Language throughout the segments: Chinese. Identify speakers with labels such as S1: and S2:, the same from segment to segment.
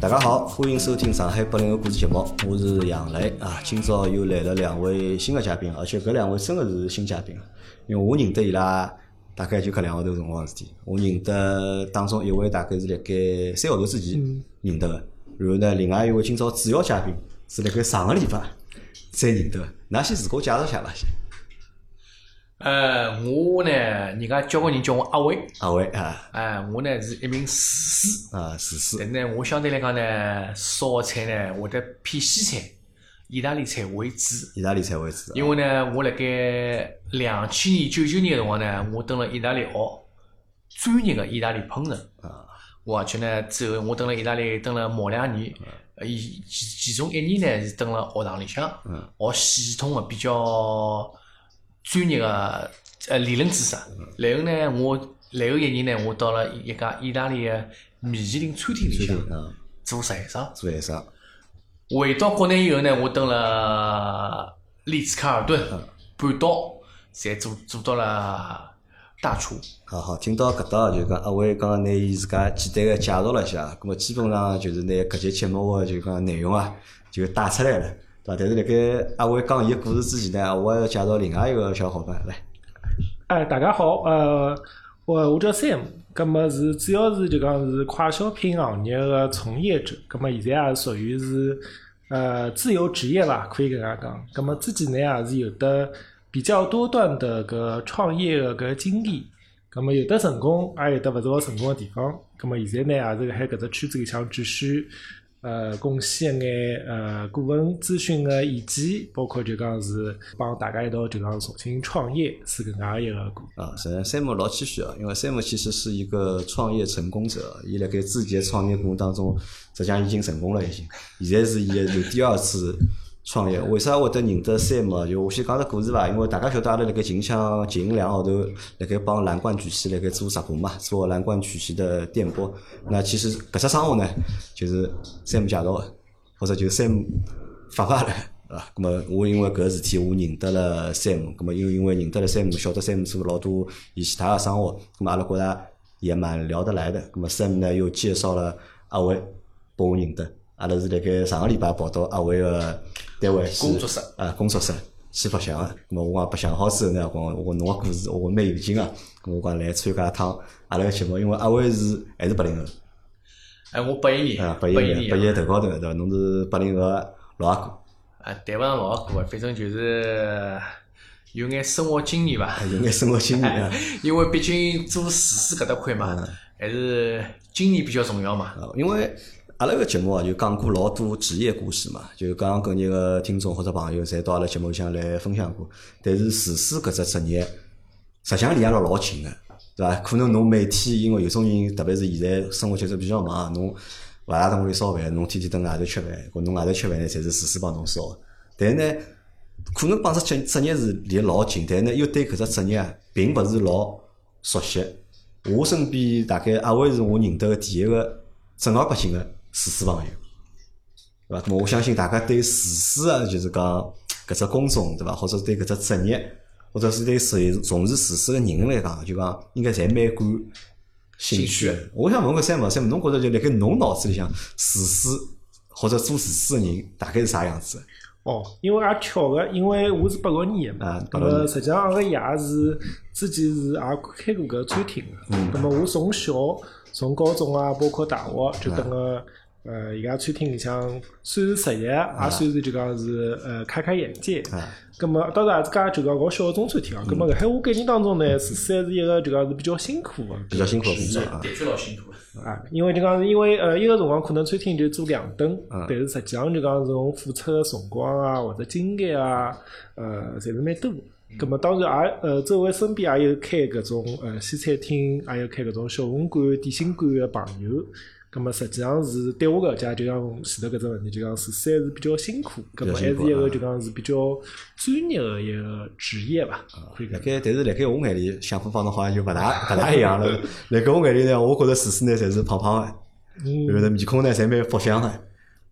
S1: 大家好，欢迎收听上海八零后故事节目，我是杨磊啊。今朝又来了两位新的嘉宾，而且搿两位真的是新嘉宾，因为我认得伊拉大概就搿两个号头辰光的事体。我认得当中一位大概是辣盖三号头之前认得个，然后呢，另外一位今朝主要嘉宾是辣盖上个礼拜才认得的。㑚先自我介绍一下吧，先
S2: 呃，我呢，人家交关人叫我阿伟，
S1: 阿伟啊
S2: 哎、我呢是一名厨师，
S1: 啊，厨师
S2: 但呢，我相对来讲呢，烧菜呢会得偏西菜、意大利菜为主，
S1: 意大利菜为主啊，
S2: 因为呢，我辣盖两千年九九年个辰光呢，我蹲辣意大利学专业个意大利烹饪，
S1: 啊
S2: 我去呢之后，我蹲辣意大利蹲了毛两年，呃其其其中一年呢是蹲辣学堂里向
S1: 嗯
S2: 学系统个啊比较专业个呃理论知识。然后呢，我然后一年呢，我到了一家意大利个米其林餐厅里向
S1: 啊，
S2: 做实习生。
S1: 做一啥？
S2: 回到国内以后呢，我蹲了利兹卡尔顿半岛，侪做做到了大厨。
S1: 好好，听到搿搭就讲阿伟刚刚拿伊自家简单个介绍了一下，咁么基本上就是拿搿节节目个就讲内容啊，就带出来了，对伐？但是辣盖阿伟讲伊个故事之前呢，我还要介绍另外一个小伙伴来，
S3: 哎，大家好，呃，我我叫 Sam，葛么是主要是就讲是快消品行业的从业者，葛么现在也属于是呃自由职业吧，可以搿能介讲。葛么自己呢也是有的比较多段的搿创业的搿经历，葛么有的成功，也有的勿是老成功的地方。葛么现在呢也是辣海搿只圈子里向继续呃贡献眼呃顾问咨询个意见，包括就讲是帮大家一道就讲重新创业是搿能介一个故事。
S1: 啊，实际上山姆老谦虚啊，因为山姆其实是一个创业成功者，伊辣盖自己的创业过程当中，实际上已经成功了，已经。现在是伊的就第二次创业，为啥会得认得山姆啊？就我先讲只故事伐，因为大家晓得阿拉辣盖近腔近两个号头辣盖帮蓝冠曲线辣盖做直播嘛，做蓝冠曲线的电波。那其实搿只生活呢，就是山姆介绍的，或者就是山姆发发了。 啊，咁么我因为搿个事体，我认得了 Sam，咁么又因为认得了 Sam，晓得 Sam 做老多伊其他个生活，咁么阿拉觉着也蛮聊得来的。咁么 Sam 呢又介绍了阿伟拨我认得，阿拉是辣盖上个礼拜跑到阿伟个单位去
S2: 工作室
S1: 啊工作室去白相个。咁么我讲白相好之后呢，我讲我讲侬个故事我讲蛮有劲个，咁我讲来参加一趟阿拉个节目，因为阿伟是还是八零后。
S2: 哎，我八一
S1: 啊
S2: 年，，
S1: 八一
S2: 一
S1: 年，八一
S2: 年
S1: 年
S2: 啊，
S1: 头高头对伐？侬是八零后个老阿哥，
S2: 啊，谈勿上老过，反正就是有眼生活经验伐。
S1: 哎有眼生活经验啊。
S2: 因为毕竟做厨师搿搭块嘛，还是经验比较重要嘛。
S1: 啊，因为阿拉个节目啊，就讲过老多职业故事嘛，就刚刚搿日个听众或者朋友，侪到阿拉节目里向来分享过。但是厨师搿只职业，实际上离阿拉老近个，对伐？可能侬每天，因为有种人，特别是现在生活节奏比较忙，侬勿大等屋里烧饭，侬天天等外头吃饭，搿侬外头吃饭呢，侪是厨师帮侬烧的。但是呢，可能帮只职职业是离老近，但是呢，又对搿只职业啊并勿是老熟悉。我身边大概阿伟是我认得个第一个正儿八经个厨师朋友，对伐？那么我相信大家对厨师啊，就是讲搿只工种，对伐？或者对搿只职业，或者是对从从事厨师个人来讲，就讲应该侪蛮感兴
S2: 兴
S1: 趣
S2: 趣
S1: 的。我想问问三毛，三毛，侬觉着就辣盖侬脑子里向厨师或者做厨师个人大概是啥样子的？
S3: 哦，因为也巧个，因为我是八六年的
S1: 啊
S3: 嘛，
S1: 八
S3: 那
S1: 六年
S3: 么实际上阿拉爷是之前是也开过搿餐厅的，
S1: 嗯
S3: 那么我从小从高中啊，包括大学就等个呃伊拉餐厅里向算是实习，也算是就讲是呃开开眼界
S1: 啊。嗯
S3: 咁么当然也是家就讲老小个中餐厅啊，咁么搿海我概念当中呢，厨师还是一个就讲是比较辛苦个。
S1: 比较辛苦个工作啊，
S2: 的确老辛苦。
S3: 啊，因为就讲是因为呃，一个辰光可能餐厅就做两顿，
S1: 嗯
S3: 但是实际上就讲是侬付出的辰光啊，或者精力啊，呃，侪是蛮多的。
S1: 嗯
S3: 咁么当然也呃，周围身边也有开搿种呃西餐厅，也有开搿种小红馆、点心馆的朋友。咁么实际上是对我搿家就讲前头搿只问题，就讲是虽然是比较辛苦，咁
S1: 比
S3: 么
S1: 较
S3: 还
S1: 辛
S3: 是
S1: 苦
S3: 一个
S1: 啊
S3: 就讲是比较专业的一个职业吧，可以
S1: 辣
S3: 讲。
S1: 盖，但是辣盖我眼里，想法帮侬好像就勿大勿大一样 了。辣盖我眼里呢，我觉着厨师呢，侪是胖胖的，
S3: 嗯
S1: 然后呢，面孔呢，侪蛮福相的，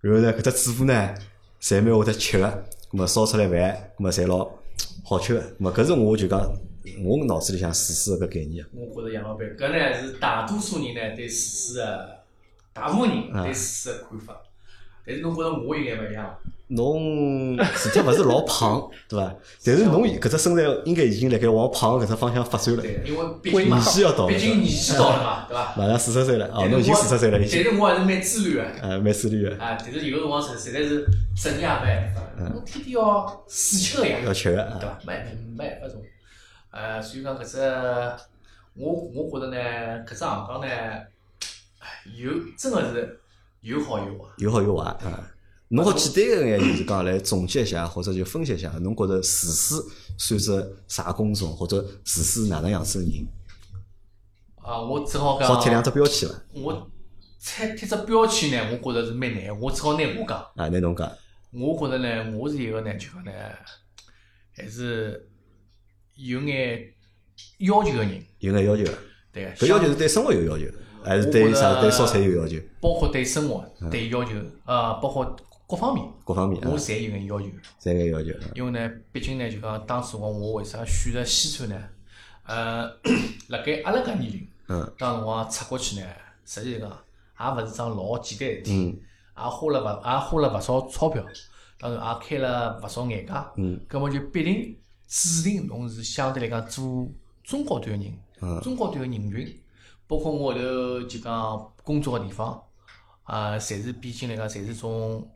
S1: 然后呢，搿只嘴巴呢，侪蛮会得吃的，咁么烧出来饭，咁么侪老好吃的。咁么搿是我就讲，我脑子里向厨师搿概念。啊
S2: 我觉着杨老板，搿呢是大多数人呢对厨师的大部分人
S1: 啊
S2: 对水的看法。但是侬觉着我应该勿一样伐？
S1: 侬除体勿是老胖，对伐？但是侬
S2: 啊
S1: 搿只身材应该已经辣盖往胖搿只方向发展了，
S2: 对，因为毕
S3: 会
S2: 竟嘛
S1: 年纪要到了
S2: 毕竟年纪到了嘛，对伐？
S1: 马上四十岁了哦，
S2: 但是
S1: 侬已经
S2: 我
S1: 四十岁了，已
S2: 但
S1: 经
S2: 是我还是蛮自律的。
S1: 呃蛮自律的，
S2: 啊，但是有的辰光实实在是职业也没办法，侬天天嗯要死吃个呀，
S1: 要
S2: 对
S1: 吃个啊，
S2: 伐？没没办法种。呃，所以讲搿只，我我觉着呢，搿只行当呢，唉有真个是有好有坏。
S1: 有好有坏啊。侬好简单个眼就是讲来总结一下，或者就分析一下，侬觉着厨师算是啥工种，或者厨师哪能样子的人？
S2: 啊，我只好
S1: 好贴两
S2: 讲，
S1: 只标签伐？
S2: 我贴贴只标签呢，我觉着是蛮难的。我只好拿我讲，
S1: 啊，拿侬讲，
S2: 我觉着呢，我是一个呢，就讲呢，还是有眼要求个人，
S1: 有眼要求的，
S2: 对个。
S1: 搿要求是对生活有要求，还是对啥对烧菜有要求？
S2: 包括对生活、
S1: 嗯
S2: 对要求，呃，包括各方面，
S1: 各方面啊
S2: 我，侪有眼要求。
S1: 侪有眼要求啊
S2: 因为呢，毕竟呢，就讲当时我我为啥选择西餐呢？呃，辣盖阿拉搿年龄，
S1: 嗯，
S2: 当辰光出国去呢，实际上讲也勿是桩老简单事体，
S1: 嗯
S2: 也花了勿也花了勿少钞票，当然也开了勿少眼界。
S1: 嗯，
S2: 葛末就必定注定侬是相对来讲做中高端的人，
S1: 嗯
S2: 中高端的人群，包括我后头就讲工作个地方，啊、侪是毕竟来讲，侪是种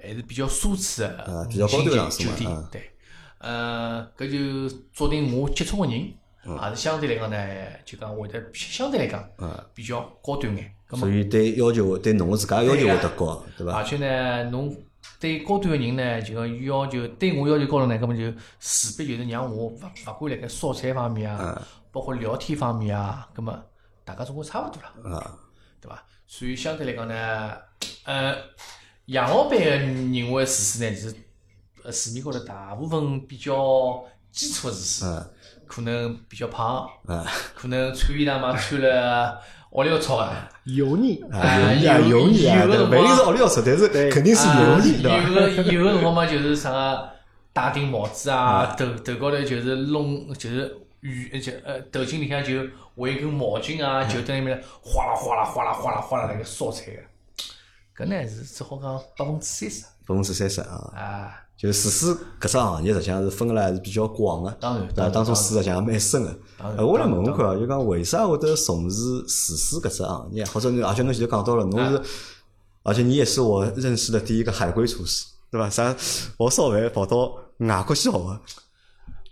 S2: 还是比较奢侈
S1: 啊
S2: 的
S1: 比较高端的
S2: 五
S1: 场
S2: 星级
S1: 所嘛
S2: 酒店
S1: 啊，
S2: 对，呃，搿就注定我接触个人，
S1: 嗯
S2: 也是相对来讲呢，就讲会得相对来讲
S1: 啊，
S2: 比较高端眼，咁啊
S1: 所以对要求对侬自家要求会得高，对伐
S2: 而？且呢，侬对高端个人呢，就讲要求对我要求高了呢，根本就势必就是让我勿勿管辣盖烧菜方面啊，包括聊天方面啊，葛么大家总归差勿多了，
S1: 啊，
S2: 对伐？所以相对来讲呢，呃，杨老板个认为厨师呢，就是呃市面高头大部分比较基础个厨师，
S1: 嗯
S2: 可能比较胖，
S1: 啊
S2: 可能穿衣裳嘛穿了 窝里要吵个。
S3: 油腻，
S1: 油腻啊，油腻啊，对勿一定是奥利奥式，但是肯定是油腻，对
S2: 啊
S1: 伐？
S2: 哎有个有个辰光嘛，就是啥个戴顶帽子啊，头头高头就是弄就是雨就呃头巾里向就围根毛巾啊，就在那面哗啦哗啦哗啦哗啦哗啦那个烧菜个。搿呢是只好讲百分之三十
S1: 百分之三十啊，
S2: 啊，
S1: 就是厨师搿只行业实际上是分了还是比较广个，
S2: 当然
S1: 对
S2: 当
S1: 伐？
S2: 然
S1: 当中水实际上蛮深个。
S2: 当然
S1: 呃，我来
S2: 当然
S1: 问问看啊，就讲为啥会得从事厨师搿只行业？或者侬，而且侬前头讲到了，侬
S2: 啊
S1: 是，而且你也是我认识的第一个海归厨师，对伐？啥学烧饭跑到外国去学个，
S2: 哦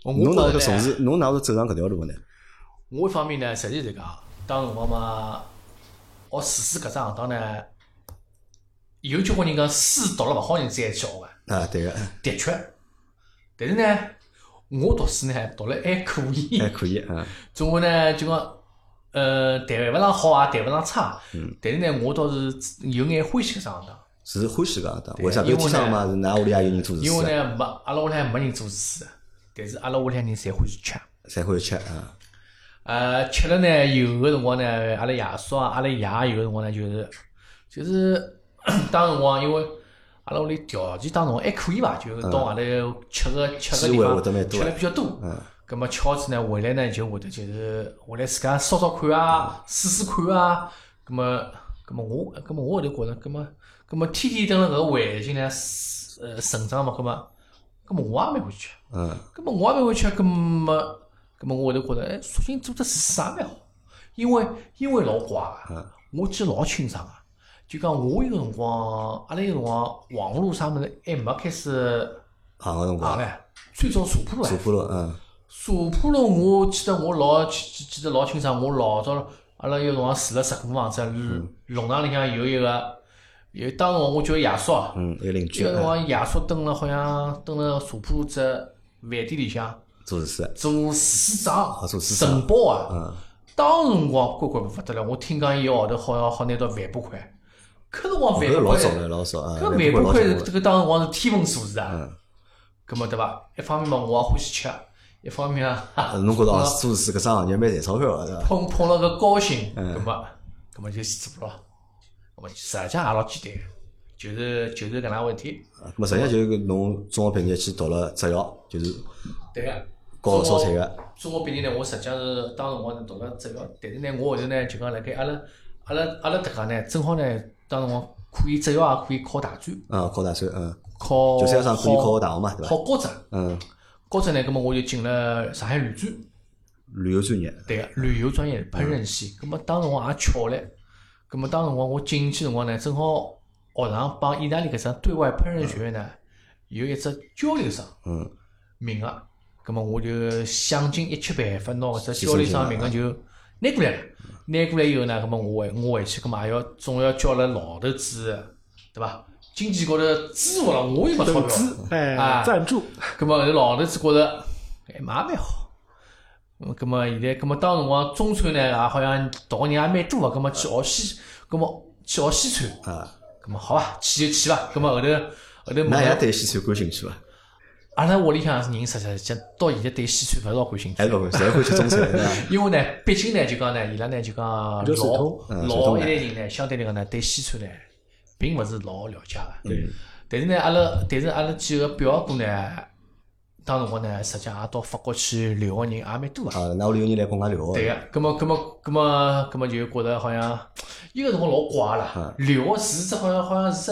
S2: 我
S1: 侬哪
S2: 觉
S1: 会得
S2: 着
S1: 从
S2: 呢
S1: 事？侬哪会得走上搿条路呢？
S2: 我一方面呢，实际是讲，当辰光嘛，学厨师搿只行当呢，有交关人讲书读了勿好人才去学个。
S1: 啊，对个，
S2: 的确，但是呢，我读书呢读了还可以
S1: 还，可以啊，
S2: 总归呢就讲，呃，谈勿上好也谈勿上差，但是呢，我倒是有眼欢喜搿只行当，
S1: 嗯是啊欢喜搿行当。
S2: 对
S1: 为啥？
S2: 因为
S1: 搿天上嘛，
S2: 呢
S1: 是㑚屋里也有人做厨
S2: 因为
S1: 师啊，
S2: 呢没阿拉屋里向没人做厨师，但是阿拉屋里向人侪欢喜吃，
S1: 才会吃啊。
S2: 呃，吃了呢有个辰光呢，阿拉爷叔啊，阿拉爷有个辰光呢就是就是 当辰光因为。阿拉屋里条件当中还可以伐，就是到外头吃个吃
S1: 机
S2: 个地
S1: 嗯会
S2: 方
S1: 会得蛮多
S2: 吃了比较多，
S1: 嗯
S2: 咁么吃好子呢，回来呢就会得就是回来自家烧烧看
S1: 嗯
S2: 啊，试试看啊。咁么，咁么我，咁么我后头觉着，咁么，咁么天天蹲辣搿个环境呢，呃，成长嘛，咁么，咁么我也蛮欢喜吃。
S1: 嗯，
S2: 咁么我也蛮欢喜吃，咁么，咁么我后头觉着，哎，索性做只厨师也蛮好，因为因为老怪
S1: 嗯
S2: 个，我记得老清爽个。就讲我有辰光，阿拉有辰光黄河路啥物事还没开始啊
S1: 行个辰
S2: 行
S1: 光，
S2: 唻，最早茶铺路
S1: 走
S2: 唻。
S1: 坡路，嗯，
S2: 索普罗，我记得我老记记记得老清爽，我老早阿拉有辰光住了石鼓房子，
S1: 嗯
S2: 弄堂里向有一个，有当时我叫爷叔啊，
S1: 嗯，有邻居
S2: 有辰
S1: 啊，
S2: 光爷叔蹲了好像蹲了索普罗只饭店里向
S1: 做厨师，啊
S2: 做厨师长，
S1: 做厨师长
S2: 承包啊。
S1: 嗯，
S2: 当辰光乖乖勿得了，我听讲一个号头好像好拿到万把块，搿辰光万
S1: 搿
S2: 把
S1: 老
S2: 块
S1: 早了，老早啊，
S2: 搿
S1: 那
S2: 万
S1: 不
S2: 把
S1: 过
S2: 块
S1: 老早
S2: 是这
S1: 了
S2: 个当辰光是天文数字啊
S1: 嗯，
S2: 葛末对伐？一方面嘛，我也欢喜吃，一方面啊，
S1: 呃侬觉着哦，做厨师搿只行业蛮赚钞票个，对伐？
S2: 碰碰了个高兴，
S1: 嗯
S2: 葛么葛么就去做了，葛么实际上也老简单，就是就是搿能回事体。
S1: 啊咾实际上就是侬中学毕业去读了职校，就是
S2: 对啊个，
S1: 搞烧菜啊
S2: 中学
S1: 个，
S2: 中学毕业呢，我实际上是当时我是读了职校，但是呢，我后头呢就讲辣盖阿拉阿拉阿拉迭个呢，正好呢，当辰光可以职校也可以考大专，
S1: 啊，考大专，嗯，
S2: 考
S1: 九三幺上可以考大学嘛，对伐？
S2: 考高职，
S1: 嗯，
S2: 高职呢，葛末我就进了上海旅专，
S1: 旅游专业，
S2: 对个，旅游专业烹饪系。葛末当辰光也巧唻，葛末当辰光我进去辰光呢，正好学堂帮意大利搿只对外烹饪学院呢有一只交流生
S1: 嗯，
S2: 名额，葛末我就想尽一切办法拿搿只
S1: 去
S2: 交流
S1: 申请
S2: 生
S1: 了
S2: 名额就拿过来了。拿过来以后呢，葛末我回我回去，葛末也要总要叫阿拉老头子，对伐？经济高头支付了，我又没钞
S3: 投
S2: 票。
S3: 资
S2: 啊
S3: 哎，赞助
S2: 咁么老头子觉着哎嘛也蛮好。嗯，咁么现在，咁么当辰光中餐呢，也好像道个人也蛮多个，咁么去学西，咁么去学西餐，
S1: 啊，
S2: 咁么好伐，去就去伐。咁么后头后头问
S1: 那也
S2: 了，
S1: 对西餐感兴趣伐？
S2: 阿拉屋里向人实实际到现在对西餐勿是老感兴
S1: 还是
S2: 趣，
S1: 勿欢喜，侪欢喜中餐，对伐？
S2: 因为呢，毕竟呢就讲呢，伊拉呢就讲老
S3: 比较传统
S1: 嗯传
S2: 老
S1: 统
S2: 一
S1: 的
S2: 代人呢，相对来讲呢，对西餐呢，并勿是老了解个。
S1: 对，
S2: 但是呢，阿拉但是阿拉几个表哥呢，当辰光呢，实际也到法国去留学人也蛮多啊。
S1: 啊，那屋里有人来跟我聊
S2: 对
S1: 个，
S2: 个，葛么葛么葛么葛么就觉得好像，伊个辰光老怪啦
S1: 嗯，
S2: 留学是只好像好像是只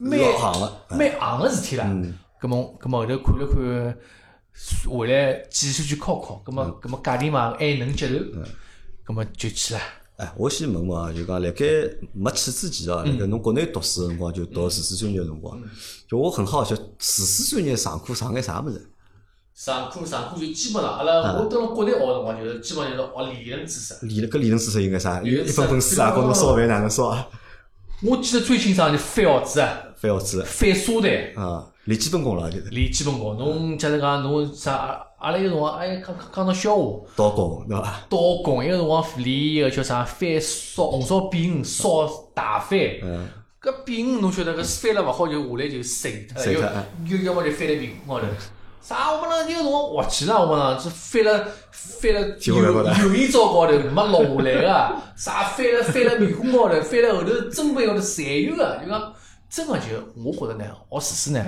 S2: 蛮
S1: 老行了，
S2: 蛮硬个事体啦。
S1: 嗯，
S2: 葛么葛么后头看了看，回来继续去考考，葛么葛么价钿嘛还能接受，葛么就去了。
S1: 哎，我先问问啊，就讲辣盖没去之前啊，辣
S2: 嗯
S1: 盖侬国内读书个辰光就读厨师专业个辰光，就我很好奇，厨师专业上课上眼啥物事？
S2: 上课上课就基本上，阿拉我到了国内学个辰光，就是基本就是学理论知识。
S1: 理搿理论知识应该啥？
S2: 理论
S1: 一
S2: 知识
S1: 份份书啊，跟侬烧饭哪能烧啊？
S2: 我记得最清爽就翻学子啊，
S1: 翻学子
S2: 翻沙袋，
S1: 啊，练基本功了就是，
S2: 练基本功。侬假如讲侬啥，阿阿拉有辰光哎讲讲讲到笑话，
S1: 刀工对伐？
S2: 到工有辰光练一个叫啥翻烧红烧扁鱼烧大翻。
S1: 嗯，
S2: 搿扁鱼侬晓得搿翻了勿好就下来就碎脱
S1: 碎脱哎
S2: 了，又又要么就翻在屁股高头。啥？我们那有辰光滑稽啦，我们那这翻了翻了
S1: 屁股高头
S2: 有有一招高头没落下来个，啥翻了翻了面孔高头，翻了后头真翻高头侪有个。啊就讲真个就我觉着呢，学厨师呢，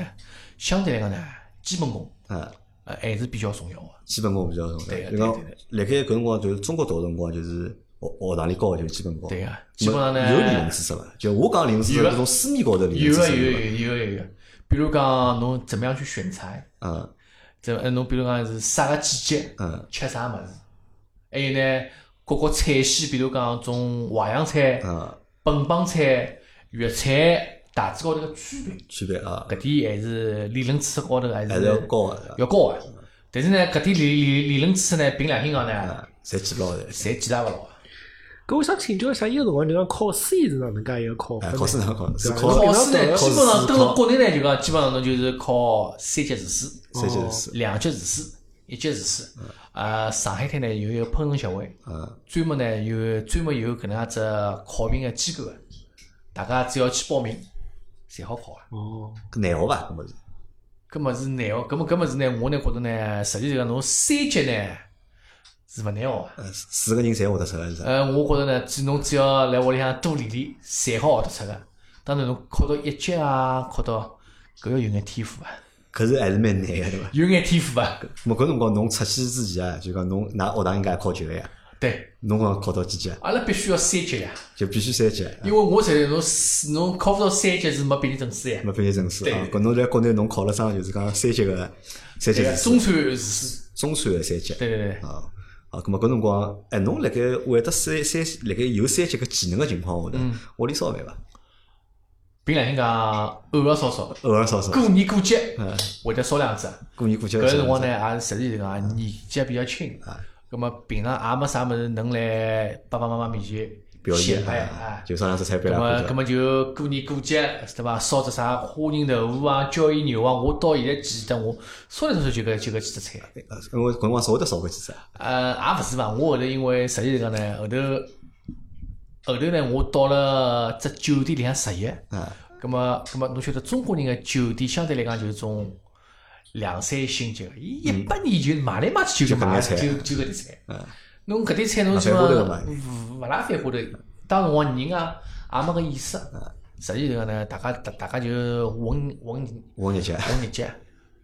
S2: 相对来讲呢，基本功
S1: 啊，
S2: 呃还是比较重要个。
S1: 基本功比较重
S2: 对
S1: 要。
S2: 个
S1: 就讲
S2: 对啊对
S1: 辣盖搿辰光就是中国读个辰光就是学学堂里教个就是基本功。
S2: 对个，基本上呢，
S1: 有理论知识伐？就我讲理论知识
S2: 有啊
S1: 是从书面高头理
S2: 有
S1: 论知
S2: 个
S1: 识对伐
S2: 有个有个有个，比如讲侬怎么样去选材，
S1: 嗯
S2: 怎呃侬比如讲是啥个季节，
S1: 嗯
S2: 吃啥物事，还有呢，各个菜系，比如讲种淮扬菜、
S1: 嗯，
S2: 本帮菜、粤菜，大致高头个区别，
S1: 区别啊，
S2: 搿点还是理论知识高头还
S1: 还是
S2: 是
S1: 要啊高个，对伐
S2: 要高个。但是呢，搿点理理理论知识呢，凭良心讲呢，
S1: 侪记不牢的。
S2: 侪记大勿牢个。
S3: 搿我想请教一下，伊个辰光就讲考试是哪能介一个考
S1: 哎
S3: 法，呢？
S1: 考试哪能考？是
S3: 哦
S1: 考
S2: 考试呢，
S3: 考
S2: 基
S1: 试
S2: 本上
S1: 考
S2: 登了国内呢，就讲基本上侬就是考三级厨师、
S1: 三级厨师，
S2: 两级厨师、一级厨师。啊，上海滩呢有一个烹饪协会，
S1: 嗯
S2: 专门呢有专门有搿能样子考评个机构个，大家只要去报名，侪好考个。啊
S3: 哦，
S1: 搿难学伐？搿么是
S2: 搿么是难学，哦搿么搿么是呢？我呢觉着呢，实际上侬三级呢是勿难学个。
S1: 呃四个人侪学得出来是啥？
S2: 呃，我觉着呢，只侬只要来屋里向多练练，侪好学得出个。当然侬考到一级啊，考到搿要有眼天赋啊，
S1: 可是还是蛮难个对伐？
S2: 有眼天赋啊。
S1: 么搿辰光侬出去之前啊，就讲侬㑚学堂应该也考级个呀，
S2: 对，
S1: 侬讲考到几级啊？
S2: 阿拉必须要三级呀，
S1: 就必须三级，啊
S2: 因为我晓得侬四侬考勿到三级是没毕业证书呀。
S1: 没毕业证书
S2: 对
S1: 啊。搿侬在国内侬考了张就是讲三级个三级证
S2: 对个，
S1: 书
S2: 中餐是，
S1: 中传个三级
S2: 对对对。
S1: 啊。啊，咁么搿辰光，哎，侬辣盖会得三三，辣盖有三级个技能个情况下头，
S2: 嗯
S1: 屋里烧饭伐？
S2: 凭良心讲，偶尔烧烧，
S1: 偶尔烧烧，
S2: 过年过节
S1: 嗯
S2: 会得烧两只。
S1: 过年过节
S2: 搿辰光
S1: 烧
S2: 呢，
S1: 两
S2: 也是实际上讲年纪比较轻
S1: 啊，
S2: 葛末平常也没啥物事能来爸爸妈妈面前
S1: 只表演
S2: 哎
S1: 啊
S2: 哎，。
S1: 就烧两只菜俾啊拉
S2: 葛末
S1: 看
S2: 葛
S1: 看。
S2: 末就过年过节对伐？烧只啥花仁豆腐啊、椒盐牛啊，我到现在记得我烧来烧去就搿就搿几只菜。
S1: 呃因为搿辰光少会得烧过几啊只，
S2: 呃，也勿是伐，我后头因为实际上呢，后头后头呢，我到了只酒店里向实习。
S1: 啊，
S2: 咁么，咁么，侬晓得中国人个酒店相对来讲就是种两三星级个，伊一八年就买来买去就
S1: 嗯就搿
S2: 买
S1: 眼菜
S2: 就就搿点菜
S1: 嗯。
S2: 侬搿点菜侬
S1: 勿
S2: 基
S1: 翻
S2: 本
S1: 花头
S2: 上
S1: 嘛
S2: 勿勿拉翻花头，当辰光人啊也没搿意识。
S1: 嗯
S2: 实际上呢，大家大大家就混混
S1: 我日节，
S2: 混日节，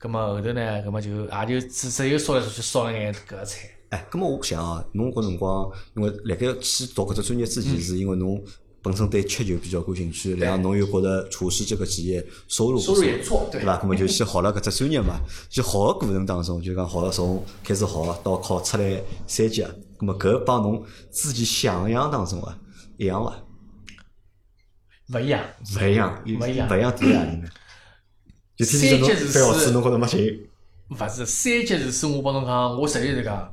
S2: 咁么后头呢，咁么就也就只只有烧来烧去烧了眼搿个菜。
S1: 哎，咁么我想啊，侬搿辰光，因为辣盖去读搿只专业之
S2: 嗯
S1: 前，是因为侬本身对吃就比较感兴趣，然后侬又觉得厨师这个职业收入不
S2: 收入也不错，
S1: 对
S2: 对
S1: 伐？？咁么就先学了搿只专业嘛。就学个过程当中，就讲学了从开始学到考出来三级，啊咁么搿帮侬自己想象当中啊一样伐？
S2: 勿一样，
S1: 勿一样，
S2: 勿一样嗯
S1: 勿一样点哪里呢？啊就天天
S2: 三
S1: 叫侬
S2: 级是
S1: 翻学子，侬觉着没劲
S2: 勿是三级厨师，我帮侬讲，我实际是讲，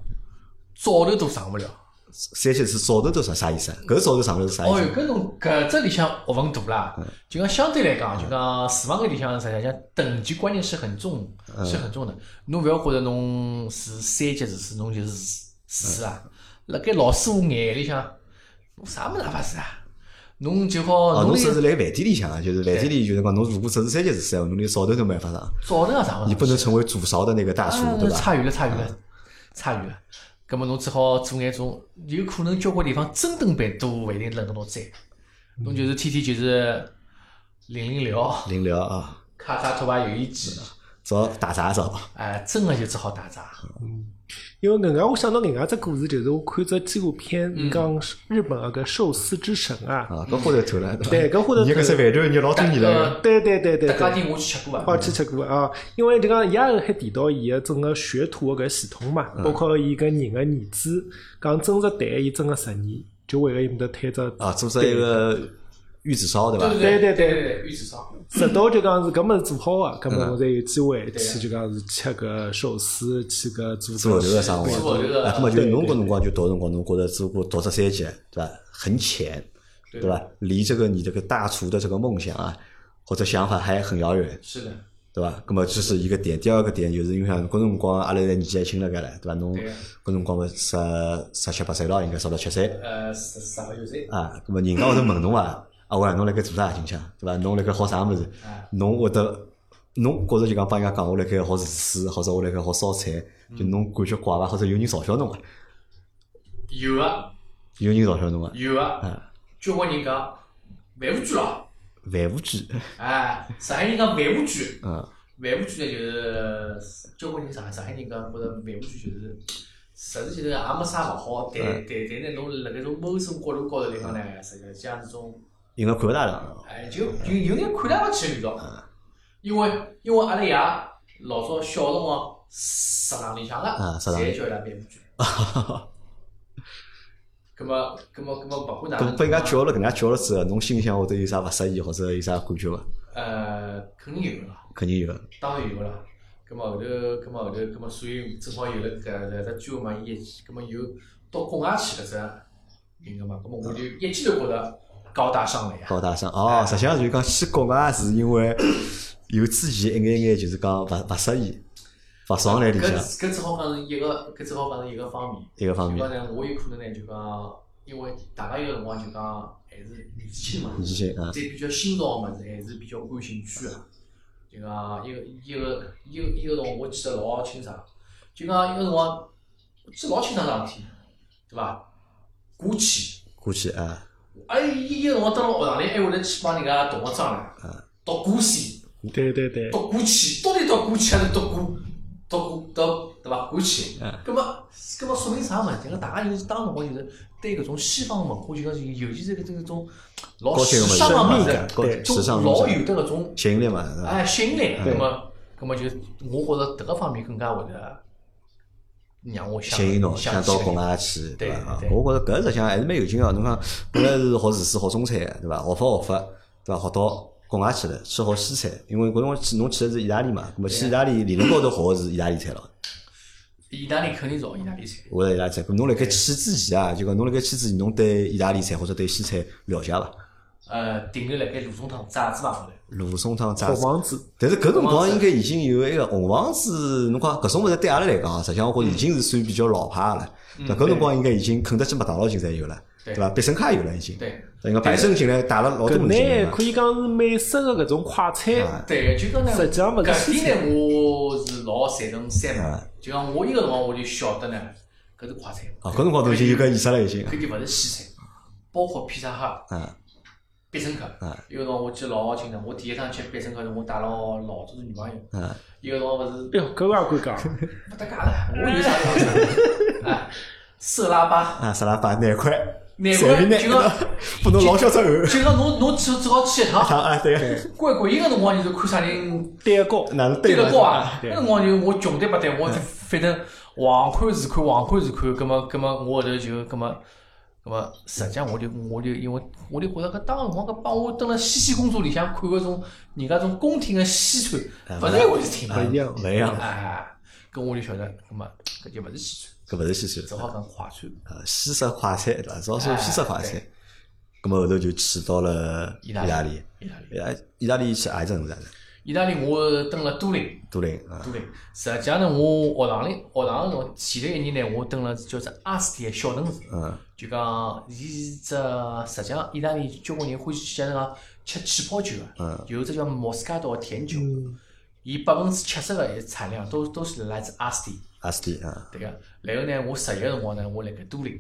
S2: 早头都上勿了。
S1: 三级是早头都啥啥意思啊？搿早头上头是啥意
S2: 哦哟，
S1: 思？
S2: 搿侬搿只里向学问大啦，
S1: 嗯
S2: 就讲相对来讲，就讲厨房搿里向实际上等级观念是很重，
S1: 嗯
S2: 是很重的。侬勿要觉着侬是三级厨师，侬就是厨师啊。辣盖老师傅眼里向，侬啥物事也勿是啊。侬就好，
S1: 哦，
S2: 侬
S1: 侬
S2: 连
S1: 只是辣饭店里向啊，就是饭店里就是讲，侬如果只是三级厨师，侬连早头都没办法上，
S2: 早晨也上勿
S1: 你
S2: 上
S1: 不能成为煮勺的那个大叔，
S2: 啊，
S1: 对吧？嗯
S2: 差远了，差远了，差远了。葛末侬只好做眼种，有可能交关地方真灯板都勿一定轮得到摘，侬就是天天就是零零六。
S1: 零六啊，
S2: 咔嚓拖把游戏机，
S1: 嗯找打杂找吧。
S2: 哎，真的就只好打杂。
S3: 因为另外我想到另外只故事，就是我看只纪录片，讲日本那个寿司之神啊，
S1: 啊，搿花头头了，
S3: 对
S1: 伐
S3: 搿花头头
S1: 你搿只饭团，你老多年了，
S3: 对对对对
S2: 大家
S3: 对。
S2: 店我去吃过
S3: 我
S2: 啊，
S3: 去吃过啊，因为就讲伊也还提到伊个整个学徒个搿系统嘛，
S1: 嗯
S3: 包括伊搿人个儿子，讲真实谈伊真个十年，就为了伊面搭推只，
S1: 啊，做只一个玉子烧，对伐？
S2: 对
S3: 对对
S2: 对对，玉子烧。
S3: 直到就讲是搿么做好啊，搿
S1: 嗯
S3: 么我才有机会
S1: 啊
S3: 去就讲是吃搿寿司，去搿做
S1: 做后头个生活，
S2: 做后头的
S1: 啊，那么就
S3: 对
S1: 侬搿辰光就读辰光，侬觉得如果读只三级，对伐？很浅，对
S2: 对
S1: 吧？离这个你这个大厨的这个梦想啊，或者想法还很遥远，
S2: 是的，
S1: 对吧？那么这是一个点，第二个点就是因为像搿辰光阿拉年纪还轻了该唻，对吧？侬
S2: 对呀
S1: 搿辰光么十十七八岁咯，应该十六七岁，
S2: 呃，十十个有噻。
S1: 啊，咁么人家会得问侬啊，啊喂，侬辣盖做啥近腔，对伐？侬辣盖学啥物事？
S2: 啊
S1: 侬会得，侬觉着就讲帮人家讲，我辣盖学厨师，或者我辣盖学烧菜，
S2: 嗯
S1: 就侬感觉怪伐？或者有人嘲笑侬伐？
S2: 有啊，
S1: 有人嘲笑侬伐？
S2: 有啊
S1: 啊，
S2: 交关人讲万物居咯，
S1: 万无忌，
S2: 哎，上海人讲万物居，
S1: 嗯，
S2: 万物居呢就是交关人上上海人讲觉着万物居就是。实际就是也没啥勿好，但
S1: 嗯
S2: 但但呢，侬辣盖种谋生角度高头来讲呢，实际上是种
S1: 应该看勿大了。
S2: 哎，就有有眼看得勿起味道，
S1: 嗯
S2: 因为因为阿拉爷老早小辰光食堂里向个，
S1: 啊食堂里
S2: 侪叫伊拉卖 布卷。咁么，咁么，咁么，勿管哪
S1: 咁
S2: 能，
S1: 被人家叫了，搿能介叫了之后，侬心里向会得有啥勿适意，或者有啥感觉伐？
S2: 呃，肯定有个啦，
S1: 肯定有的。
S2: 当然有个啦。咁么后头，咁么后头，咁么所以正好有了搿搿只机会嘛，伊一记，咁么又到国外去搿只名额嘛，咁么我就一记头觉着高大上了呀。
S1: 高大上
S2: 啊
S1: 哦，实际上就是讲去国外是因为有之前一眼眼就是讲勿勿适意，勿爽来里
S2: 啊搿
S1: 向
S2: 只搿只好讲是一个，搿只好讲是一个方面。
S1: 一个方
S2: 就
S1: 面
S2: 讲。呢，我有可能呢，就讲，因为大家有辰光就讲还是年纪轻嘛，
S1: 年纪轻啊
S2: 对比较新潮个物事还哎是比较感兴趣个。就讲一个一个一个一个辰光，我记得老清爽。就讲一个辰光，我记得老清爽桩事体，对伐？过去，
S1: 过去啊，
S2: 哎，伊一个辰光到了学堂里，还会得去帮人家同学争唻，读古诗，
S3: 对对对，
S2: 读古去，到底读古去还是读古？读古读对伐？古去，
S1: 嗯
S2: 葛么，葛么说明啥物事？就讲大家就是当辰光就是对搿种西方文化，就讲是尤其是搿种搿种老
S1: 高级
S2: 时
S1: 的物事
S2: 尚啊个物事
S3: 高级，
S1: 时尚
S2: 种
S1: 物事
S2: 老有的搿种
S1: 吸引力嘛，是吧？
S2: 哎吸引力。
S1: 对
S2: 葛么，葛么就我觉着迭个方面更加会得让我想
S1: 吸引侬
S2: 想
S1: 想到国外去，
S2: 对
S1: 伐？啊
S2: 对
S1: 我觉着搿实际上还是蛮有劲个。侬看，本来是学厨师、学中餐的，对伐？学法学法，对伐？学到国外去了，去学西餐，因为搿辰光去侬去的是意大利嘛，葛末
S2: 啊
S1: 去意大利理论高头学的是意大利菜咯，
S2: 意大利肯定是学意大利菜，
S1: 学的意大利菜。搿侬辣盖去之前啊，就讲侬辣盖去之前，侬对意大利菜或者对西菜了解伐？
S2: 呃，停留辣盖鲁中堂炸子房高头。
S1: 芦笋汤、炸
S3: 小
S1: 子
S3: 房子，
S1: 但是搿辰光应该已经有一个红房子，侬讲搿种物事对阿拉来讲，实际上我觉着已经是算比较老派个了。对吧搿辰光应该已经肯德基、麦当劳已经侪有了，嗯对
S2: 对
S1: 伐？必胜客也有了已经，
S2: 对
S1: 应该百胜进来打了老多
S3: 搿
S1: 门
S3: 呢
S1: 进
S3: 可以讲是美式个搿种快
S1: 啊
S3: 餐，
S2: 对，就讲呢，
S3: 实际上勿是
S2: 搿
S3: 西餐哎
S2: 点呢，我是老赞成三毛
S1: 啊。
S2: 就讲我一个辰光我就晓得呢，搿是快餐。
S1: 啊，搿辰光都已经有搿意识了已经。
S2: 搿就勿是西餐，包括披萨哈、
S1: 啊
S2: 必胜客。
S1: 嗯
S2: 有个辰光我记得老清爽，我第一趟吃必胜客是我带了我老早的女朋友。
S1: 啊
S2: 有个辰光勿是
S3: 哎哟，搿个也敢讲，
S2: 勿搭界了，我有啥讲啥？哎，色拉巴，
S1: 啊，沙拉巴难块，
S2: 难
S1: 随
S2: 怪
S1: 便拿
S2: 就讲
S1: 不能老小只碗。
S2: 就讲侬侬只只好去一 趟，
S1: 啊啊，对，
S2: 怪诡异个辰光就是看啥人
S3: 对个高，
S1: 哪能
S2: 对
S1: 了
S2: 得高啊，
S3: 对
S2: 那辰光就我穷对不对？我反正横看是看，横看是看，葛么葛么我后头就葛么。葛么，实际上我就我就因为我就觉着搿当辰光搿帮我蹲辣西西公主里向看搿种人家种宫廷个西
S1: 哎
S2: 餐，勿是一回事体嘛。
S1: 不一样，勿一样，
S2: 哎，搿我就晓得，葛么搿就勿是西餐，
S1: 搿勿是西
S2: 只
S1: 餐，
S2: 好讲快餐。
S1: 呃，西式快餐对伐？主要是
S2: 哎
S1: 西式快餐
S2: 对。
S1: 咁么后头就去到了
S2: 意
S1: 意
S2: 大
S1: 大
S2: 利
S1: 利，
S2: 意大利，
S1: 意大意大利去埃城是啥子？
S2: 意大利我蹲辣都灵，
S1: 都灵啊
S2: 都灵。实际上呢，我学堂里学堂个辰光，前头一年呢，我蹲辣叫做阿斯蒂个小城市。
S1: 嗯，
S2: 就讲，伊是只实际上意大利交关人欢喜像讲吃气泡酒个，
S1: 嗯
S2: 有只叫莫斯卡岛甜酒，伊百分之七十个产量都都是来自阿斯蒂，
S1: 阿斯蒂啊，
S2: 对个。然后呢，我实习个辰光呢，我辣盖都灵，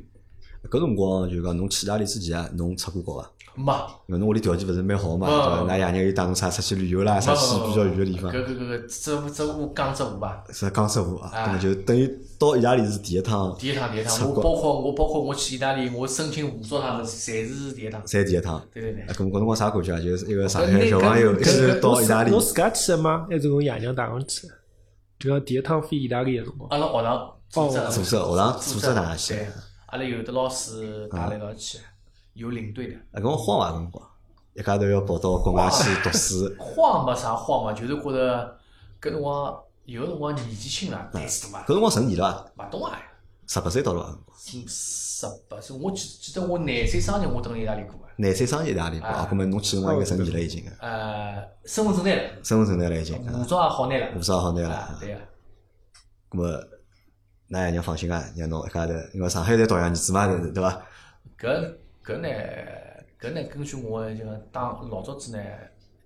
S1: 搿辰光就讲侬去意大利之前啊，侬出过国伐？
S2: 没
S1: 因为侬屋里条件勿是蛮好嘛，对伐？
S2: 嗯
S1: 㑚爷娘又带侬啥出去旅游啦，
S2: 没
S1: 啥去
S2: 没
S1: 比较远个地方
S2: 搿，搿搿搿只只我讲只我伐，
S1: 是江浙沪啊，
S2: 哎
S1: 咁么就等于到意大利是第一趟，
S2: 第一趟第一趟，
S1: 出
S2: 我
S1: 国
S2: 包括我包括我去意大利，我申请护照啥物事，侪是第一趟。
S1: 侪第一趟。
S2: 对对对
S1: 啊，，咁搿辰光啥感觉啊？就是一个上
S2: 搿
S1: 海小朋友一
S2: 搿
S1: 直到意大利
S3: 侬，自家去的吗？还是侬爷娘带侬去的？就讲第一趟飞意大利的辰光，
S2: 阿拉学堂组织
S3: 哦
S1: 组织学堂
S2: 组
S1: 组
S2: 织
S1: 织哪嗯样去
S2: 对？阿拉有的老师带了一道去，有领队的。
S1: 啊，搿辰光慌伐？搿辰光一家头要跑到国外去读书，
S2: 慌没啥慌嘛，就是觉着搿辰光有个辰光年纪轻了，
S1: 哎
S2: 胆子大
S1: 搿辰光成年了伐？
S2: 勿懂啊，
S1: 十八岁到了伐？
S2: 嗯十八岁，我记记得我廿岁生日我蹲辣意大利过个，
S1: 廿岁生日意大利过
S2: 啊
S1: 啊，搿么侬去辰光应该成年了已经啊，
S2: 呃，身份证拿了，
S1: 身份证拿了已经
S2: 护
S1: 啊，
S2: 照也好拿了
S1: 护，照好拿了
S2: 啊
S1: 啊。
S2: 对个，
S1: 搿么㑚爷娘放心啊，让侬一家头，因为上海侪同样儿子嘛，
S2: 嗯
S1: 对对伐？
S2: 搿搿呢搿呢根据我就讲当老早子呢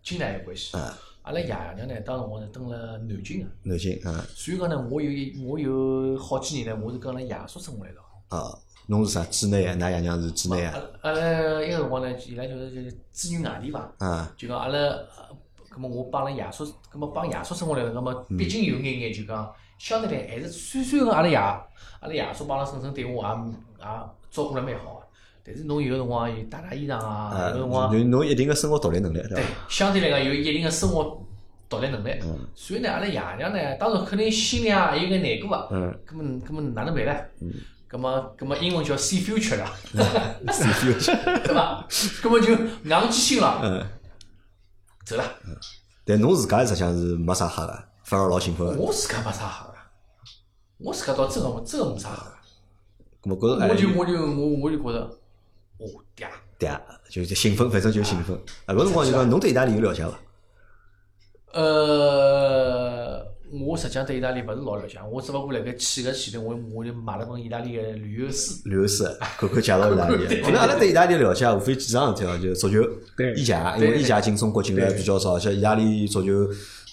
S2: 经历有关系，
S1: 啊，
S2: 阿拉爷娘呢当时我是蹲辣南京个，
S1: 南京啊
S2: 所以讲呢我有一我有好几年呢我是跟阿拉爷叔生活辣一道。
S1: 啊，侬是啥姊妹啊？㑚爷娘是姊妹
S2: 阿
S1: 啊？
S2: 拉阿拉呃一个辰光呢，伊拉就是就是子女外地伐，
S1: 啊，
S2: 就讲阿拉，呃葛末我帮阿拉爷叔，葛末帮爷叔生活来了，葛末毕竟有眼眼就讲，相对来还是虽虽然讲阿拉爷，阿拉爷叔帮阿拉婶婶对我也也照顾了蛮好个，但是侬有辰光有打打衣裳啊，
S1: 啊，
S2: 有辰光
S1: 侬侬一定个生活独立能力对
S2: 对
S1: 伐？，
S2: 相对来讲有一定个生活独立能力，所以呢，阿拉爷娘呢，当然肯定心里也有眼难过啊，
S1: 嗯
S2: 葛末葛末哪能办呢？葛末葛末英文叫 see future 啦。 对伐？根本就硬记性了，
S1: 嗯，
S2: 走了。
S1: 但侬自家实际上是没啥吓个，反而老兴奋个。
S2: 我自家没啥吓个，我自家倒真个真个没啥吓个。
S1: 咾么搿个
S2: 我就
S1: 哎
S2: 我就我我就觉着，哦嗲，
S1: 对啊，就就兴奋，反正就兴奋。啊，搿辰光就讲侬对意大利有了解伐？
S2: 呃，我实际上对意大利勿是老了解，我只勿过辣盖去个前头，我我就买了本意大利个旅游书。
S1: 刘师，看看介绍意大利
S2: 对对对。
S1: 可能阿拉对意大利了解，无非几桩事体哦，就是足球、
S3: 对
S1: 意甲，因
S2: 对对
S1: 为
S2: 对
S1: 意甲进中国进来比较少，像意大利足球，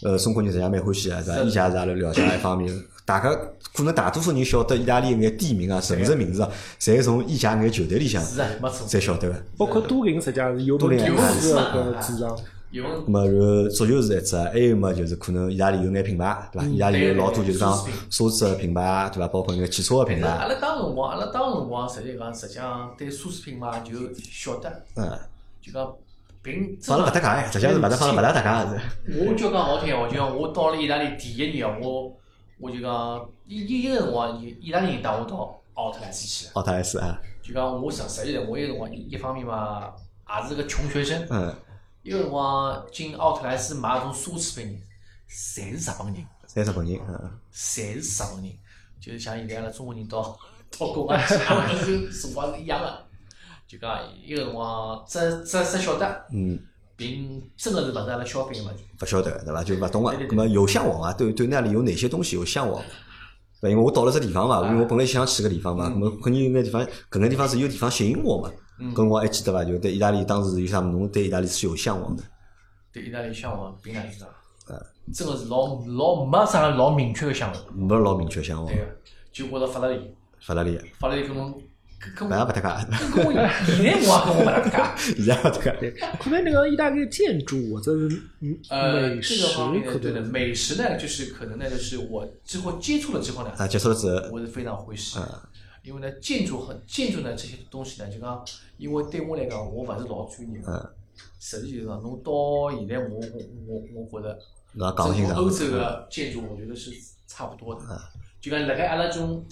S1: 呃，中国人实际上蛮欢喜个，对伐？
S2: 是
S1: 意甲是阿拉了解一方面，大家可能大多数人晓得意大利眼地名啊、城市名字啊，侪是从意甲眼球队里向
S2: 是啊，没错。
S1: 才晓得个。
S3: 包括都灵，实际上是有
S1: 都灵
S3: 本
S1: 有
S3: 土
S2: 本事
S3: 式
S2: 嘛
S3: 个主场。
S2: 有问
S1: 那么然后足球是一只，还有么就是可能意大利有眼品牌，对伐？意大利有老多就是讲
S2: 对
S1: 奢侈个品牌，啊对伐？包括眼汽车个品
S2: 但是阿
S1: 牌，啊
S2: 拉当辰光，阿拉当辰光，实际讲，实际上对奢侈品嘛就晓得，
S1: 嗯，
S2: 就讲并
S1: 放了勿搭界，实际上是勿搭放了勿搭搭界是。
S2: 我就讲好听闲话，就讲我到了意大利第一年，我我就讲一一一个辰光，意意大利人带我到奥特莱斯去了。
S1: 奥特莱斯啊，
S2: 就讲我十十一岁，我有辰光一一方面嘛，也是个穷学生，
S1: 嗯。
S2: 一个辰光进奥特莱斯买种奢侈品，侪是日本人，
S1: 三十本人，嗯，
S2: 侪是日本人，就是像现在阿拉中国人到 到国外去，就是辰光是一样的。就讲一个辰光，只只只晓得，
S1: 嗯，
S2: 并真个是勿是阿拉消费个问题。
S1: 不晓得对伐？就勿懂啊
S2: 对对。对
S1: 那么有向往啊，对对那里有哪些东西有向往？对，因为我到了这地方
S2: 啊
S1: 嘛，因为我本来想去个地方嘛，那
S2: 嗯
S1: 么肯定有眼地方，搿眼地方是有地方吸引我嘛。跟我还记得伐？就对意大利当时有啥？侬对意大利是有向往的，
S2: 对意大利向往并哪是啥？真个是老老没啥老明确个向往，
S1: 没老明确向往
S2: 啊对。个，就觉着法拉利，
S1: 法拉利，啊
S2: 法拉利跟侬搿
S1: 哪也
S2: 搿
S1: 勿搭界，
S2: 搿我现在我也跟我勿搭嘎。
S1: 啊 现在勿搭界。
S3: 可能那个意大利的建筑或者是嗯
S2: 呃，
S3: 美
S2: 这
S3: 食
S2: 个方面呢，
S3: 可
S2: 对的，
S3: 能
S2: 美食呢，就是可能呢，就是我之后接触了之后呢，
S1: 啊，结束了之后，
S2: 我是非常欢喜，因为呢，建筑和建筑呢这些东西呢，就讲，因为对我来讲，我勿是老专业，
S1: 嗯，
S2: 实际就是讲，侬到现在我我我我觉着，
S1: 侬也讲勿清啊嗯
S2: 整个欧洲
S1: 爽。
S2: 个建筑，我觉得是差不多的，就讲辣盖阿拉这种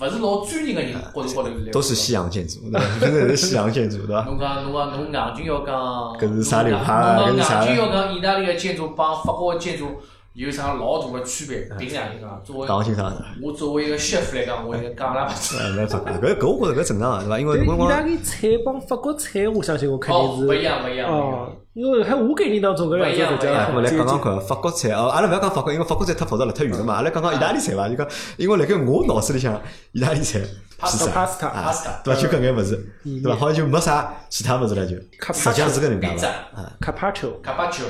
S2: 勿是老专业个人角度高头来，
S1: 嗯都是西洋建筑，对伐？ 真的是西洋建筑，对伐？
S2: 侬讲侬讲侬硬劲要讲，
S1: 搿是啥流派啊
S2: 侬
S1: 搿是啥
S2: 讲硬劲要讲意大利个建筑帮法国个建筑有啥老大个区别？
S1: 嗯
S2: 凭良心讲，啊作为
S1: 讲勿清爽。
S2: 我作为一个 chef 来讲，我也讲拉勿出。
S1: 呃，没办法，搿搿我觉着搿正常啊个，对伐？因为
S3: 但
S1: 辰
S3: 意大
S1: 光
S3: 利菜帮法国菜，我相信我肯
S2: 哦，
S3: 定
S2: 勿一
S3: 是
S2: 样，勿一样，勿一
S3: 哦
S2: 样。，
S3: 因为还我概念当中搿两种国
S2: 不一
S1: 哎，
S3: 家
S1: 我
S2: 样
S1: 来
S3: 很接
S1: 讲
S3: 近
S1: 讲。看法国菜哦，阿拉勿要讲法国，因为法国菜太复杂了，太远了啊
S2: 啊
S1: 嘛。阿拉讲讲意大利菜伐？就讲，因为辣盖我脑子里向，意大利菜披
S2: Pasta，
S1: 萨
S3: pasta，
S1: 啊
S2: pasta，
S1: 对伐？就搿眼物事，
S3: 嗯
S1: 对伐？好像就没啥其他物事了，就实际上是搿能介
S2: 披萨
S1: 伐？啊，
S3: 卡帕丘，
S2: 卡巴丘，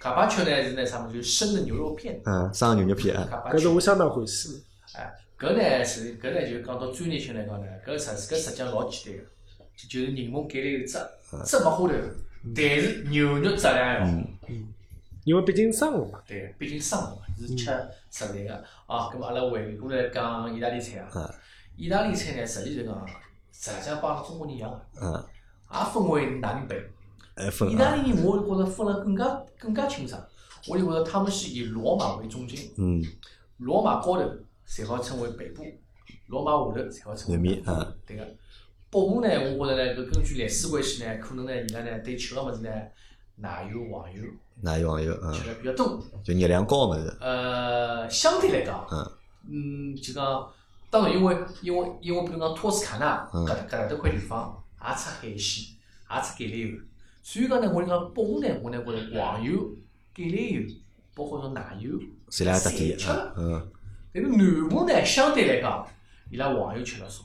S2: 卡巴丘呢是那啥么？就是生的牛肉片。
S1: 嗯，生牛肉片啊，
S2: 卡巴
S3: 搿是
S2: 丘，
S3: 我相当欢喜。
S2: 哎，搿呢是搿呢就讲到专业性来讲呢，搿实搿实际上老简单个，就是人工橄榄油汁，汁没花头，但是牛肉质量要好。
S3: 因为毕竟生活嘛，
S2: 对，毕竟生活嘛，是吃实在个啊。咁阿拉回过来讲意大利菜
S1: 嗯
S2: 啊，意大利菜呢，实际就讲，实际上帮阿拉中国人一样个，
S1: 嗯，
S2: 也分为哪能办。
S1: 哎分
S2: 意
S1: 啊，
S2: 大利人我觉着分了更加更加清爽，我就觉着他们是以罗马为中心，
S1: 嗯，
S2: 罗马高头侪好称为北部，罗马下头侪好称为
S1: 南面
S2: 南部
S1: 嗯
S2: 对个。北部呢，我觉着呢，搿根据历史关系呢，可能呢，伊拉呢对吃个物事呢，奶油、黄油
S1: 奶油黄油，嗯，
S2: 吃了比较多。
S1: 就热量高个物事，
S2: 呃，相对来讲，
S1: 嗯
S2: 嗯，就讲，当然因为因为因为比如讲托斯卡纳
S1: 嗯
S2: 搿搭搿搭块地方也出海鲜，也出橄榄油，所以讲呢，我就讲北欧呢，我呢觉着黄油、橄榄油，包括种奶油，
S1: 侪来搭底
S2: 侪吃
S1: 啊
S2: 了，
S1: 嗯，
S2: 但是南部呢，相对来讲，伊拉黄油吃了少，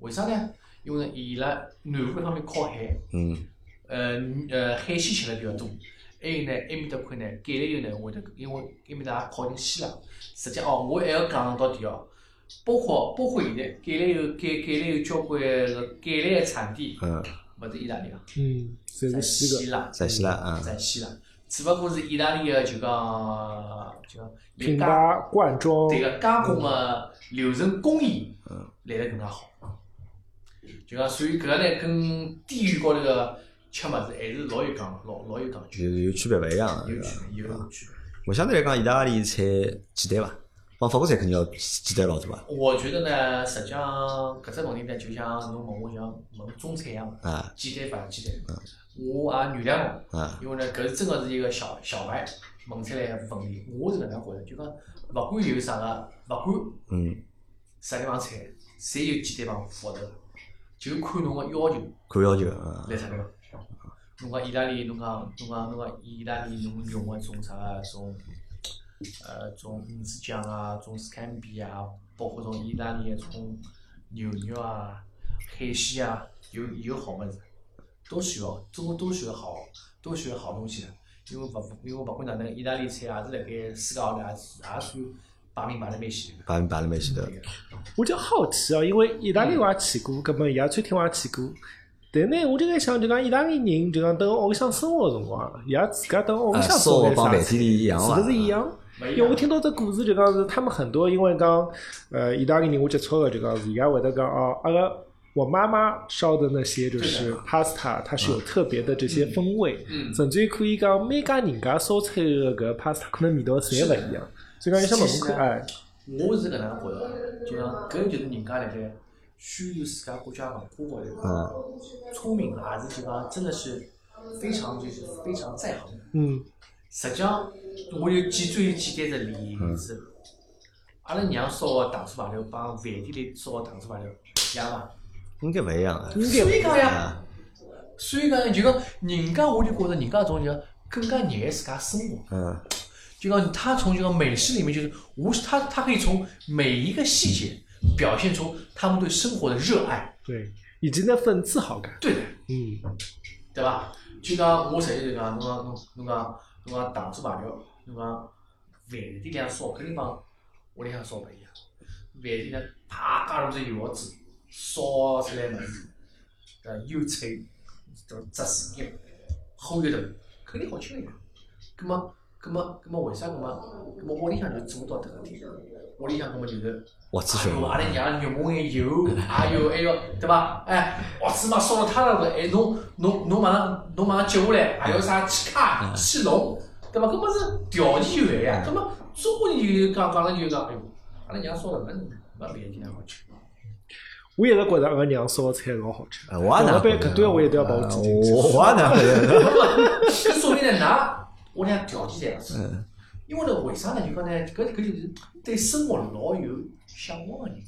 S2: 为啥呢？因为呢，伊拉南部一方面靠海，
S1: 嗯
S2: 呃呃海鲜吃了比较多。还有呢，埃面搭块呢，橄榄油呢，会得因为埃面搭也靠近希腊。实际哦，我还要讲到底哦，包括包括现在橄榄油橄橄榄油交关个橄榄个产地，
S1: 嗯，
S2: 勿是意大利啊，
S3: 嗯，侪
S2: 在
S3: 是西
S2: 希
S3: 个。
S2: 腊，
S1: 在希腊啊，
S2: 在希腊，只不过是意大利个就讲就讲
S3: 品
S2: 伊
S3: 牌
S2: 加
S3: 罐
S1: 哦
S3: 装，
S2: 对个加工个流程工艺
S1: 嗯
S2: 来得更加好。就讲，所以搿个呢，跟地域高头个吃物事还是老有讲，老老有讲究。
S1: 就是有啊区别勿一样个，
S2: 有
S1: 对
S2: 区
S1: 伐？
S2: 别，有区别。
S1: 我相对来讲，意大利菜简单伐？帮法国菜肯定要简单老多伐？
S2: 我觉得呢，实际上搿只问题呢，就像侬问我像问中餐一样，
S1: 啊
S2: 简单伐？简单。我也原谅侬，
S1: 啊，
S2: 因为呢，搿是真个是一个小小白问出来个问题。我是搿能介觉着，就讲勿管有啥个，勿管
S1: 嗯，
S2: 啥地方菜，侪有简单帮复杂的，就看侬个要求
S1: 看要求啊，
S2: 来啥地方。侬讲意大利，侬讲侬讲侬讲意大利，侬用个种啥个种，呃，种鱼子酱啊，种 s c a m b i 啊，包括种意大利个种牛肉啊、海鲜啊，有有好物事，都需要，都都需要好，都需要好东西的。因为勿因为勿管哪能，意大利菜也是辣盖世界高头也是也算排名排得蛮前头
S1: 摆摆了蛮前头
S2: 的。。对个
S3: 我就好奇哦，因为意大利我也去过，葛末伊拉餐厅我也去过。但呢，我就在想，就讲意大利人，就讲等屋里向生活个辰光，伊拉自家等屋里
S1: 啊，
S3: 向
S1: 烧
S3: 做
S1: 个
S3: 眼
S1: 帮
S3: 啥
S1: 饭
S3: 菜，
S1: 店里一样啊伐？
S3: 是不是一样？
S2: 勿一
S3: 因为我
S2: 样。
S3: 听到这故事就讲是他们很多，因为讲呃意大利人我接触的就讲是，伊拉会得讲哦，阿拉我妈妈烧的那些就
S2: 对
S3: 是 pasta，它是有特别的这些风味，
S2: 嗯嗯
S3: 甚至于可以讲每家人家烧出来的搿 pasta 可能味道侪勿一样，所以讲你想问问
S2: 是的
S3: 看，哎，
S2: 我是搿能觉着，就讲搿就是人家辣盖宣传自家国家文化高头，
S1: 嗯，
S2: 聪明还是就讲真的是非常就是非常在行的。
S3: 嗯
S2: 实际上，我就举最简单的例子，阿拉娘烧个糖醋排头帮饭店里烧个糖醋排头一样伐？
S1: 应该勿一样啊。
S3: 应
S2: 所
S3: 该
S2: 以讲呀
S1: 啊，
S2: 所以讲就讲人家我就觉着人家种就讲更加热爱自家生活。
S1: 嗯
S2: 就讲他从这个美食里面，就是无他他可以从每一个细节表现出他们对生活的热爱，
S3: 对，以及那份自豪感，
S2: 对的，
S3: 嗯，
S2: 对吧？就讲我实际就讲，侬讲侬侬讲侬讲糖醋排条，侬讲饭店里向烧，肯定帮屋里向烧不一样。饭店呢，啪加入只油耗子，烧出来物事，呃，又脆，都扎丝一厚一头，肯定好吃了呀。葛末，葛末，葛末为啥葛末？葛末屋里向就做到迭个点，屋里向葛末就是。
S1: 我咨询
S2: 阿拉娘肉末眼油，还有还要对伐？哎，哦，芝麻烧了太了个，哎，侬侬侬马上侬马上接下来，还有啥气卡、气笼，对伐？搿么是条件有限呀，搿么中国人就讲讲了就讲，哎哟，阿拉娘烧了，没没别的地方好吃。
S3: 我一直觉着俺娘烧菜老好吃。
S1: 呃我也
S3: 老
S1: 哪啊
S3: 板搿段我一定要把我记进去。
S1: 我我也哪会？
S2: 搿说明呢，㑚屋里向条件侪勿错。因为呢，为啥呢？就讲呢，搿搿就是对生活老有向往个人，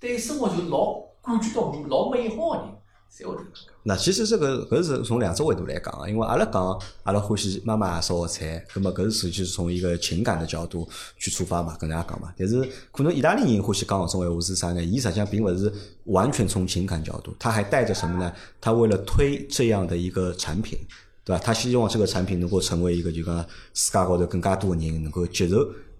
S2: 对生活就老感觉到老美好个人，侪会得搿能介。
S1: 那其实这个搿是从两只维度来讲啊，因为阿拉讲阿拉欢喜妈妈烧个菜，葛末搿是属于就是从一个情感的角度去出发嘛，跟大家讲嘛。但是可能意大利人欢喜讲搿种闲话是啥呢？伊实际上并勿是完全从情感角度，他还带着什么呢？他为了推这样的一个产品，对吧？他希望这个产品能够成为一个就讲世界高头更加多的人能够接受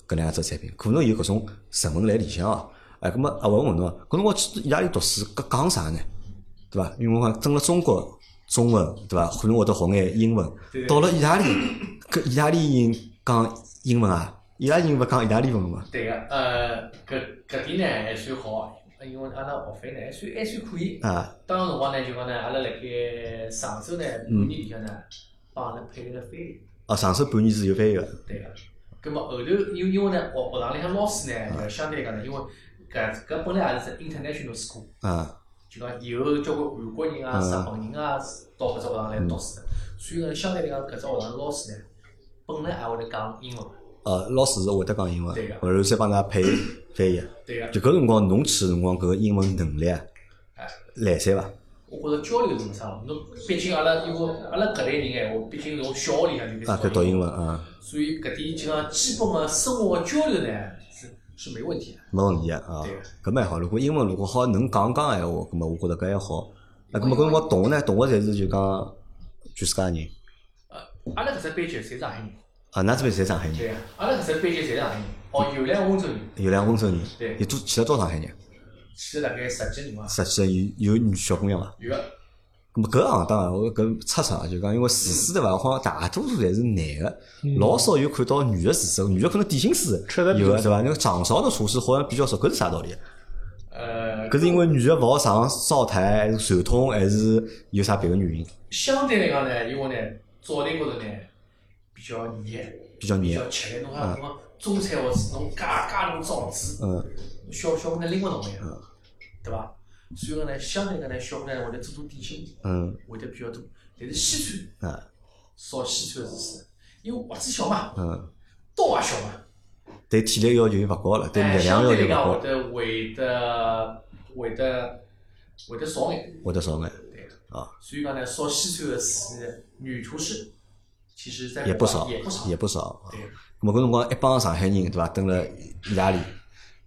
S1: 搿能样子产品，可能有搿种成分辣里向啊。哎，葛末啊，我问侬啊，搿辰光去意大利读书，搿讲啥呢？对伐？因为我讲蹲辣中国中文对伐？可能会得学眼英文
S2: 对，
S1: 到了意大利，搿意大利人讲英文啊，意大利人勿讲意大利文嘛。
S2: 对个，呃，搿搿点呢还算好，啊因为阿拉学费呢还算还算可以。
S1: 啊，
S2: 当时辰光呢，就讲呢，阿拉辣盖上周呢，半年里向呢，帮阿拉配了个翻译。
S1: 哦，上手半年是有翻译个，
S2: 对个。葛末后头，因为因为呢，学学堂里向老师呢，就相对来讲呢，因为搿搿本来也是只 international school，
S1: 啊，
S2: 就讲有交关韩国人啊、
S1: 嗯
S2: 日本人啊到搿只学堂来读书的，所以呢，相对来讲搿只学堂老师呢，本来也会得讲英文。
S1: 呃，老师是会得讲英文，
S2: 对个
S1: 然后再帮㑚配翻译。
S2: 对个。
S1: 就搿辰光侬去个辰光，搿个英文能力啊
S2: 哎
S1: 来三伐？
S2: 我觉着交流是没啥问题。侬毕竟阿拉因为阿拉搿类人闲话，毕竟从小学里向就
S1: 啊，
S2: 开始
S1: 搿读英文，啊，
S2: 所以搿点就讲基本个生活个交流呢是是没问题的。
S1: 没问题个啊
S2: 对个，
S1: 搿蛮好。如果英文如果好能讲讲闲话，葛末我觉着搿还好。啊，葛末搿辰光同学呢，同学侪是就讲全世界人
S2: 阿拉搿只班级侪是上海人，
S1: 啊，㑚这边侪上海人。
S2: 对个，阿拉搿只班级侪是上海人，哦，有两温州人，
S1: 有两温州人，
S2: 对
S1: 有多去了多少上海人？
S2: 去了大概十几人伐？
S1: 实际有有小姑娘伐？
S2: 有个，
S1: 咁么搿行当啊，我搿测测啊，就讲因为厨师对伐？好像大多数侪是男个，老少有看到女个厨师，女个可能点心师
S3: 吃得比较
S1: 有个对伐？那个掌勺的厨师好像比较少，搿是啥道理？啊
S2: 呃，
S1: 搿是因为女个勿好上灶台，还是传统，还是有啥别个原因？
S2: 相对来讲呢，因为呢，早台高头呢比较严，
S1: 比较
S2: 比
S1: 严
S2: 较，吃力，侬
S1: 啊
S2: 像侬讲中餐哦，侬介介多造纸，
S1: 嗯，
S2: 小小姑娘拎勿动个呀，对伐？所以讲呢，相对来讲呢，小姑娘会得做做点心，
S1: 嗯
S2: 会得比较多。但是西餐
S1: 啊
S2: 少西餐厨师，因为屋子小嘛，
S1: 嗯，
S2: 刀也小嘛，
S1: 对体力要求就勿高了，对
S2: 哎
S1: 力量
S2: 相
S1: 要
S2: 对
S1: 求勿
S2: 来讲
S1: 高
S2: 会，得会得会得会得少眼，
S1: 会得少眼
S2: 对个。
S1: 啊，
S2: 所以讲呢，少西餐的是女厨师，其实在
S1: 也不少
S2: 也不，少，
S1: 也不少啊。
S2: 对个。
S1: 咁么搿辰光一帮上海人对伐？蹲辣意大利，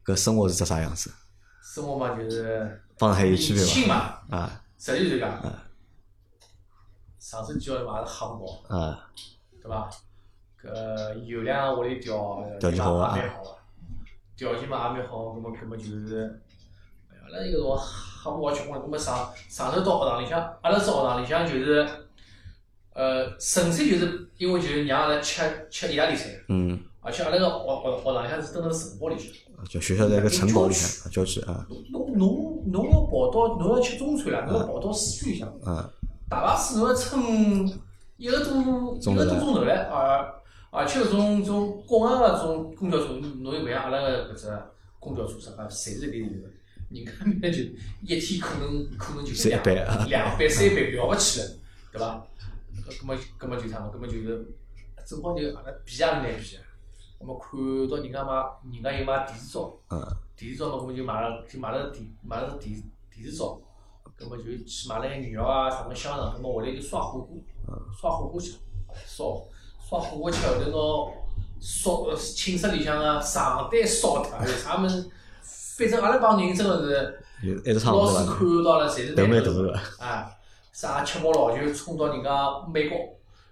S1: 搿生活是只啥样子？
S2: 生活嘛就是
S1: 帮上海有区别
S2: 年轻
S1: 伐？
S2: 嘛，
S1: 啊
S2: 实际就讲，上次叫嘛也是黑不好，
S1: 啊，
S2: 对呃伐？搿油量屋里条
S1: 条件好啊
S2: 也蛮好个，条件嘛也蛮好，搿么搿么就是，哎呀阿拉有个辰光黑不好结棍，搿么上上头到学堂里向，阿拉是学堂里向就是，呃，纯粹就是因为就是让阿拉吃吃意大利菜，
S1: 嗯，啊
S2: 而且阿拉个学学学堂里向是蹲辣城堡里向。
S1: 就学校在一个城堡里向，郊区啊，
S2: 侬侬侬要跑到侬要吃中餐了，侬要跑到市区里向，
S1: 嗯，
S2: 大巴士侬要乘一个多一个多钟头唻，而而且搿种种国外个种公交车，侬又勿像阿拉个搿只公交车啥个，侪是一点头个，人家面就一天可能可能就是
S1: 是一
S2: 两
S1: 般啊
S2: 两班三班了勿起了，对伐？搿么搿么就啥嘛，搿么就是正好就阿拉便宜也是蛮便宜，搿么看到人家买人家有买电视灶。
S1: 嗯，
S2: 电视灶嘛，我们就买了，就买了电买了电电视灶，葛么就去买了眼肉啊，啥么香肠，葛么回来就涮火锅，涮火锅吃，烧涮火锅吃，后头拿烧呃寝室里向个床单烧脱，还有啥物事，反正阿拉帮人真个是
S1: 有一直差
S2: 老
S1: 勿多
S2: 师
S1: 伐？
S2: 看到了，侪是
S1: 头蛮大
S2: 头
S1: 个，
S2: 啊，啥吃饱老就冲到人家美国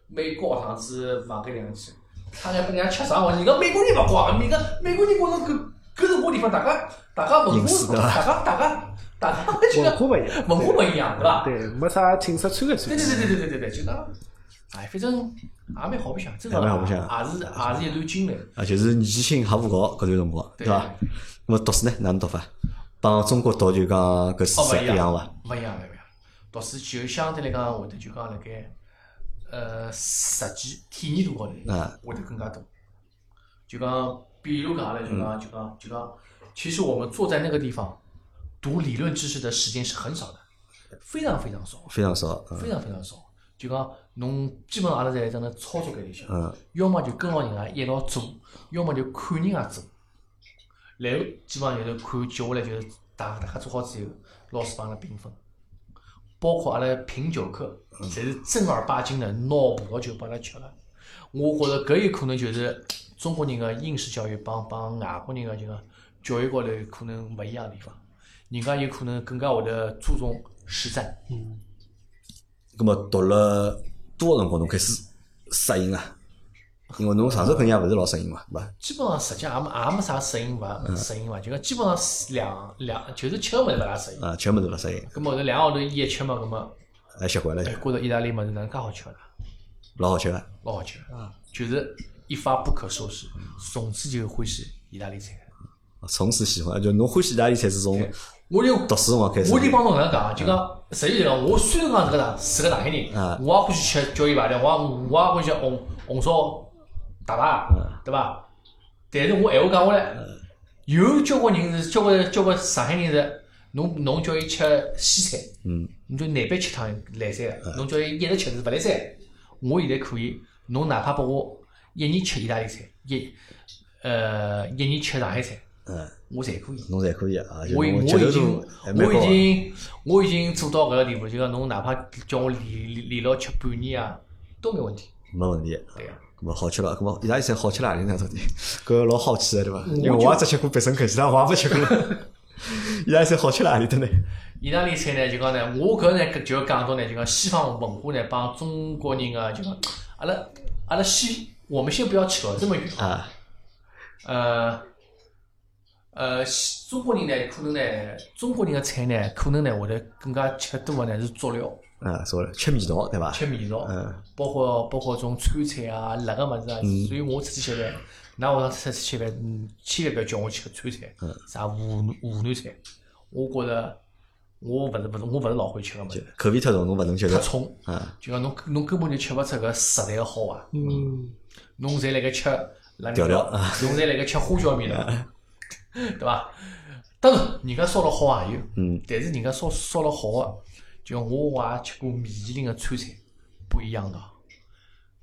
S2: 美国学堂子房间里向去，他还不人家吃啥话，人家美国人勿光，人家美国人觉着搿搿是我地方，大家大家文
S1: 隐私对
S2: 化，
S1: 伐
S2: 大家大家 大家会觉
S3: 文
S2: 得
S3: 化
S2: 文
S3: 勿一样，
S2: 化不一样，对伐？
S3: 对，没啥寝室穿个
S2: 啊对
S3: 穿
S2: 对。对对对对对，就讲，哎，反正也蛮好白相，真的
S1: 也蛮好白相
S2: 也是也是一段经历。
S1: 啊，就是年纪轻还勿搞搿段辰光，对伐？那么读书呢，哪能读法？帮中国读就讲搿
S2: 哦，
S1: 四
S2: 勿
S1: 十
S2: 一
S1: 一
S2: 样，
S1: 样
S2: 勿
S1: 伐？
S2: 一样，勿一样。读书就相对来讲，会得就讲辣盖呃实际体验度高头
S1: 啊，
S2: 会得更加多。就讲，比如讲嘞，就讲就讲就讲，其实我们坐在那个地方读理论知识的时间是很少的，非常非常少，
S1: 非常少，嗯
S2: 非常非常少。就讲侬基本上阿拉侪在那操作搿里向，
S1: 嗯
S2: 要么就跟牢人家一道做，要么就看人家做。然后基本上就是看接下来就是大大家做好之后，老师帮阿拉评分，包括阿拉品酒课，侪是正儿八经的拿葡萄酒帮阿拉吃的。我觉着搿有可能就是中国人的应试教育帮帮外国人的就讲教育高头可能勿一样的地方，人家有可能更加会得注重实战。
S1: 咁么读了多少辰光侬开始适应啊？因为侬上手肯定也勿是老适应嘛，对伐？
S2: 基本上实际也没也没啥适应伐，适应伐，就讲基本上是两两就是吃个物事勿大适应。
S1: 啊，全部都勿适应，
S2: 咁么搿两个号头伊一吃嘛，搿么
S1: 还习惯了
S2: 哎，，觉着意大利物事哪能介好吃啦，
S1: 老好吃个。
S2: 老好吃，啊就是一发不可收拾，从此就欢喜意大利菜。
S1: 从此喜欢，就侬欢喜意大利菜是从
S2: 我就
S1: 读书辰光开始。嗯
S2: 我就帮侬搿能讲，啊就讲实际讲，我虽然讲是个上是个上海
S1: 啊
S2: 人，我也欢喜吃椒盐排条，我也我也欢喜吃红红烧大排，
S1: 嗯
S2: 对伐？但是我闲话讲回来，有交关人是交关交关上海人是，侬侬叫伊吃西餐，
S1: 嗯，
S2: 侬叫难边吃趟来三个，侬叫伊一直吃是勿来三个。我现在可以，侬哪怕拨我一年吃意大利菜，一呃一年吃上海菜，
S1: 嗯，
S2: 我侪可以。
S1: 侬侪可以啊，就
S2: 我已
S1: 侬接
S2: 我
S1: 受度
S2: 已经
S1: 还蛮高
S2: 我已
S1: 啊。
S2: 经我已经做到搿个地步，就讲侬哪怕叫我连连连牢吃半年啊，都没问题。
S1: 没问题。
S2: 对呀、
S1: 咁么好吃了，咁么意大利菜好吃哪里呢？到底？ 搿老好奇个对伐？
S2: 嗯我
S1: 因为
S2: 就
S1: 我也只吃过必胜客，其他我也没吃过。 意大利菜好吃哪里的呢？
S2: 意大利菜呢，就讲呢，我搿呢搿就讲到呢，就讲西方文化呢帮中国人啊，就讲阿拉阿拉西，我们先不要扯这么远啊。
S1: 啊，
S2: 呃呃，西中国人呢，可能呢，中国人的菜呢，可能呢会得更加吃得多的呢是佐料。
S1: 啊，说了吃味道对伐？
S2: 吃味道
S1: 嗯，
S2: 包括包括种川菜啊、辣个物事啊，所以我出去吃饭，㑚学堂出去吃饭，嗯千万不要叫我吃川菜，啥湖湖南菜，我觉着我勿是勿是我勿是老会吃个物事，
S1: 口味太重，侬勿能接受
S2: 太。冲，
S1: 啊，
S2: 就讲侬侬根本就吃勿出搿食材个好坏，
S3: 嗯，
S2: 侬侪辣盖吃辣面
S1: 调啊料啊
S2: 侬侪辣盖吃花椒面了， 对伐？当然，人家烧了好也有，
S1: 嗯，
S2: 但是人家烧烧了好个，就我也吃过米其林的川菜，不一样的，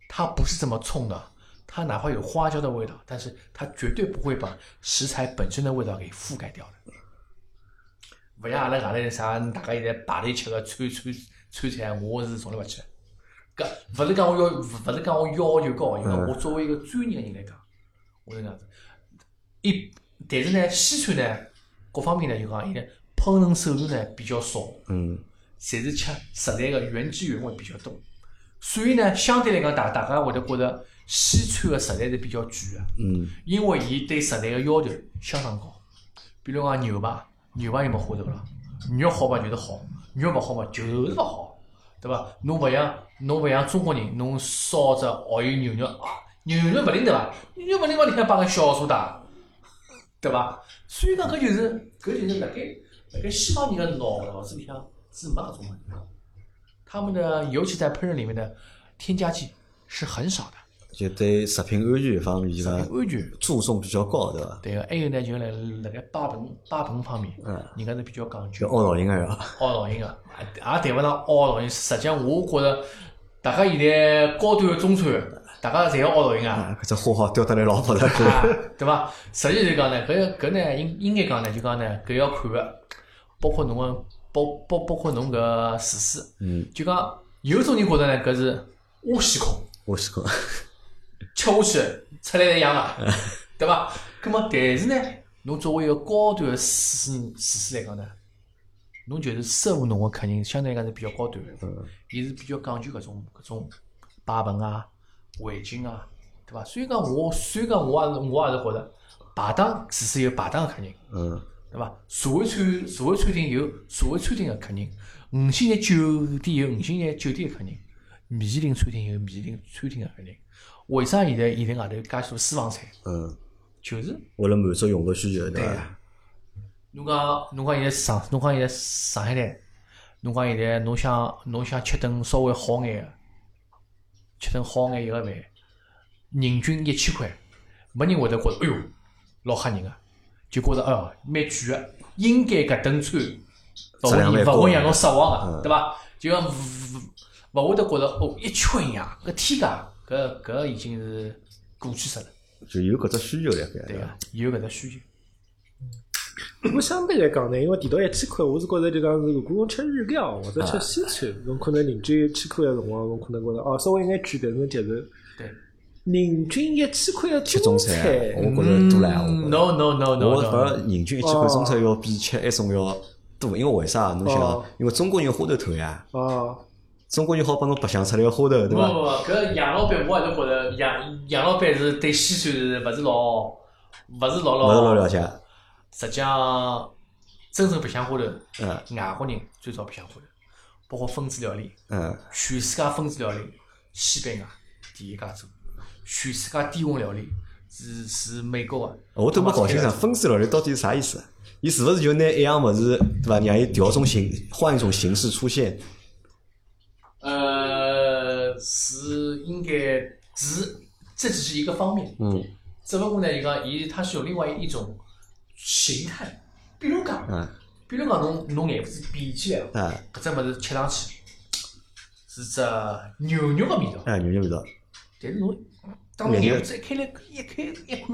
S2: 它不是这么冲的，它哪怕有花椒的味道，但是它绝对不会把食材本身的味道给覆盖掉的。勿像阿拉外头啥，大家现在排队吃个川川川菜，我是从来勿吃。搿勿是讲我要，勿是讲我要求高，因为我作为一个专业的人来讲，我是搿样子。一，但是呢，西餐呢，各方面呢，就讲伊呢，烹饪手段呢比较少，
S1: 嗯，
S2: 侪是吃食材的原汁原味比较多，所以呢，相对来讲，大大家会得觉着西餐的食材是比较贵啊的，
S1: 嗯，
S2: 因为伊对食材的要求相当高。比如讲牛排，牛排有没花头了？肉好嘛就是好，肉勿好嘛就是勿好，对伐？侬勿像侬勿像中国人，侬烧只熬油牛肉啊，牛肉勿灵对伐？牛肉勿灵往里向摆个小苏打，对伐？所以讲搿就是搿就是辣盖辣盖西方人的脑脑子里向是没搿种问题的，他们的尤其在烹饪里面的添加剂是很少的，
S1: 就对食品安全方面就
S2: 食
S1: 讲
S2: 品安全。
S1: 注重比较高，对伐？
S2: 对个，还有呢，就是辣辣盖摆盆摆盆方面，
S1: 嗯
S2: 人家是比较讲究
S1: 就。凹造型个呀。
S2: 凹造型个，也谈勿上凹造型。实际上，我觉着大家现在高端个中餐，大家侪要凹造型啊，
S1: 啊， 搿只花好雕得来老漂亮。
S2: 啊对伐？实际就讲呢，搿搿呢应应该讲呢，就讲呢搿要看个，包括侬个包包包括侬搿厨师，
S1: 嗯，
S2: 就讲有种人觉着呢搿是挖西孔，
S1: 我试过。
S2: 吃下去出来是一样个，对伐？葛么，但是呢，侬作为一个高端个厨师厨师来讲啊呢，侬就是服务侬个客人，相对来讲是比较高端个，伊是比较讲究搿种搿种摆盆啊、环境啊，对伐？所以讲我虽然讲我也是我也是觉着，排档厨师有排档个客人，
S1: 嗯，
S2: 对伐？社会餐社会餐厅有社会餐厅个客人，五星级酒店有五星级酒店个客人，米其林餐厅有米其林餐厅个客人。为啥现在现在外头介许多私房菜？
S1: 嗯，
S2: 就是
S1: 为了满足用户需求，对
S2: 对
S1: 伐
S2: 啊？侬讲侬讲现在上，侬讲现在上海滩，侬讲现在侬想侬想吃顿稍微好眼个，吃顿好眼一个饭，人均一千块，没人会得觉着，哎哟，老吓人个，啊就觉着哎哟蛮贵个，应该搿顿餐勿
S1: 质量
S2: 会
S1: 蛮
S2: 勿
S1: 高
S2: 会
S1: 的
S2: 让侬失望
S1: 嗯
S2: 个，对伐？就讲勿勿勿会得觉着哦一千一样，搿天价，搿搿已经是过去式了，
S1: 就有搿只需求辣盖，
S2: 对
S1: 伐
S2: 啊个、？有搿只需求。
S3: 我相对来讲呢，因为提到一千块，我是觉着就讲是，如果侬吃日料或者吃西餐，侬可能人均一千块个辰光，侬可能觉着哦稍微有眼贵，但是能接受。
S2: 对。
S3: 人均一千块个
S1: 吃
S3: 中
S1: 中
S3: 餐
S1: 餐，，我觉着多了。
S2: 嗯 No no no
S1: 我
S2: no
S1: 觉
S2: no。
S1: 着人均一千块中餐
S2: 哦
S1: 要比吃埃种要多，因为为啥？啊侬想
S3: 哦，
S1: 因为中国人有花头头呀，
S3: 哦，
S1: 啊中国人好帮侬白相出来个花头，对
S2: 不不
S1: 伐？
S2: 不，搿杨老板我还是觉着杨杨老板是对西餐是勿是老勿是老
S1: 勿是老
S2: 老
S1: 了解，
S2: 实际上真正白相花头，
S1: 嗯
S2: 外国人最早白相花头，包括分子料理，
S1: 嗯
S2: 全世界分子料理，西班牙第一家做，全世界低温料理是是美国啊个。
S1: 我都没搞清
S2: 是
S1: 爽分子料理到底是啥意思？伊是勿是就拿一样物事，对伐？让伊调种形，换一种形式出现？
S2: 呃，是应该只这只是一个方面。
S1: 嗯
S2: 只不过呢，就讲伊它是有另外一种形态，比如讲，
S1: 嗯
S2: 比如讲侬侬眼珠子闭起来了，
S1: 嗯，
S2: 搿只物事吃上去是只牛肉个味道，
S1: 哎，牛肉味道，
S2: 但是侬当侬眼珠子一开来一开一看，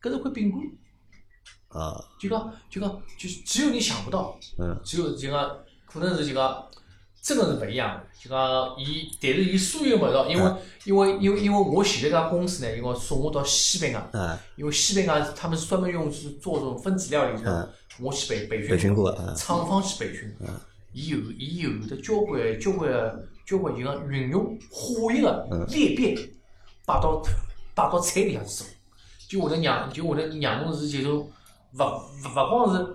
S2: 搿是块饼干，
S1: 啊，
S2: 就讲就讲就是只有你想不到，
S1: 嗯
S2: 只有就讲可能是就讲。真的是勿一样的，就讲伊，但是伊所有物事哦，因为
S1: 嗯
S2: 因为因为因为我前头家公司呢，因为送我到西班牙，
S1: 嗯
S2: 因为西班牙他们是专门用是做这种分子料理
S1: 嗯
S2: 的，我去培培训
S1: 培训过嗯
S2: 厂方去培训，
S1: 啊
S2: 伊有伊有的交关交关交关就讲运用化学
S1: 嗯
S2: 的裂变摆到摆到菜里向去做，就会得让就会得让侬是这种勿勿勿光是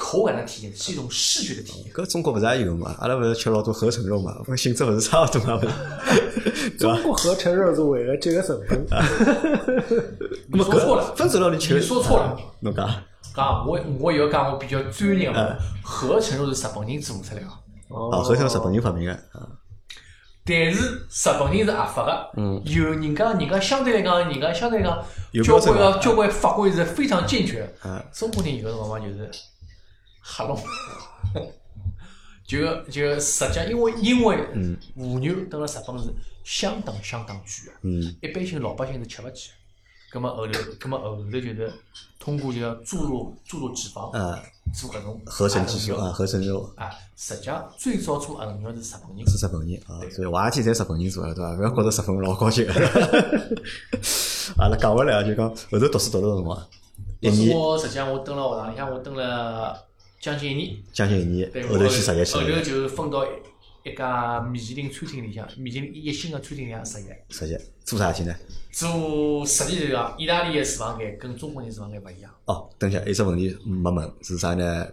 S2: 口感的体验，是一种视觉的体验。
S1: 搿中国勿是也有嘛？阿拉勿是吃老多合成肉嘛？搿性质勿是差勿多嘛？勿是 对伐
S3: 中？国合成肉是为了节约成 本。
S1: 那
S2: 你
S1: 么
S2: 说错
S1: 搿
S2: 了，
S1: 分子料理吃，
S2: 你说错了
S1: 啊，侬讲。
S2: 啊，我我也要讲我比较专业
S1: 啊
S2: 的，合成肉是日本人做出来的。
S1: 哦，
S3: 哦，
S1: 合成日本人发明的，啊
S2: 但是日本人是合法个，
S1: 嗯
S2: 有人家人家相对来讲，人家相对来讲
S1: 有，啊标
S2: 交
S1: 准
S2: 关
S1: 的
S2: 个交关法规是非常健全的。
S1: 啊
S2: 中国人有个辰光就是瞎弄， 就就实际上因为因为
S1: 嗯
S2: 和牛蹲辣日本是相当相当贵个，
S1: 嗯
S2: 一般性老百姓是吃勿起的。葛么后头，葛么后头就是通过就要注入注入脂肪，
S1: 啊，
S2: 做搿种
S1: 合成技
S2: 合
S1: 术
S2: 肉
S1: 啊，合成肉
S2: 啊，实际上最早做啊合成肉是日本人。
S1: 是日本人啊，所以瓦器侪日本人做的， 对伐？勿要觉着日本老高 级。阿拉讲回来啊，就讲后头读书读了辰光，一
S2: 当时
S1: 年
S2: 我实际上我蹲了学堂里向，我蹲了将近一年，
S1: 将近一年
S2: 对，，
S1: 后头去实习去
S2: 后头
S1: 了，
S2: 就分到一家米其林餐厅里向，米其林一星个餐厅里向实习，
S1: 实习做啥去呢？
S2: 做实际就啊讲意大利个厨房间跟中国人厨房间勿一样，
S1: 哦，等一下，有只问题没问是啥呢？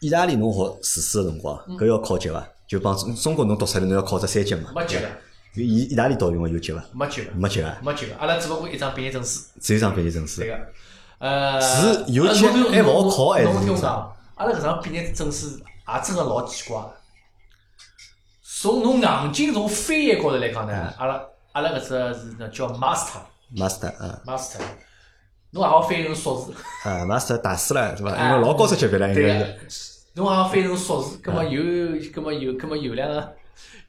S1: 意大利侬学厨师个辰光，
S2: 嗯
S1: 搿要考级伐？就帮中中国侬读出来侬要考只三级嘛？
S2: 没级个，
S1: 有意意大利导游个有级伐？
S2: 没级个，
S1: 没级啊，
S2: 没级个，阿拉只勿过一张毕业证书，
S1: 只有张毕业证书
S2: 对。个，呃，
S1: 是有级
S2: 呃侬
S1: 还勿好考还是
S2: 侬侬听
S1: 有
S2: 我
S1: 啥
S2: 讲，阿拉搿张毕业证书也真个老奇怪个，从侬硬劲从翻页高头来讲呢，阿拉阿拉搿只是呢叫 master。
S1: master 啊
S2: master，侬也好翻译成硕士，
S1: 啊 master 大师了是吧？
S2: 哎
S1: 因为老高职级别了，应
S2: 对啊哎
S1: 该
S2: 个
S1: 是。，
S2: 侬也好翻译成硕士，葛末有，葛末有，葛末有两个，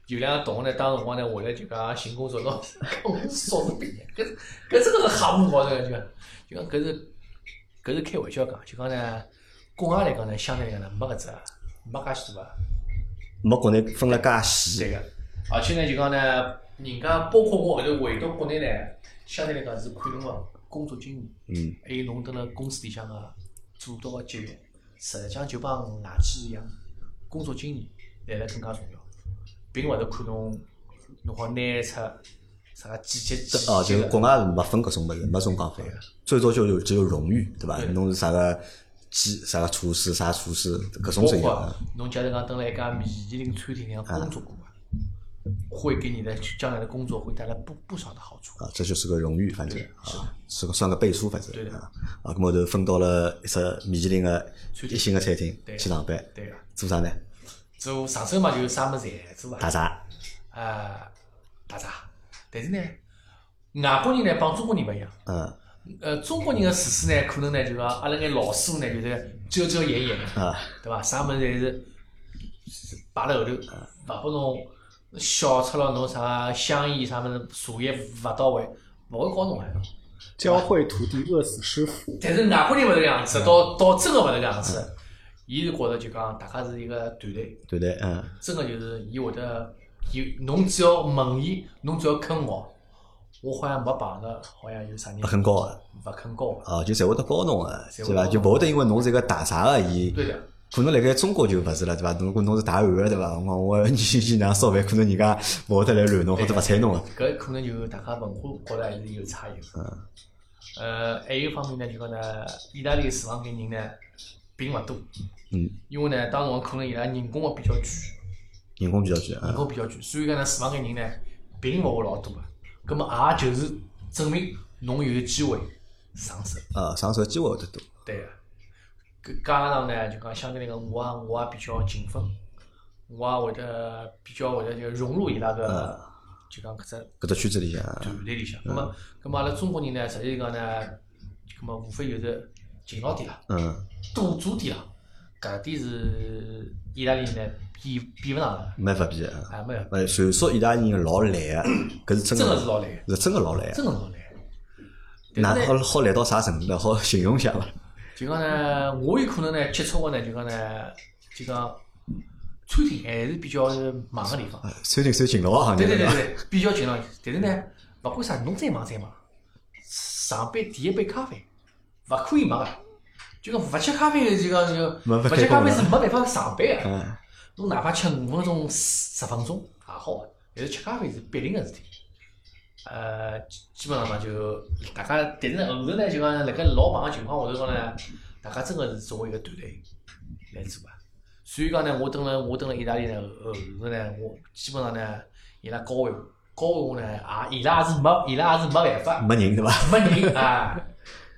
S2: 有两个同学呢，当辰光呢回来就讲寻工作，侬 我硕士毕业，搿搿真个是瞎胡搞的，就讲就讲搿是搿是开玩笑讲，就讲呢，国外来讲呢，相对来讲呢，没搿只没介许多个。
S1: 没国内分了介细，
S2: 对个，而且呢，就讲呢，人家包括我后头回到国内呢，相对来讲是看侬个工作经验，
S1: 嗯，
S2: 还有侬蹲辣公司里向个做到个节约，实际上就帮外企一样，工作经验来了更加重要，并勿是看侬侬好拿出啥几级几
S1: 这哦，
S2: 级
S1: 就是
S2: 个
S1: 国外没分搿种物事，没种讲法的，最多就有只有荣誉，对伐
S2: 啊对？
S1: 侬是啥个几啥厨师、啥厨师搿种
S2: 包
S1: 职业
S2: 括
S1: 啊，
S2: 侬假如讲蹲辣一家米其林餐厅里向工作过啊，会给你的将来的工作会带来不不少的好处。
S1: 啊，这就是个荣誉，反正
S2: 对是
S1: 啊，是个算个背书，反正
S2: 对的
S1: 啊，啊，咁后头分到了一只米其林个
S2: 餐厅
S1: 一星个餐厅
S2: 对
S1: 去上班，
S2: 对个，
S1: 做啥呢？
S2: 做上手嘛就啥物事侪做
S1: 打
S2: 啊，
S1: 杂
S2: 啊打杂。但是呢，外国人呢帮中国人勿一样。
S1: 嗯
S2: 呃，中国人的厨师呢，可能呢就讲阿拉眼老师傅呢，就是遮遮掩掩的，
S1: 啊
S2: 对伐？啥物事侪是摆辣后头，勿拨侬小出了侬啥香烟啥物事茶叶勿到位，勿会教侬个。
S3: 教会徒弟饿死师傅，
S2: 但是外国人勿是搿样子，到到真个勿是搿样子，伊是觉着就讲大家是一个团队，
S1: 对不对？嗯
S2: 真个就是伊会得，伊侬只要问伊，侬只要肯学，我好像没碰着，好像有啥人
S1: 不很高个
S2: 勿肯教个，
S1: 啊，就侪会得教侬个，
S2: 侪会
S1: 对伐？
S2: 教
S1: 就勿会得因为侬是一个打杂个伊。
S2: 对的。
S1: 可能辣盖中国就勿是了，对伐？如果侬是打碗个，对伐？我我你去哪烧饭，可能人家勿会得来乱侬或者勿睬侬个。
S2: 搿可能就是大家文化觉着还是有差异。嗯。呃，还有一方面呢，就讲呢，意大利厨房搿人呢，并勿多。
S1: 嗯。
S2: 因为呢，当辰光可能伊拉人工个比较贵，
S1: 人工比较贵
S2: 人
S1: 啊，
S2: 工比较贵，所以讲呢，厨房搿人呢，并勿会老多个。葛么也就是证明侬有机会上手。
S1: 啊，上手机会会得多。
S2: 对个。搿加上呢，就讲相对来讲，我也我也比较勤奋，我啊也会得比较会得就融入伊拉
S1: 嗯
S2: 个，就讲搿只
S1: 呃搿只圈子里向啊，
S2: 团队里向。那么，那么阿拉中国人呢，实际讲呢，那么无非就是勤劳点啦，
S1: 嗯，
S2: 多做点啦，搿点是意大利人呢比比勿上的，
S1: 没法比啊。
S2: 啊没有，
S1: 呃，传说意大利人老懒个，搿是真
S2: 真
S1: 个
S2: 个是，老累的，
S1: 是真个老懒个。
S2: 真个是老累的。
S1: 哪
S2: 但是
S1: 好
S2: 呢，
S1: 好懒到啥程度呢？好形容一下伐？
S2: 就讲呢，我有可能呢接触个呢，就讲呢，就讲餐厅还是比较忙个地方。
S1: 啊餐厅算勤劳个行业
S2: 对对对
S1: 伐？
S2: 对，比较勤劳。但是呢，勿管啥，侬再忙再忙，上班第一杯咖啡勿可以忙啊！就讲勿吃咖啡就讲就
S1: 没法
S2: 勿
S1: 开
S2: 吃咖
S1: 工
S2: 啡
S1: 了
S2: 是没办法上班啊。
S1: 嗯，
S2: 侬哪怕吃五分钟、十分钟也好啊，但是吃咖啡是必定个事体。呃，基基本上嘛就大家，但是呢后头呢就讲辣盖老忙个情况下头讲呢，大家真个是作为一个团队来做啊。所以讲呢，我蹲辣我蹲辣意大利呢后后头呢，我基本上呢伊拉教会教会我呢，也伊拉也是没伊拉也是没办法。
S1: 呃没人对伐？
S2: 没人啊。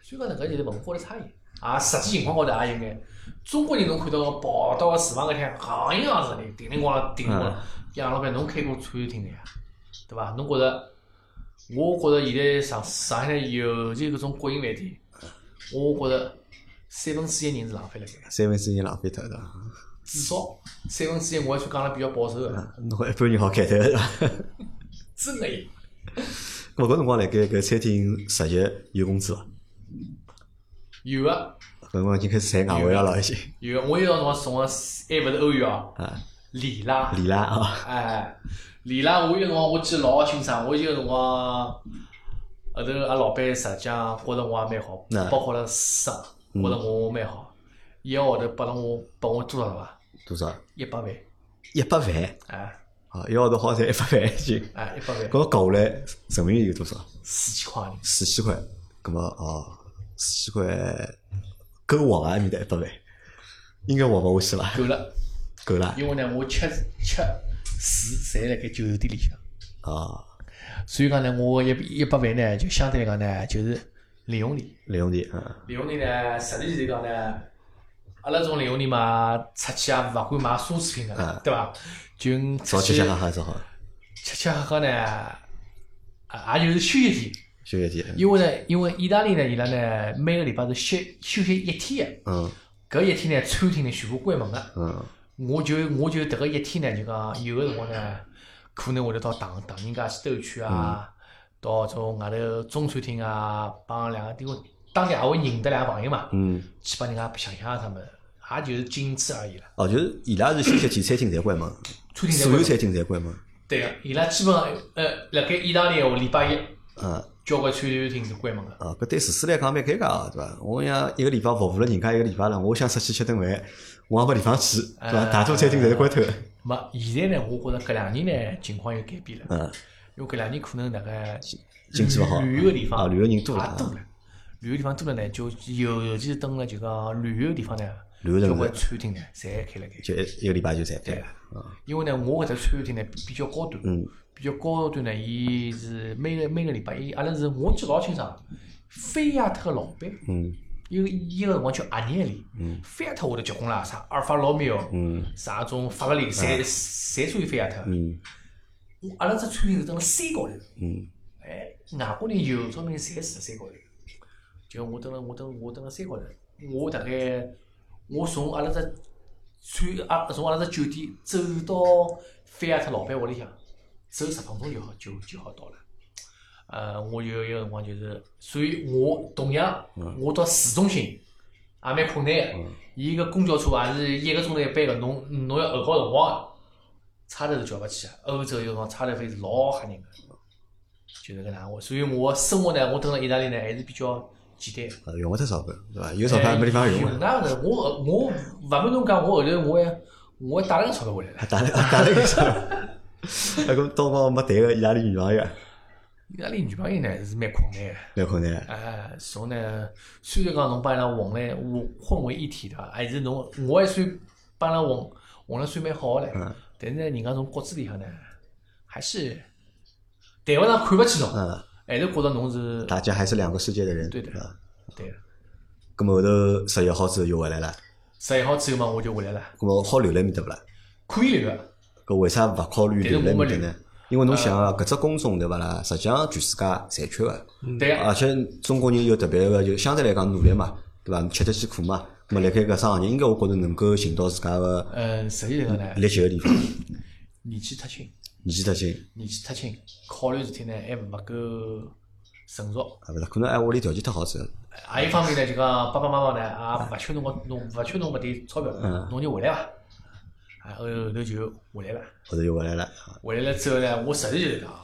S2: 所以讲呢，搿就是文化的差异。啊，实际情况高头也有眼。中国人侬看到跑到厨房搿天，行业行市的，叮铃咣啷，叮铃咣啷。杨老板，侬开过餐厅的呀，对伐？侬觉着？我觉着现在上上海呢，尤其搿种国营饭店，我觉着三分之一人是浪费了该，
S1: 三分之一浪费脱对伐？
S2: 至少三分之一，我还算讲了比较保守个，
S1: 呃侬一般人好开脱对伐？
S2: 真个有。
S1: 咾搿辰光辣盖搿餐厅实习有工资伐？
S2: 有个
S1: 搿辰光已经开始赚外汇了咯，已经
S2: 有啊个，我有一道辰光送个还勿是欧元哦，
S1: 啊，
S2: 里拉。
S1: 里拉啊，
S2: 哎，里拉我有辰光我记得老清爽，我有辰光后头阿老板实际上觉着我也蛮好
S1: 嗯，
S2: 包括了生，觉着我蛮好，一个号头拨了我拨我多少伐？
S1: 多少？
S2: 一百万，
S1: 一百万
S2: 哎
S1: 啊，一个号头好赚一百万已经。
S2: 哎，一百万，
S1: 搿搞下来人民币有多少？
S2: 四千块钿，
S1: 四千块，葛么哦，四千块够活伐？埃面搭一百万，应该活勿下去伐？
S2: 够了。
S1: 够啦
S2: 因为呢，我吃吃住侪辣盖酒店里向，
S1: 啊，
S2: 所以讲呢，我一一百万呢，就相对来讲呢，就是零用钿。
S1: 利用钿啊，
S2: 零用钿呢，实际是讲呢，阿拉种零用钿嘛，出去也啊勿敢买奢侈品个
S1: 啊
S2: 啦，对伐？就
S1: 少
S2: 出
S1: 吃
S2: 去
S1: 吃喝喝只好，
S2: 吃吃喝喝呢，啊，也就是休息天。
S1: 休息天，
S2: 因为呢，因为意大利呢，伊拉呢每个礼拜是休休息一天
S1: 嗯
S2: 个，搿一天呢，餐厅呢全部关门个。
S1: 嗯，
S2: 我就我就迭个一天呢，就讲有个辰光呢，可能会得到唐唐人街去兜圈
S1: 嗯
S2: 啊，到种外头中餐厅啊，帮两个因为当地也会认得两个朋友嘛，
S1: 嗯，
S2: 去帮人家想想他们，也就是仅此而已了。
S1: 哦，就是伊拉是休息天，餐厅侪关门，
S2: 餐厅侪
S1: 所
S2: 关
S1: 有
S2: 门
S1: 餐厅侪关门，
S2: 对个，伊拉基本上呃，辣盖意大利闲话，礼拜一
S1: 啊
S2: 交关餐厅是关门个。
S1: 啊，搿对厨师来讲蛮尴尬个，对伐？我想一个礼拜服务了人家一个礼拜了，我想出去吃顿饭，我也没地方去，对伐？大多餐厅侪是关脱的，
S2: 没，现在呢，我觉着搿两年呢情况有改变了，
S1: 嗯，
S2: 因为搿两年可能大概
S1: 经济勿好，
S2: 旅游个地方
S1: 啊，旅游人多
S2: 也
S1: 了，
S2: 多了，旅游地方多了呢，就尤尤其是登了就讲旅游地方呢，
S1: 旅游城市
S2: 交关餐厅呢，侪开了开。
S1: 就一一个礼拜就赚开
S2: 对嗯
S1: 了。
S2: 因为呢，我搿只餐厅呢比比较高端，比较高端呢，伊是每个每个礼拜，伊阿拉是我记得老清爽，菲亚特个老板，嗯，有伊个辰光叫阿涅里，嗯，菲亚特会得结婚啦，啥阿尔法罗密欧，嗯，啥种法拉利，侪侪属于菲亚特，嗯，我阿拉只餐厅是登了山高头，嗯，哎，外国人有照明侪住山高头，就我登了我登我登了山高头，我大概我从阿拉只穿阿从阿拉只酒店走到菲亚特老板屋里向，走十分钟就好，就就好到了。呃，我有一个辰光就是，所以我同样，我到市中心也蛮困难个。伊个公交车也是一个钟头一班个，侬侬要候好辰光个，差头是叫勿起个。欧洲有辰光差头费是老吓人个，就是搿能介。所以我生活呢，我蹲辣意大利呢还是比较简单的。
S1: 呃，用勿着钞票，对伐？有钞
S2: 哎
S1: 票也没地方用啊。
S2: 那是我我勿瞒侬讲，我后头我还我还带了个钞票回来了。
S1: 打了打了 个枪，啊，搿到辰光没谈个意大利女朋友，
S2: 意大利女朋友呢是蛮困难的，
S1: 蛮困难。
S2: 哎，从呢虽然讲侬帮伊拉混嘞混混为一体对伐？还是侬我还算帮伊拉混混了算蛮好个嘞，
S1: 嗯
S2: 但是呢，人家从骨子里向呢还是谈勿上看勿起侬，
S1: 嗯，
S2: 还是觉着侬是
S1: 大家还是两个世界的人，
S2: 对的
S1: 伐？
S2: 对的。
S1: 咁么后头十一号之后又回来了，
S2: 十一号之后嘛，我就回来了，
S1: 咁么好留辣埃面搭勿啦？
S2: 可以留个。
S1: 搿为啥勿考虑留辣埃面
S2: 但
S1: 搭
S2: 是我没呃
S1: 呢？因为侬想啊，搿只工种对勿啦？实际上全世界侪缺个，
S2: 对啊个，
S1: 而且中国人有特别个，就相对来讲努力嘛，对伐？吃得起苦嘛，咁么辣盖搿只行业，应该我觉着能够寻到自家个
S2: 嗯，实际上呢，
S1: 立脚个地 方，
S2: 年纪太轻，
S1: 年纪特轻，
S2: 年纪太轻，考虑事体呢还勿够成熟。
S1: 啊，勿是，可能哎屋里条件太好之后，
S2: 还有一方面呢，就讲爸爸妈妈呢，啊也勿缺侬个侬勿缺侬搿点钞票，侬就回来伐。啊，后后头就回来了。
S1: 或者又回来了，啊
S2: 回来了之后呢，我实事求是讲啊，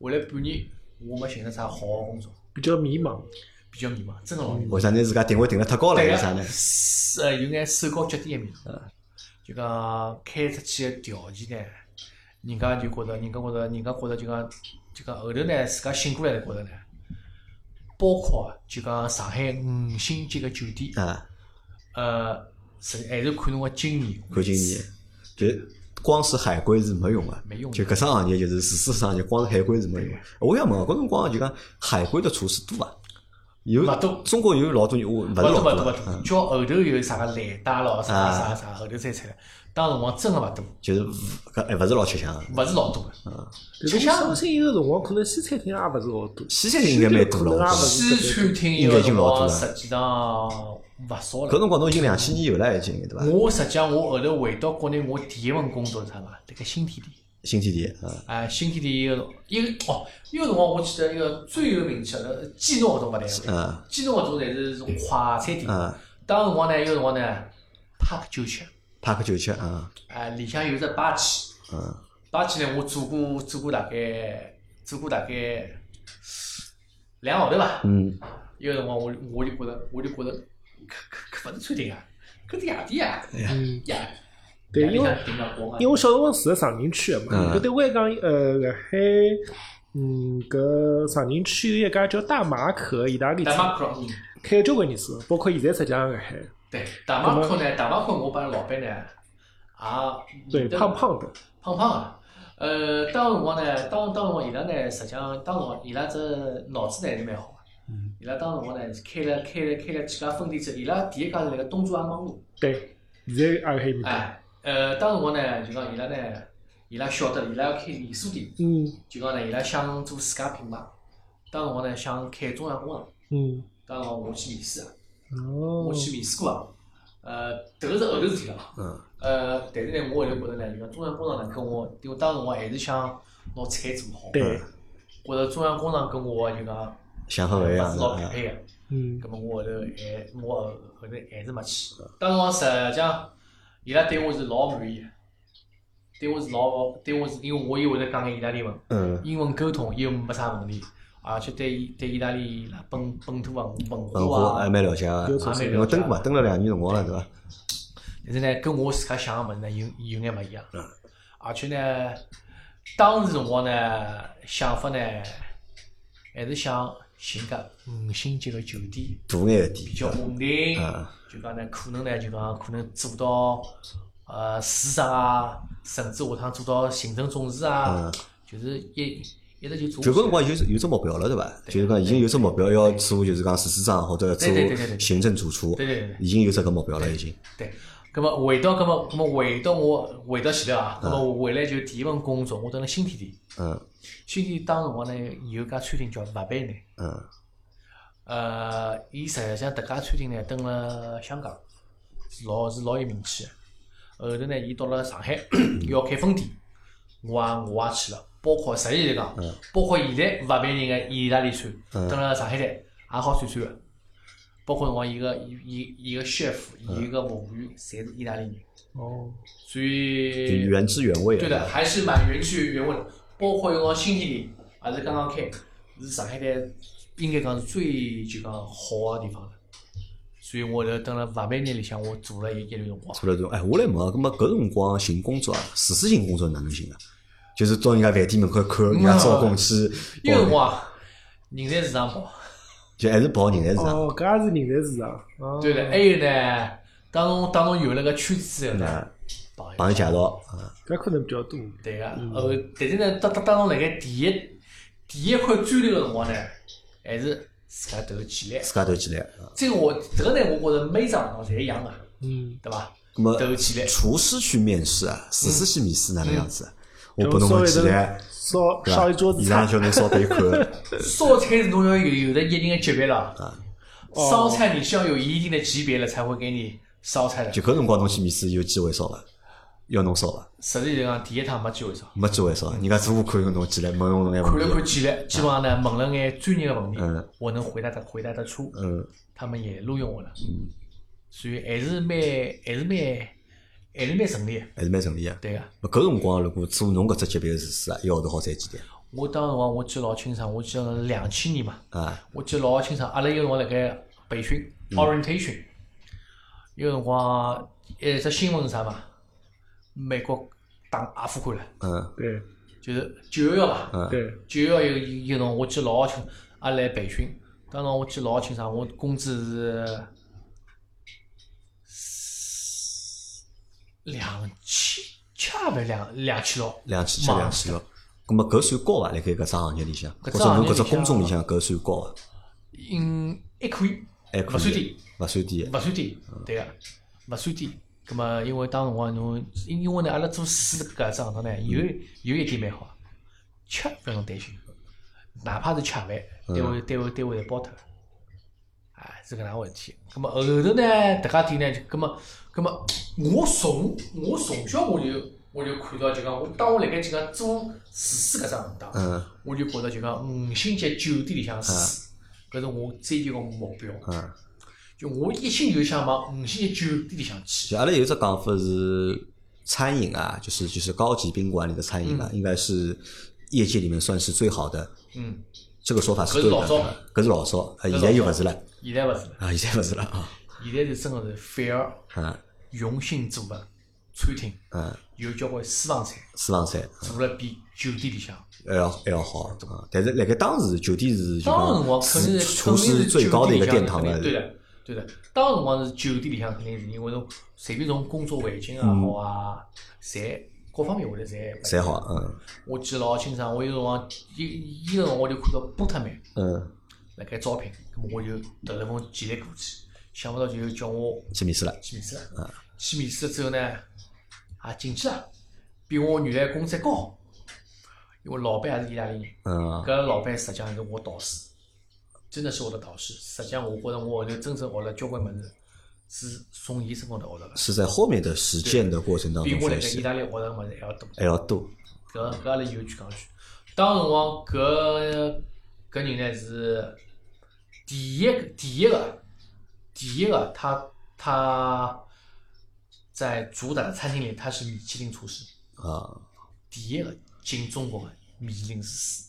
S2: 回来半年我没寻着啥好个工作，
S3: 比较迷茫。
S2: 比较迷茫，真个老迷茫。
S1: 为啥拿自家定位定了太高了？
S2: 对啊
S1: 为
S2: 个
S1: 啥呢？
S2: 是呃，有眼手高脚低一面，就讲开出去个条件呢，人家就觉着，人家觉着，人家觉着就讲，就讲后头呢，自家醒过来了，觉着呢，包括就讲上海五星级个酒店，
S1: 啊，
S2: 呃，是还是看侬个经验，
S1: 看经验，就嗯光是海归是没用的，
S2: 没用的
S1: 就搿种行业就是厨师行业，光是海归是没用的。啊我想问，搿辰光就讲海归的厨师多伐？有
S2: 勿多
S1: 中国有老多，我勿是
S2: 勿多
S1: 老
S2: 勿多勿
S1: 啊
S2: 多，叫后头有啥个蓝带咯，啥
S1: 啊
S2: 啥啥，后头才出来，当辰光真个勿多，
S1: 就是搿哎还勿是老吃香的。啊
S2: 勿是老多个，
S3: 但是我相信有辰光可能西餐厅也勿是老多，
S1: 西餐厅应该蛮多了，我觉
S3: 是
S1: 着。
S2: 西餐厅
S1: 应
S2: 有
S1: 该已
S2: 个
S1: 经
S2: 辰
S1: 老多
S2: 光
S1: 了
S2: 实际上勿少了
S1: 搿。辰光侬已经两千年以后了，已经对伐？
S2: 我实际上我后头回到国内，我第一份工作是啥嘛？辣盖新天地。
S1: 新天地啊，
S2: 啊，新天地一个一个哦，一个辰光我记得一个最有名气的鸡肉活动勿对，
S1: 嗯
S2: 鸡肉活动侪是种快餐店。
S1: 嗯，
S2: 当辰光呢，一个辰光呢，Park 九七，
S1: 帕克九七啊，
S2: 啊，里向有只吧机，
S1: 嗯，
S2: 吧机呢我做过做过大概做过大概两个号头伐。
S1: 嗯，
S2: 一个辰光我我就觉着我就觉着，搿搿搿勿是餐厅啊，搿是夜店啊，
S3: 嗯，
S2: 夜
S3: 对
S2: 夜里
S3: 因为
S2: 向订了光啊
S3: 因为。我小辰光住在长宁区个嘛，
S1: 嗯
S3: 搿对我来讲，呃，辣海，嗯，搿长宁区有一家叫大马可的意大利
S2: 大
S3: 餐，
S2: 马克，嗯，
S3: 开了交关年数，包括现在实际上辣海，
S2: 对，大马克呢，大马克我帮老板呢，也
S3: 对，
S2: 嗯
S3: 胖胖的，
S2: 胖胖啊。呃，当辰光呢，当当辰光伊拉呢，实际上当辰光伊拉只脑子呢还是蛮好个。
S3: 嗯
S2: 伊拉当辰光呢，是开了开了开了几家分店之后，伊拉第一家是辣盖东洲阿芒路。
S3: 对，现在也辣海面搭，
S2: 哎，呃，当辰光呢，就讲伊拉呢，伊拉晓得伊拉要开连锁店，
S3: 嗯
S2: 就讲呢，伊拉想做自家品牌。当辰光呢，想开中央工厂。
S3: 嗯，
S2: 当辰光我去面试啊，
S3: 哦
S2: 我，去面试过啊。呃，迭个是后头事体了啊。
S1: 嗯，
S2: 呃，但是呢，我后头觉着呢，就讲中央工厂呢，跟我，因为当时我还是想拿菜做好，
S3: 对，
S2: 觉着中央工厂跟我就讲
S1: 想法
S2: 勿
S1: 勿一
S2: 是
S1: 样
S2: 老匹
S1: 啊，
S2: 配个，
S3: 嗯
S2: 葛末我后头还我后后头还是没去。当时我实际上，伊拉对我是老满意，个，对我是老对我是因为我又会得讲眼意大利文，
S1: 嗯，
S2: 英文沟通又没啥问题，而且对对意大利伊拉本本土文
S1: 文
S2: 文
S1: 化哎
S2: 化
S1: 还
S2: 啊，
S1: 蛮了解个，
S3: 有
S2: 也蛮
S1: 我
S2: 了解
S1: 蹲过嘛，蹲了两年辰光了，对伐？
S2: 但是呢，跟我自家想个物事呢，有有眼勿一样。
S1: 嗯
S2: 而且呢，当时辰光呢，想法呢，还是想寻个五星级个酒店，
S1: 大眼一
S2: 比较
S1: 点，
S2: 稳定
S1: 嗯，
S2: 就讲呢，可能呢，就讲可能做到呃市长啊，甚至下趟做到行政总裁啊
S1: 嗯，
S2: 就是一一直就做
S1: 就搿辰
S2: 下去。
S1: 光有有只目标了，对伐？就是讲已经有只目标要做，就是讲市市长或者做
S2: 啊对对对对对
S1: 行政主厨
S2: 对，对对
S1: 已经有这个目标了，已经。
S2: 对。咁么回到咁么咁么回到我回到前头啊，咁么回来就第一份工作，我到了新天地。
S1: 嗯
S2: 新天地当辰光呢，有家餐厅叫麦贝呢，
S1: 嗯
S2: 呃，伊实际上迭家餐厅呢，登了香港，是老是老有名气的。后头呢，伊到了上 海要开分店，我也我也去了。包括实际来讲，包括现在勿卖人个意大利餐，
S1: 嗯
S2: 登了上海站也好算算个。包括辰光伊个伊伊伊个 chef，伊
S1: 嗯
S2: 个服务员，侪是意大利人，
S3: 哦，
S2: 所
S1: 就
S2: 以
S1: 原汁原味啊
S2: 对的，
S1: 的，
S2: 还是蛮原汁原味的。包括有个新天地，也是刚刚开，是上海滩应该讲是最就讲好的地方了。所以我后头等了万万年里向，我做了一一段辰光。
S1: 做了种。哎，我来问啊，葛么搿辰光寻工作啊，自私性工作哪能寻啊？就是到人家饭店门口看人家招工去，
S2: 嗯因为辰光啊人才市场跑，
S1: 就还是跑人才市场。
S3: 哦，搿也是人才市场。哦
S2: 对的。还有呢，当中当中有了个圈子之后呢
S1: 嗯，
S2: 朋
S1: 朋友介绍，嗯
S3: 搿可能比较多。
S2: 对个，呃，但是呢，当当当中辣盖第一第一块钻头个辰光呢，还是自家投简历。
S1: 自家投简历。嗯
S2: 这个我这个呢，我觉着每张辰光侪一样个，
S3: 嗯，
S2: 对伐？
S1: 葛么
S2: 投简历，
S1: 厨师去面试啊，厨师去面试哪能样子啊？
S2: 嗯
S1: 我拨侬
S3: 稍
S1: 份
S3: 微
S1: 简历，
S3: 的烧
S1: 对伐
S3: 烧一桌子
S1: 伊拉
S3: 菜，
S1: 叫侬烧杯看。
S2: 烧菜是侬要有有的一定的级别了，
S1: 啊
S2: 烧菜你是要有一定的级别了才会给你烧菜的。
S1: 就搿辰光侬去面试有机会烧伐？要侬烧伐？
S2: 实际上第一趟没机会上，
S1: 没机会烧，人家只顾看搿侬简历，问侬侬眼
S2: 看
S1: 问
S2: 了
S1: 题
S2: 看。简历，基本上呢问了眼专业的问题
S1: 嗯，
S2: 我能回答的回答得出，
S1: 嗯，
S2: 他们也录用我了，所以还是蛮还是蛮还是蛮顺利的，
S1: 还是蛮顺利个。
S2: 对个、啊
S1: 搿辰光如果做侬搿只级别的厨师啊，一个号头好赚几钿
S2: 我当时辰光我记得老清爽，我记得两千年嘛，
S1: 啊？
S2: 我记得老清爽，阿拉有辰光辣盖培训 orientation，有辰光呃只新闻是啥嘛？美国打阿富汗了，
S1: 嗯
S3: 对
S2: 就是九幺幺嘛，
S1: 嗯
S3: 对，
S2: 九幺幺有有辰光我记得老清，阿拉来培训，当时我记得老清爽，我工资是两千，恰勿两两千咯，
S1: 两千七、
S2: 嘛
S1: 两千六。葛末搿算高伐？辣盖搿只行业里向，或
S2: 搿
S1: 者
S2: 只
S1: 侬搿只
S2: 行业里向
S1: 工种
S2: 啊
S1: 里向搿算高伐？
S2: 嗯，还可以，
S1: 还可以
S2: 勿算低。
S1: 勿算低。
S2: 勿算低，对个，勿算低。葛么，因为当辰光侬，因因为呢，阿拉做书搿只行当呢，有有一点蛮好，吃勿用担心，哪怕是吃饭，单位单位单位侪包脱个，啊，是搿能介回事体。葛么后头呢，迭家店呢，就葛么葛么，我从我从小我就我就看到就讲，我当我辣盖就讲做厨师搿只行当，
S1: 嗯
S2: 我就觉着就讲五星级酒店里向厨师，搿是我追求个目标。
S1: 嗯，
S2: 就我一心就想往五星级酒店里向去。
S1: 就阿拉有只讲法是，餐饮啊，就是就是高级宾馆里的餐饮啊，应该是业界里面算是最好的。
S2: 嗯，
S1: 这个说法是
S2: 搿是
S1: 对
S2: 老早
S1: 的，搿是老早，啊，现
S2: 是
S1: 在
S2: 老
S1: 又
S2: 早
S1: 勿是了
S2: 现在勿是了，
S1: 啊，现在勿是了啊，
S2: 现在是真个是反而
S1: 嗯
S2: 用心做个餐厅
S1: 嗯，
S2: 有交关私房菜
S1: 私房菜，
S2: 做了比酒店里向
S1: 还呃要还要好啊！但是辣盖当时酒店是就
S2: 当辰光
S1: 讲
S2: 肯定
S1: 是
S2: 是
S1: 厨师最高的一个殿堂
S2: 了，
S1: 了，
S2: 对的对的。当辰光是酒店里向肯定是因为侬随便从工作环境也
S1: 嗯
S2: 好啊，侪各方面会得侪。
S1: 才好，嗯
S2: 我记得老清爽，我有辰光一一个辰光我就看到波特曼。
S1: 嗯，
S2: 辣盖招聘，咁么我就投了封简历过去，想勿到就叫我
S1: 去面试了，
S2: 去面试了。去面试了之后呢，也进去了，比我原来工资高，因为老板也是意大利人，
S1: 嗯
S2: 搿个老板实际上是我导师，真的是我的导师。实际上我觉着我后头真正学了交关物事，是从伊身高头学了个，
S1: 是在后面的实践的过程当
S2: 比
S1: 中
S2: 我辣
S1: 学
S2: 盖意
S1: 习
S2: 大利学的物事还要多。
S1: 还要多，
S2: 搿搿阿拉有句讲句，当辰光搿搿人呢是第一个第一个第一个，他他在主打的餐厅里他是米其林厨师，
S1: 啊，
S2: 第一个进中国的米其林厨师，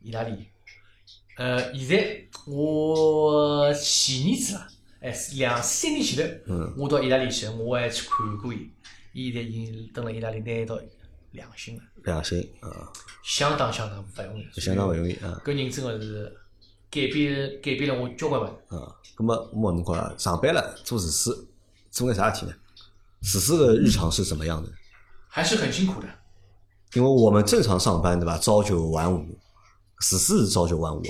S2: 意大利人。呃，现在我前年子啦，哎，两三年前头，
S1: 嗯
S2: 我到意大利去，我还去看过伊，伊现在已经蹲辣意大利拿到两星了。
S1: 良心啊，
S2: 相当相当勿容易，
S1: 相当不容易啊，
S2: 搿人真个是改变改变了我交关物事。
S1: 嗯，咁么我问侬讲啊，上班了做厨师，做眼啥事体呢？厨师的日常是怎么样的？
S2: 还是很辛苦的。
S1: 因为我们正常上班对吧？朝九晚五，厨师是朝九晚五，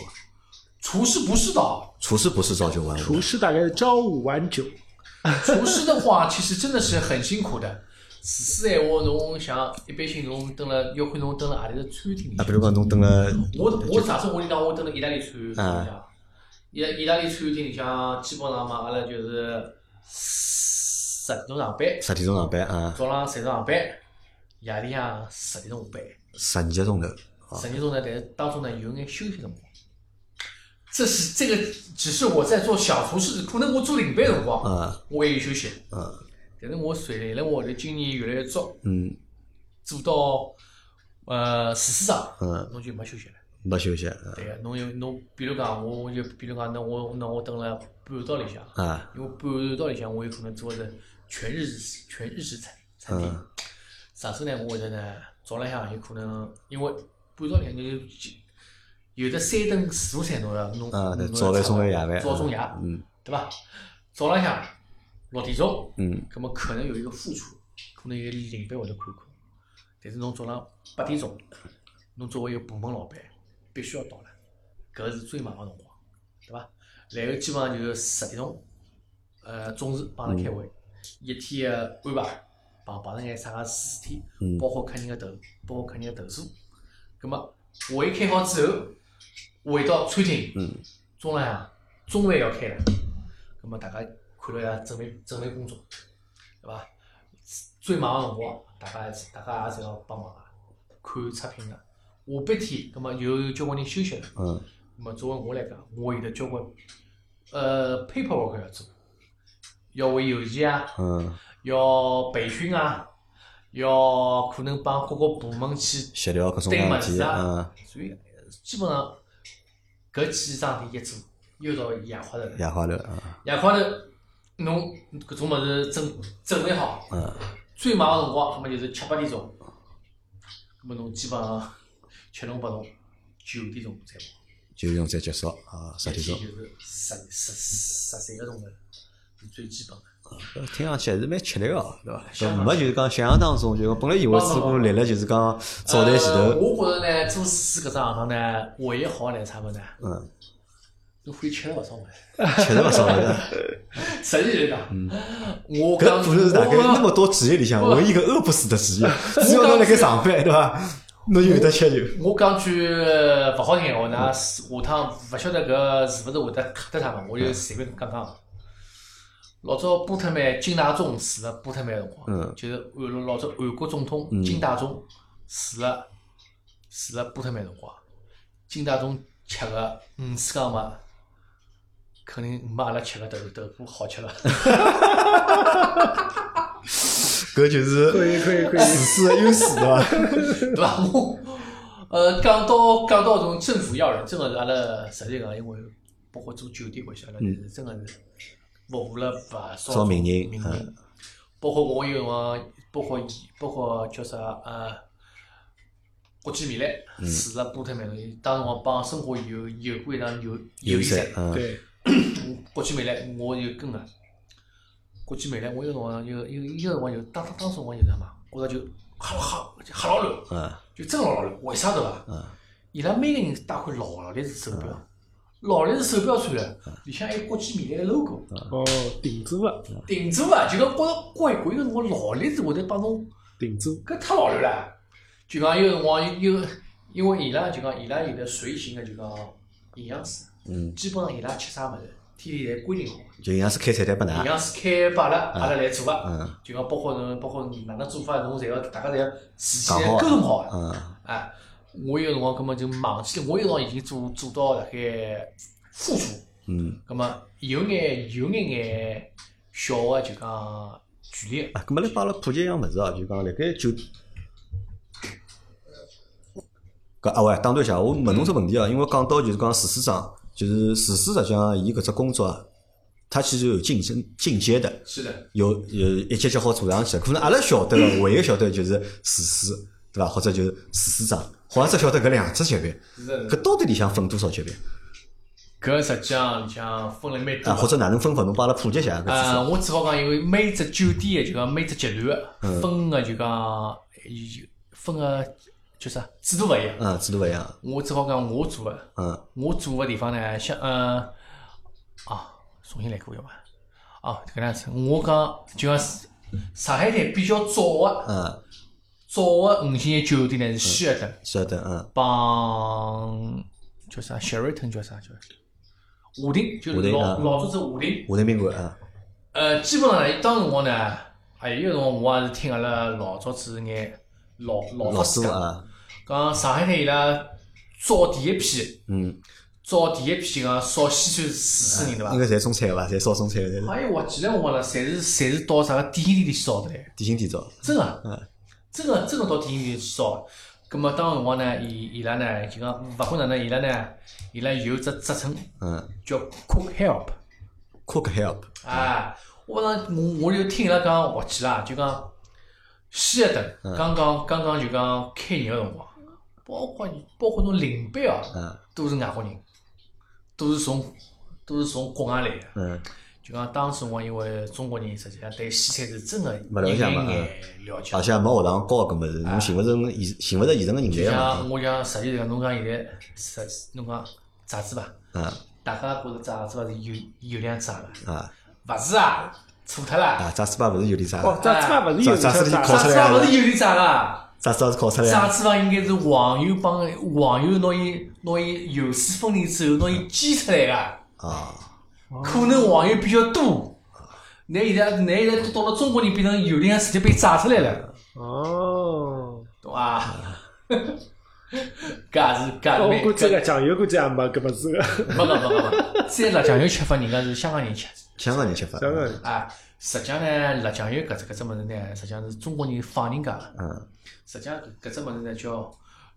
S2: 厨师不是的啊，
S1: 厨师不是朝九晚五
S3: 厨。师大概是朝五晚九，
S2: 厨师的话其实真的是很辛苦的。哎厨师闲话，侬像一般性侬蹲了，要看侬蹲了何里个餐厅里
S1: 啊，
S2: 向
S1: 比。如讲侬蹲了，
S2: 我我上次我跟你讲，我蹲了意大利餐厅里
S1: 啊
S2: 向，意大意大利餐厅里向基本上嘛，阿拉就是十点钟上班，
S1: 十点钟上班啊，
S2: 早浪十点钟上班，夜里向十点钟下班。
S1: 十二个钟头啊，
S2: 实际中呢，但是当中呢有眼休息辰光。这是这个，只是我在做小厨师，可能我做领班辰光，
S1: 啊
S2: 我也有休息。
S1: 啊，
S2: 但是我随了我的经验越来越足，
S1: 嗯
S2: 做到呃厨师长，
S1: 嗯，
S2: 侬就没休息了。
S1: 没休息啊
S2: 对个，侬有侬，比如讲，我我就比如讲，那我那我等了半道里向，
S1: 啊
S2: 因为半道里向我有可能做的全日制全日制餐餐厅。
S1: 嗯
S2: 上次呢，我会得呢，早浪向有可能，因为半道里向有有的三顿自助餐，侬要侬
S1: 啊，对
S2: 侬
S1: 早饭、中饭、夜饭，
S2: 早中夜，
S1: 嗯
S2: 对伐？早浪向六点钟，
S1: 嗯
S2: 葛末可能有一个副厨，可能有一个领班会得看看，但是侬早浪八点钟，侬作为一个部门老板，必须要到了，搿是最忙个辰光，对伐？然后基本上就是十点钟，呃，中午帮人开会，一天个安排，碰碰着眼啥个事体，
S1: 嗯
S2: 包括客人个投，包括客人个投诉，葛末会开好之后，回到餐厅，
S1: 嗯
S2: 中浪向中饭要开了，葛末大家看了下准备准备工作，对伐？最忙个辰光，大家也是大家也是要帮忙个，看啊出品个。下半天，葛末有交关人休息了，
S1: 嗯
S2: 葛末作为我来讲，我有得交关呃 paperwork 要做，要回邮件啊，
S1: 嗯，
S2: 要培训啊，要可能帮各个部门去
S1: 协调各种各
S2: 对
S1: 样
S2: 么
S1: 的事
S2: 子
S1: 体
S2: 啊
S1: 啊，，
S2: 所以基本上搿几桩事体一做，又到夜花头了。
S1: 夜花头啊，
S2: 夜快头，侬搿种物事准准备好，
S1: 嗯
S2: 最忙个辰光，葛末就是七八点钟，葛末侬基本上七弄八弄，九点钟才跑，
S1: 就用再结束啊，十
S2: 一
S1: 点
S2: 天
S1: 钟。
S2: 就是十十十三个钟头是最基本的。
S1: 呃听上去还是蛮吃力个哦，对伐？
S2: 相
S1: 搿
S2: 当
S1: 没就是讲想象当中，就讲本来以为
S2: 帮
S1: 师
S2: 帮
S1: 傅
S2: 忙
S1: 立了就是讲早台前
S2: 呃
S1: 头，
S2: 我觉着呢，做厨师搿只行当呢，唯一好呢，啥物事呢？
S1: 嗯，
S2: 侬可以吃了勿少物事。
S1: 吃了勿少 了。
S2: 实际来讲，我
S1: 嗯搿
S2: 刚
S1: 不是大概那
S2: 我
S1: 么多职业里向
S2: 我
S1: 唯一一个饿不死的职业，只要侬辣盖上班，对伐？侬就有得吃就。
S2: 我讲句勿好听闲话，㑚是下趟勿晓得搿是勿是会得卡得他们，我
S1: 嗯
S2: 就随便讲讲。老早波特曼金大中住了波特曼个辰
S1: 嗯
S2: 光，就是韩老早韩国总统
S1: 嗯
S2: 金大中住了住了波特曼辰光，金大中吃个鱼翅缸嘛，肯定没阿拉吃个豆豆腐好吃了。
S1: 搿就是
S3: 可以可以可以
S1: 厨师的优势，对 伐？
S2: 对伐？我呃，讲到讲到种政府要人，真个是阿拉实际讲，因为包括做酒店搿些，阿拉是真个是服务了勿少
S1: 嗯少民营
S2: 人，
S1: 嗯
S2: 包括我有辰光，包括包括叫啥呃，国际米兰
S1: 嗯
S2: 住了波特曼，当时我帮申花有有过一场友友谊赛
S1: 噻，，嗯
S3: 对，
S2: 国际米兰我有跟个。国际米兰，我有辰光有有有辰光有当当当时辰光有啥嘛，觉着就吓吓吓老乱，
S1: 嗯
S2: 就真老老乱，为啥对伐？
S1: 嗯
S2: 伊拉每个人戴块劳劳力士手表，劳力士手表穿了，里向还有国际米兰个 logo
S3: 哦，顶住了，
S2: 顶住啊！就讲觉着怪怪，有辰光劳力士会得帮侬，
S3: 顶住，
S2: 搿太老乱了。就讲有辰光有，因为伊拉就讲伊拉有的随行个就讲营养师，
S1: 嗯，
S2: 基本上伊拉吃啥物事，天天侪规定好，
S1: 就像是开菜单拨
S2: 营
S1: 㑚，
S2: 养师开把阿拉阿拉来做个，
S1: 嗯
S2: 就讲包括侬包括哪能做法，侬侪要大家侪要事先
S1: 讲好
S2: 沟通好个。
S1: 嗯
S2: 哎，我有辰光根本就忘记了，我有辰光已经做做到大概副厨，
S1: 嗯。
S2: 葛么有眼有眼眼小个就讲距离，
S1: 啊，搿么来帮阿拉普及一样物事哦，就讲辣盖酒。搿啊喂，打断一下，我问侬只问题哦，因为讲到就是讲厨师长，就是厨师实际上伊搿只工作啊，它其实有进升进阶的，
S2: 是的，
S1: 有有一级级好做上去的。可能阿拉晓得的，唯一晓得的就是厨师，对伐？或者就是厨师长，好像只晓得搿两只级别，
S2: 是的，
S1: 搿到底里向分多少级别？
S2: 搿实际上像分类蛮多
S1: 啊，
S2: 的
S1: 或者哪能分法？侬帮阿拉普及一下搿知识。
S2: 呃，我只好讲，因为每只酒店就讲每只集
S1: 嗯
S2: 团分个就讲有分个叫啥制度勿一样。
S1: 嗯，制度勿一样。
S2: 我只好讲我住个，
S1: 嗯，
S2: 我住个地方呢，像呃啊，重新来过要伐？哦，搿能样子，我讲就讲是上海滩比较早个
S1: 嗯，
S2: 早个五星级酒店呢是希尔顿
S1: 晓得。嗯，
S2: 帮叫啥 Sheraton 叫啥叫华庭，就
S1: 华
S2: 是
S1: 庭
S2: 老
S1: 啊
S2: 老早子华庭。
S1: 华庭宾馆啊，
S2: 呃，基本上呢，当辰光呢，还有辰光我也是听阿拉老早子眼老
S1: 老
S2: 老法
S1: 师
S2: 师
S1: 傅
S2: 讲，
S1: 啊，
S2: 讲上海滩伊拉造第一批，
S1: 嗯，
S2: 造第一批讲烧西餐四十人对伐
S1: 应？该侪中餐个伐？侪烧中餐，侪是
S2: 好哎像我记得我了，侪是侪是到啥个点心店里去烧的嘞，
S1: 点心店招。
S2: 真个
S1: 嗯，
S2: 真个真个到点心店去烧的。葛么当辰光呢，伊伊拉呢就讲勿管哪能，伊拉呢伊拉有只职称
S1: 嗯
S2: 叫 cook help。
S1: ，Cook Help。
S2: 哎，我当时我我就听伊拉讲滑稽啦，就讲希尔顿刚刚刚刚就讲开业个辰光，包括包括侬领班哦，
S1: 嗯
S2: 都是外国人，都是从都是从国外来的。
S1: 嗯
S2: 就讲当时辰光，因为中国人实际上对西餐是真个
S1: 勿了
S2: 一
S1: 解嘛嗯
S2: 眼眼了解
S1: 而。且也没学堂教搿物事，侬寻勿着现寻勿着现成个人
S2: 就
S1: 才嘛。
S2: 像我讲，实际上侬讲现在实侬讲炸子伐？
S1: 嗯
S2: 大家觉着炸子伐是油油量炸了，
S1: 啊
S2: 勿是啊，错脱了。
S1: 啊，炸糍粑勿是有点炸，
S3: 哦，这这勿是有
S1: 这这是
S3: 啥
S1: 烤
S2: 炸
S1: 出
S2: 子
S1: 来
S2: 伐
S1: 了啊
S2: 勿是油里炸个？
S1: 炸糍粑是烤出来
S2: 炸
S1: 的。
S2: 子房应该是黄油帮黄油拿伊拿伊油水分离之后拿伊煎出来个，
S1: 啊，
S2: 可能黄油比较多。那现在那现在到了中国人变成油里向直接被炸出来了，
S3: 哦，
S2: 懂伐？ 搿也是
S3: 哦
S2: 搿
S3: 我
S2: 也
S3: 估计
S2: 是
S3: 个酱油估计也没搿么子个，
S2: 没没没没没，虽然辣酱油吃法人家是香港人吃
S1: 香港人吃法。
S3: 香港人
S2: 啊，实际上呢辣酱油搿只搿只物事呢，实际上是中国人放人家个，
S1: 嗯
S2: 实际上搿搿只物事呢叫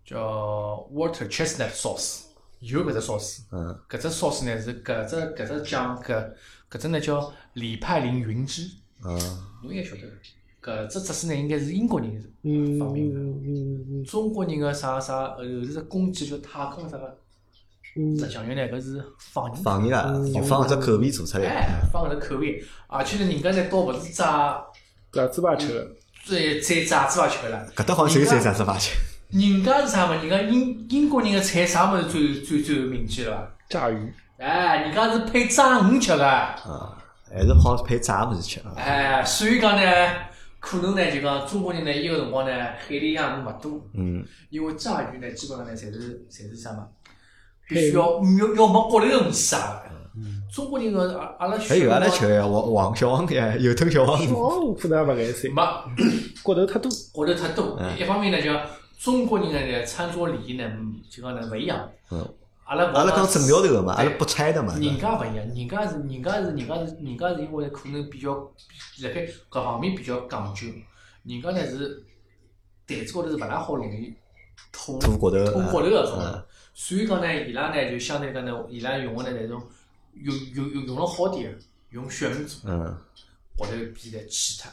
S2: 叫 water chestnut sauce，有搿只 sauce。
S1: 嗯
S2: 搿只 sauce 呢是搿只搿只酱搿搿只呢叫李派林云芝，
S1: 嗯
S2: 侬应该晓得。搿只汁水呢应该是英国人，
S3: 嗯嗯嗯嗯
S2: 中国人个啥啥呃有只公鸡叫泰康啥个
S3: 嗯
S2: 只酱油呢搿是放人，
S1: 放盐啊，就放只口味做出来。
S2: 哎放搿只口味，而且呢人家呢倒勿是炸
S3: 炸糍粑吃的，
S2: 再再炸子伐吃了，
S1: 搿搭好像只有三炸糍粑吃。
S2: 人家是啥物事？人家英英国人个菜啥物事最最最有名气了？
S3: 炸鱼，
S2: 哎，人家是配炸鱼吃个。
S1: 啊，还是好配炸物事吃啊。
S2: 哎，所以讲呢，可能呢就讲中国人呢，伊个辰光呢，海里养鱼勿多，
S1: 嗯
S2: 因为炸鱼呢，基本上呢，侪是侪是啥嘛，必须要要要没国内个鱼啥个。中国人个阿阿拉
S1: 还有阿拉
S2: 个
S1: 吃个黄黄小黄哎，油吞小黄
S3: 哦，我可能也勿爱吃，
S2: 没
S3: 骨头太多，
S2: 国头太多。
S1: 嗯
S2: 一方面呢，就讲中国人呢，餐桌礼仪呢，就讲呢勿一样。
S1: 嗯，
S2: 阿拉
S1: 阿拉讲整条头个嘛，阿
S2: 对
S1: 拉不拆的嘛。
S2: 哎人家勿一样，人家是人家是人家是人家是因为可能比较辣盖各方面比较讲究，人家呢是台子高头是勿大好容易吐
S1: 吐骨头
S2: 吐
S1: 啊
S2: 骨头搿种
S1: 啊
S2: 的，所以讲呢，伊拉呢就相对讲呢，伊拉用个呢那种用用用用了好点的，用血明珠
S1: 嗯
S2: 骨头皮来去脱，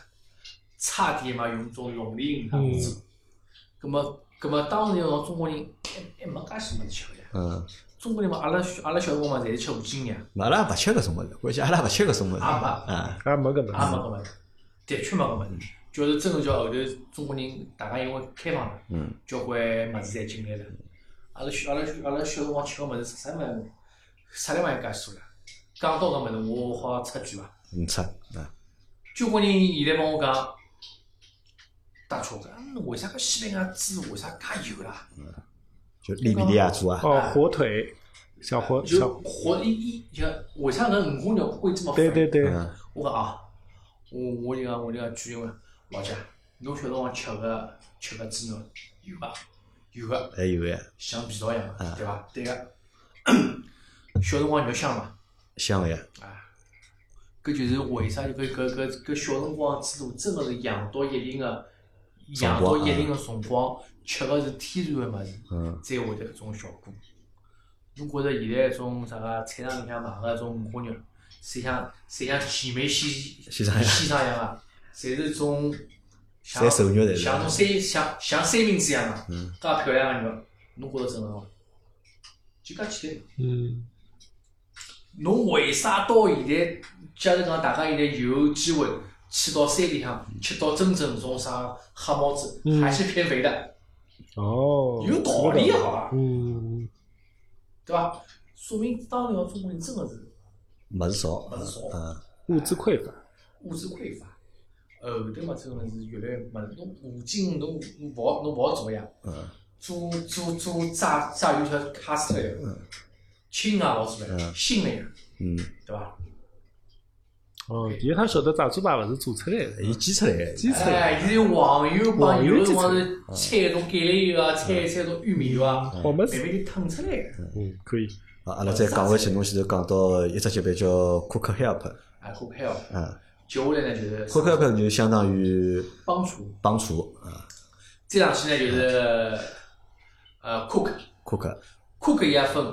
S2: 差点嘛用种龙鳞鱼
S3: 嗯
S2: 做，葛末葛末当时辰中国人还还没介许物事吃个呀，
S1: 嗯，
S2: 中国人嘛阿拉小阿拉小辰光嘛侪是吃五斤肉。
S1: 阿拉勿吃搿种物事，关键阿拉勿吃搿种物事。啊，
S3: 也没搿
S2: 也没
S3: 么子，
S2: 搿问题，的确没搿问题。就是真个叫后头中国人大家因为开放了，
S1: 嗯，
S2: 交关物事侪进来了。阿拉小阿拉小阿拉小辰光吃个物事啥物事，啥地方也介许多了。讲到搿物事，我好插句伐。
S1: 嗯吃啊，
S2: 交关人现在帮我讲，打错讲，嗯为啥搿西班牙猪为啥介油啦？
S1: 就利比利亚猪啊，
S3: 哦，火腿，小火
S2: 就
S3: 小，
S2: 活一一就为啥搿五花肉会这么
S3: 对
S2: 肥
S3: 对对，
S1: 嗯
S2: 我讲啊，我我就讲我就讲句闲话，老姐，侬小辰光吃个吃个猪肉有伐？有个
S1: 还有个
S2: 像味道一样嘛
S1: 啊，
S2: 对伐？对个。 小辰光肉香嘛，
S1: 香个，
S2: 搿就是为啥就搿搿搿搿小辰光之路真个是养到一定个养到一定个辰光，吃个是天然个物事，
S1: 嗯
S2: 才会得搿种效果。侬觉着现在搿种啥个菜场里向买个搿种五花肉，侪像侪像前面西
S1: 西藏一 样
S2: 西藏一样啊，侪是种像
S1: 侪瘦肉侪是
S2: 像种三像像三明治一样啊，
S1: 嗯
S2: 介漂亮个肉，侬觉着正常伐？就介简单，
S3: 嗯，
S2: 侬为啥到现在，假如讲大家现在有机会去到山里向吃到真正种啥黑帽子，
S3: 嗯
S2: 还是偏肥的，
S3: 哦，
S2: 有道理好伐？
S3: 嗯，
S2: 对伐？说明当年中国人真的是
S1: 物事少，
S2: 物事少
S1: 嗯，
S3: 物资匮乏，
S2: 物质匮乏。后头嘛，真的是越来越没了。侬武警侬侬勿好侬勿好做呀，
S1: 嗯
S2: 做做做炸炸鱼条卡死了呀，青啊老子了呀，
S1: 嗯
S2: 新了呀，
S1: 嗯，
S2: 对伐？
S3: 哦，伊拉晓得炸猪排勿是做出来的，
S1: 伊煎出来的，
S3: 基础
S2: 哎，现在黄油帮
S3: 黄油
S2: 有辰
S3: 基础
S2: 光是掺一种橄榄油啊，掺一掺一种玉米油啊，
S1: 嗯
S3: 好么
S2: 慢
S3: 子，
S2: 慢就腾出来的。
S3: 嗯，可以，
S1: 啊，
S2: 呃
S1: 阿拉再讲回去，侬前头讲到一只级别叫 Cook Help，
S2: 啊，可开哦，
S1: 嗯
S2: 接下来呢就是
S1: ，Cook Help 就相当于
S2: 帮厨，
S1: 帮厨啊
S2: 再上去呢就是呃 cook
S1: ，Cook
S2: cook 也分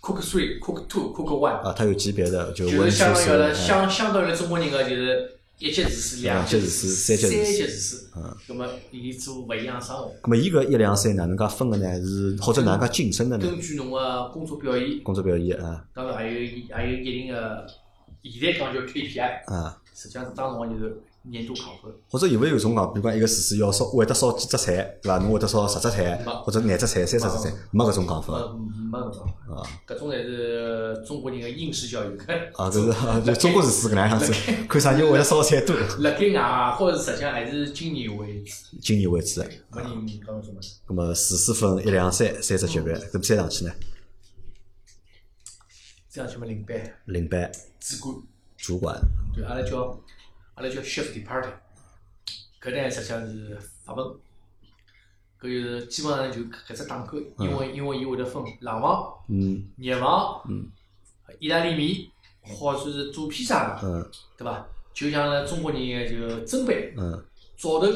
S2: cook three cook two cook one，
S1: 啊，它有级别的，就
S2: 就
S1: 温
S2: 是
S1: 厨
S2: 相当于阿拉
S1: 师，啊
S2: 相相当于中国人个就是一级厨师、两
S1: 级
S2: 级
S1: 厨
S2: 厨
S1: 师三
S2: 师、三
S1: 级厨师
S2: 级厨师
S1: 嗯，
S2: 那么伊做勿一样生活，
S1: 那么伊搿一两三哪能介分个呢？是或者哪能介竞争的呢？
S2: 根据侬个工作表现，
S1: 工作表现啊
S2: 当然还有还有一定个现在讲叫 KPI。
S1: 啊，
S2: 实际上当辰光就是年度考核，
S1: 或者有没有种讲，比如讲一个厨师要烧会得烧几只菜，对伐？侬会得烧十只菜，
S2: 没
S1: 或者廿只菜、三十只菜，没搿种讲法
S2: 呃，没搿种，
S1: 啊
S2: 搿种才是中国人的应试教育。
S1: 啊，搿是就中国厨师搿能样子，看啥人会得烧菜多，
S2: 辣盖外或者实际上还是今年为止，
S1: 今年为止。
S2: 没人讲什么。
S1: 那么厨师分一两三三只级别，
S2: 嗯
S1: 搿么再上去呢？
S2: 这样去么领班、
S1: 领班、
S2: 主管，
S1: 主管
S2: 对，阿拉叫阿拉叫 chef department，搿呢实际上是法文，搿就是基本上就搿只档口，因为因为伊会得分冷房、
S1: 嗯
S2: 热房、意大利面，或者是做披萨的，
S1: 嗯
S2: 对伐？就像中国人的就蒸班。
S1: 嗯
S2: 早头，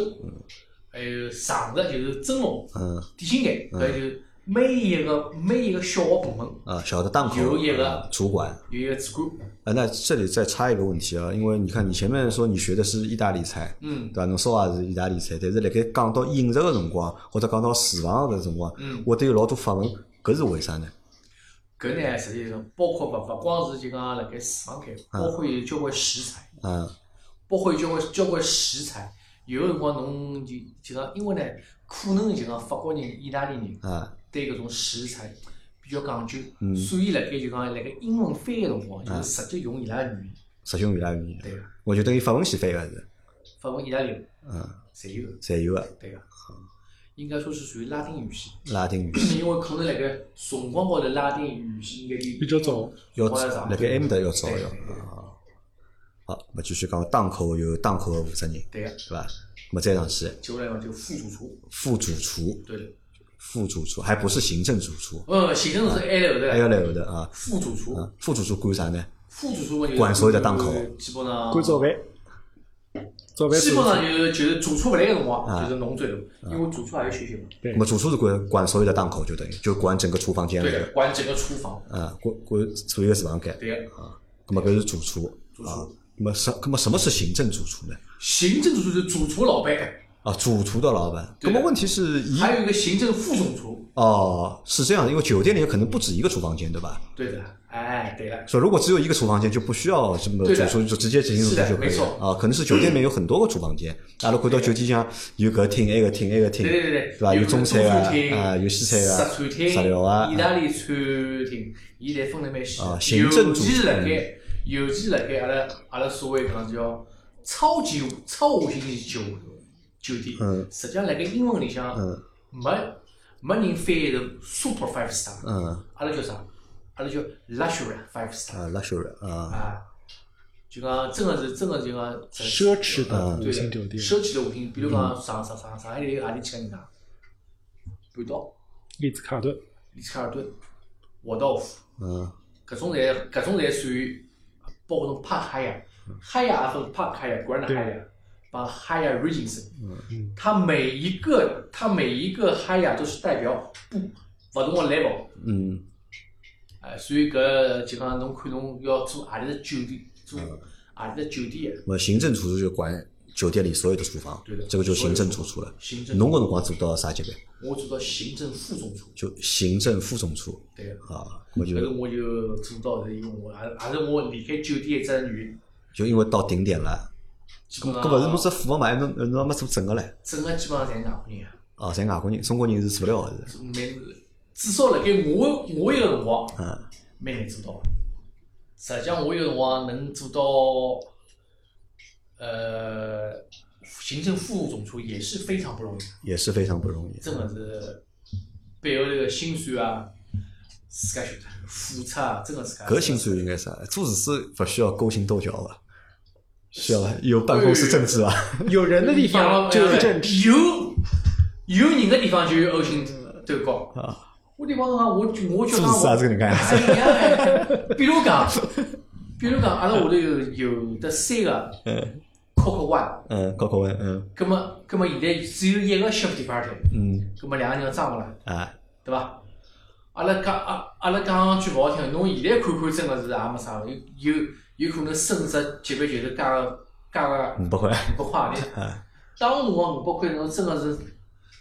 S2: 还有常食就是蒸笼、
S1: 嗯
S2: 点心间，搿就每一个每一个小个部门
S1: 啊，小的档口
S2: 有一个
S1: 主管。
S2: 有一个主管，
S1: 啊，那这里再插一个问题啊，因为你看你前面说你学的是意大利菜，
S2: 嗯
S1: 对，伐？侬烧也是意大利菜，但是辣盖讲到饮食个辰光，或者讲到厨房个辰光，
S2: 嗯
S1: 会得有老多法文，搿是为啥呢？
S2: 搿呢实际上包括勿勿光是就讲辣盖厨房间，包括有交关食材，
S1: 嗯
S2: 包括有交关交关食材，有辰光侬就就讲，因为呢，可能就讲法国人、意大利人
S1: 啊
S2: 对搿种食材。比较讲究，
S1: 嗯
S2: 所以辣盖就讲辣盖英文翻译个辰光，就是直接用伊拉个语言，
S1: 实行意大利
S2: 对啊个，
S1: 我就等于法文先翻译个是，
S2: 法文、意大利
S1: 嗯，
S2: 侪有个，
S1: 侪有啊个
S2: 对个，应该说是属于拉丁语系。
S1: 拉丁语，
S2: 因为可能辣盖辰光高头拉丁语系应该就
S3: 比较早
S1: 要
S2: 往上
S1: 辣盖埃面搭要招
S2: 对
S1: 要。啊好，那继续讲档口有档口个负责人，对
S2: 对个，
S1: 伐？那么再上去
S2: 接下来嘛就副主厨，
S1: 副主厨，
S2: 对的，
S1: 副主厨还不是行政主厨，
S2: 呃，行政是挨了后头
S1: 还要
S2: 的，
S1: 来后头啊。
S2: 副主厨，
S1: 啊，副主厨管啥呢？
S2: 副主厨嘛就是
S1: 管所有的档口
S2: 基本上
S3: 管早饭，早饭
S2: 基本
S3: 做
S2: 上就是就是主厨勿来个辰
S1: 啊
S2: 光，就是侬最后，因为主厨还要休息嘛，
S3: 对
S1: 那么主厨是管管所有的档口，就等于就管整个厨房间
S2: 对
S1: 里
S2: 的，
S1: 的，
S2: 管整个厨房，
S1: 啊，管管所有的厨房间。
S2: 对啊个，
S1: 那么搿是主厨啊。那么什那么什么是行政主厨呢？
S2: 行政主厨是主厨老板，
S1: 啊，主厨的老板。那
S2: 对
S1: 么问题是一
S2: 还有一个行政副总厨，
S1: 哦，是这样的，因为酒店里可能不止一个厨房间，对吧？
S2: 对的，哎，对的，
S1: 所以如果只有一个厨房间，就不需要什么
S2: 对
S1: 主
S2: 的
S1: 厨，就直接执行主厨
S2: 是的
S1: 就可以
S2: 没
S1: 了
S2: 错
S1: 啊。可能是酒店里面有很多个厨房间，阿拉看到酒店像有搿厅、埃个厅、埃个厅，
S2: 对对对对，
S1: 对吧？有中餐
S2: 餐
S1: 啊，
S2: 厅
S1: 啊，有西餐啊，
S2: 食
S1: 食
S2: 餐
S1: 料啊，
S2: 厅、意大利餐厅，伊侪分得蛮细
S1: 啊
S2: 的。
S1: 行政
S2: 尤其是辣
S1: 主
S2: 盖，尤其是辣盖阿拉阿拉所谓讲叫超级超五星级酒酒店
S1: 嗯，
S2: 实际上辣盖英文里向
S1: 嗯
S2: 没没人翻译成 super five star，
S1: 嗯
S2: 阿拉叫啥？阿拉叫 luxury five star
S1: 啊，luxury 啊，
S2: 啊，就讲真个是真个就讲
S3: 奢侈的
S2: 对
S3: 五
S2: 的
S3: 星酒店，嗯
S2: 奢侈的五星，比如讲上上上上海有阿里几个人啊，半岛。
S3: 丽兹卡顿，
S2: 里斯卡尔顿、沃道夫，
S1: 嗯
S2: 搿种侪搿种侪属于包括种帕哈亚，哈亚也分帕哈亚、格兰哈亚，把哈亚 Regency，
S3: 嗯
S2: 它每一个它每一个哈亚都是代表不勿同的 level，
S1: 嗯
S2: 哎，所以搿就
S1: 嗯
S2: 讲侬看侬要做何里只酒店，做何里只酒店，
S1: 那么行政处就管酒店里所有的厨房
S2: 对的，
S1: 这个就行政主厨了。
S2: 行政
S1: 侬搿辰光做到啥级别？
S2: 我做到行政副总厨，
S1: 就行政副总厨
S2: 对个。
S1: 啊，那么
S2: 但是
S1: 就
S2: 我就做不到的，因为我还还是我离开酒店一只女，
S1: 就因为到顶点了，
S2: 基
S1: 搿
S2: 本
S1: 搿勿
S2: 上
S1: 是侬只副嘛，还侬侬还没做正个唻。
S2: 整个基本上侪是外国人啊，
S1: 啊，侪外国人，中国人是做勿了个是。
S2: 蛮至少辣盖我我一个辰光
S1: 嗯，
S2: 蛮难做到的。实际上我一个辰光能做到，呃，行政副总厨也是非常不容易的。
S1: 也是非常不容易。
S2: 真个是背后头个心酸啊，自家晓得，付出啊，真个自家。
S1: 搿薪水应该啥？做厨师勿需要勾心斗角伐？需要伐？有办公室政治伐？
S3: 有人的地方就是政治。
S2: 治。呃有有人个地方就有勾心斗角。
S1: 啊，
S2: 我地方讲，我就我就
S1: 做
S2: 讲
S1: 厨师也是
S2: 我。
S1: 搿能介呀。
S2: 哎比如讲，比如讲，阿拉下头有有得三个
S1: 嗯
S2: cook one，
S1: 嗯，高考文，嗯
S2: 葛么葛么现在只有一个 chef department，
S1: 嗯
S2: 葛么两个人要争勿啦？
S1: 啊，
S2: 对伐？阿拉讲阿阿拉讲句勿好听，侬现在看看真个是也没啥，有有有可能升职级别就是加个加个
S1: 五百块
S2: 五百块钿。
S1: 啊，
S2: 当辰光五百块，侬真个是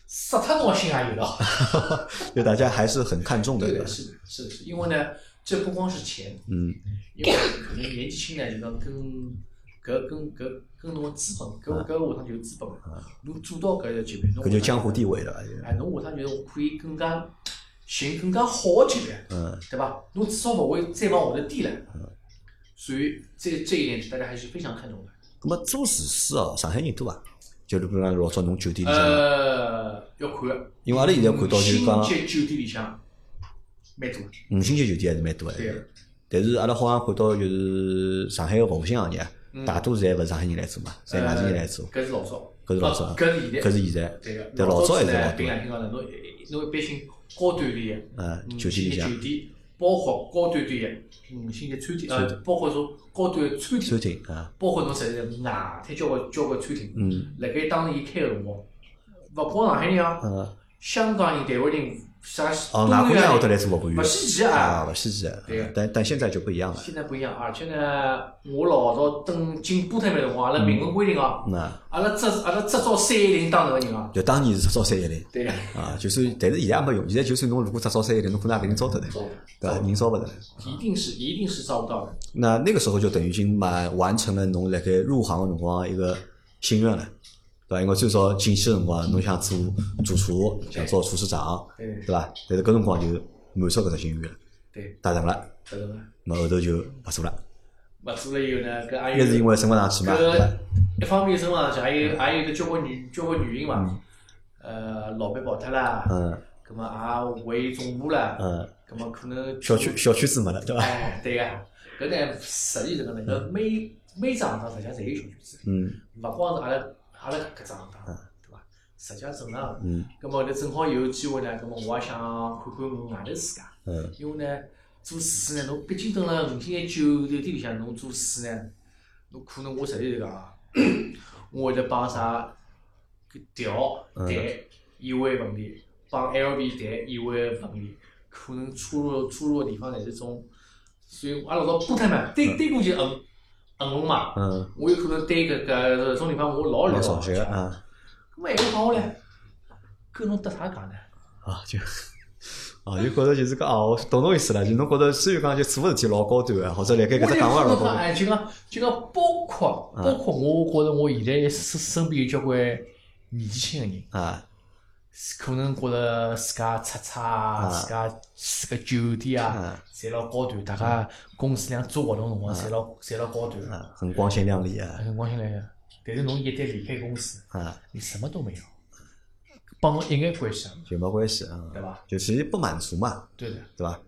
S2: 杀脱侬个心也有了。
S1: 就大家还是很看重的。
S2: 的，是的，是的，是的因为呢，这不光是钱，
S1: 嗯，
S2: 因为可能年纪轻呢，就讲跟搿跟搿跟侬个资本，搿搿下趟就是资本了。侬做到搿个级别，侬
S1: 嗯搿就
S2: 下趟
S1: 江湖地位了。就
S2: 哎，侬下趟就是可以更加寻更加好个级别。
S1: 嗯，
S2: 对吧？侬至少不会再往下头低了。所以这这一点大家还是非常看重的。
S1: 那么做厨师哦，上海人多伐？就是比如讲老早侬酒店里向，
S2: 呃，要看的。
S1: 因为阿拉现在看到就是讲
S2: 五星级酒店里向蛮多的。
S1: 五星级酒店还是蛮多
S2: 对
S1: 的。但是阿拉好像看到就是上海个服务性行业，啊
S2: 嗯
S1: 大多数侪勿是上海人来做嘛，侪外地人来做。
S2: 搿是老早。
S1: 搿是老早
S2: 啊呃搿是现在。
S1: 搿是现在，
S2: 对个。
S1: 但老早还
S2: 是
S1: 是老
S2: 呢，
S1: 多
S2: 并。两听讲的，侬侬一般性高端点的
S1: 嗯
S2: 五
S1: 酒店
S2: 星
S1: 里
S2: 级
S1: 向
S2: 酒店，包括高端点的五星级餐厅，呃，包括说高端的餐厅
S1: 餐，厅啊，
S2: 包括侬实际上外滩交关交关餐厅，
S1: 嗯
S2: 辣盖当时伊开个辰光，勿光上海人啊。
S1: 呃，
S2: 香港人、台湾人啥
S1: 哦，
S2: 东
S1: 外国人也
S2: 南亚
S1: 会得来做服务员
S2: 不，稀奇
S1: 啊，
S2: 啊。
S1: 勿稀奇啊
S2: 对啊。
S1: 但但现在就不一样了，
S2: 现在不一样，而且呢，我老早登进波特曼的辰
S1: 嗯
S2: 光，阿拉明文规定哦，
S1: 那
S2: 阿拉只阿拉只招三一零当头个人哦。
S1: 就当年是招三一零
S2: 对个，
S1: 啊，就是但是现在也没用，现在就算侬如果只招三一零，侬可能也勿一定招得来，
S2: 招
S1: 对吧？人招勿得来。
S2: 一定是一定是招不到的。
S1: 那那个时候就等于已经满完成了侬辣盖入行个辰光一个心愿了，对吧？因为最早进去个辰光，侬想做主厨，想做厨师长，
S2: 对
S1: 对吧？但是搿辰光就满足搿只心愿了，
S2: 对，
S1: 达成了，
S2: 搿个呢，
S1: 那后头就勿做了，
S2: 勿做了以后呢，搿还
S1: 一
S2: 有
S1: 是因为嗯升勿上去嘛，对吧
S2: 搿？一方面身上去，还有还有一个交关原交关原因嘛。呃，老板跑脱啦，
S1: 嗯
S2: 葛么也回总部啦，
S1: 嗯。
S2: 葛么可能
S1: 小区小区子没了，对吧？
S2: 哎，对个、搿呢实际是搿能，搿每每只行当实际上侪有小圈子，
S1: 嗯
S2: 勿光是阿拉阿拉搿只行当，对伐？实际上正常。
S1: 嗯
S2: 葛末呢，正好有机会呢，葛末我也想看看我外头世界，
S1: 嗯，
S2: 因为呢，做厨师呢，侬毕竟蹲辣五星级酒酒店里向，侬做厨师呢，侬可能我实际是讲啊，我会得帮啥搿调
S1: 嗯
S2: 谈意味问题，帮 LV 谈意味问题，可能出入出入的地方侪是种，所以阿拉老早波特曼对对过去嗯嗯红嘛，
S1: 嗯，
S2: 我有可能对搿搿种地方我老
S1: 老
S2: 了
S1: 早
S2: 解
S1: 些，啊
S2: 咁还有讲我唻，搿侬搭啥讲呢？
S1: 啊就。啊，就觉着就是讲哦，我懂侬意思了。就侬觉着虽然讲就做个事体老高端啊，或者辣盖搿只岗位老啊
S2: 我
S1: 高端，
S2: 哎，就讲就讲，包括包括，我觉着我现在身身边有交关年纪轻个人，
S1: 啊
S2: 可能觉着自家出差啊，自家住个酒店啊
S1: 啊，
S2: 侪老高端，大家公司里向做活动辰光侪老侪老高端，
S1: 啊，很光鲜亮丽啊
S2: 辰光性来个。但是侬一旦离开公司，
S1: 啊，
S2: 你什么都没有，帮我一眼关系
S1: 就
S2: 也没有，
S1: 没关系啊，
S2: 对伐？
S1: 就其实不满足嘛，
S2: 对的，
S1: 对伐？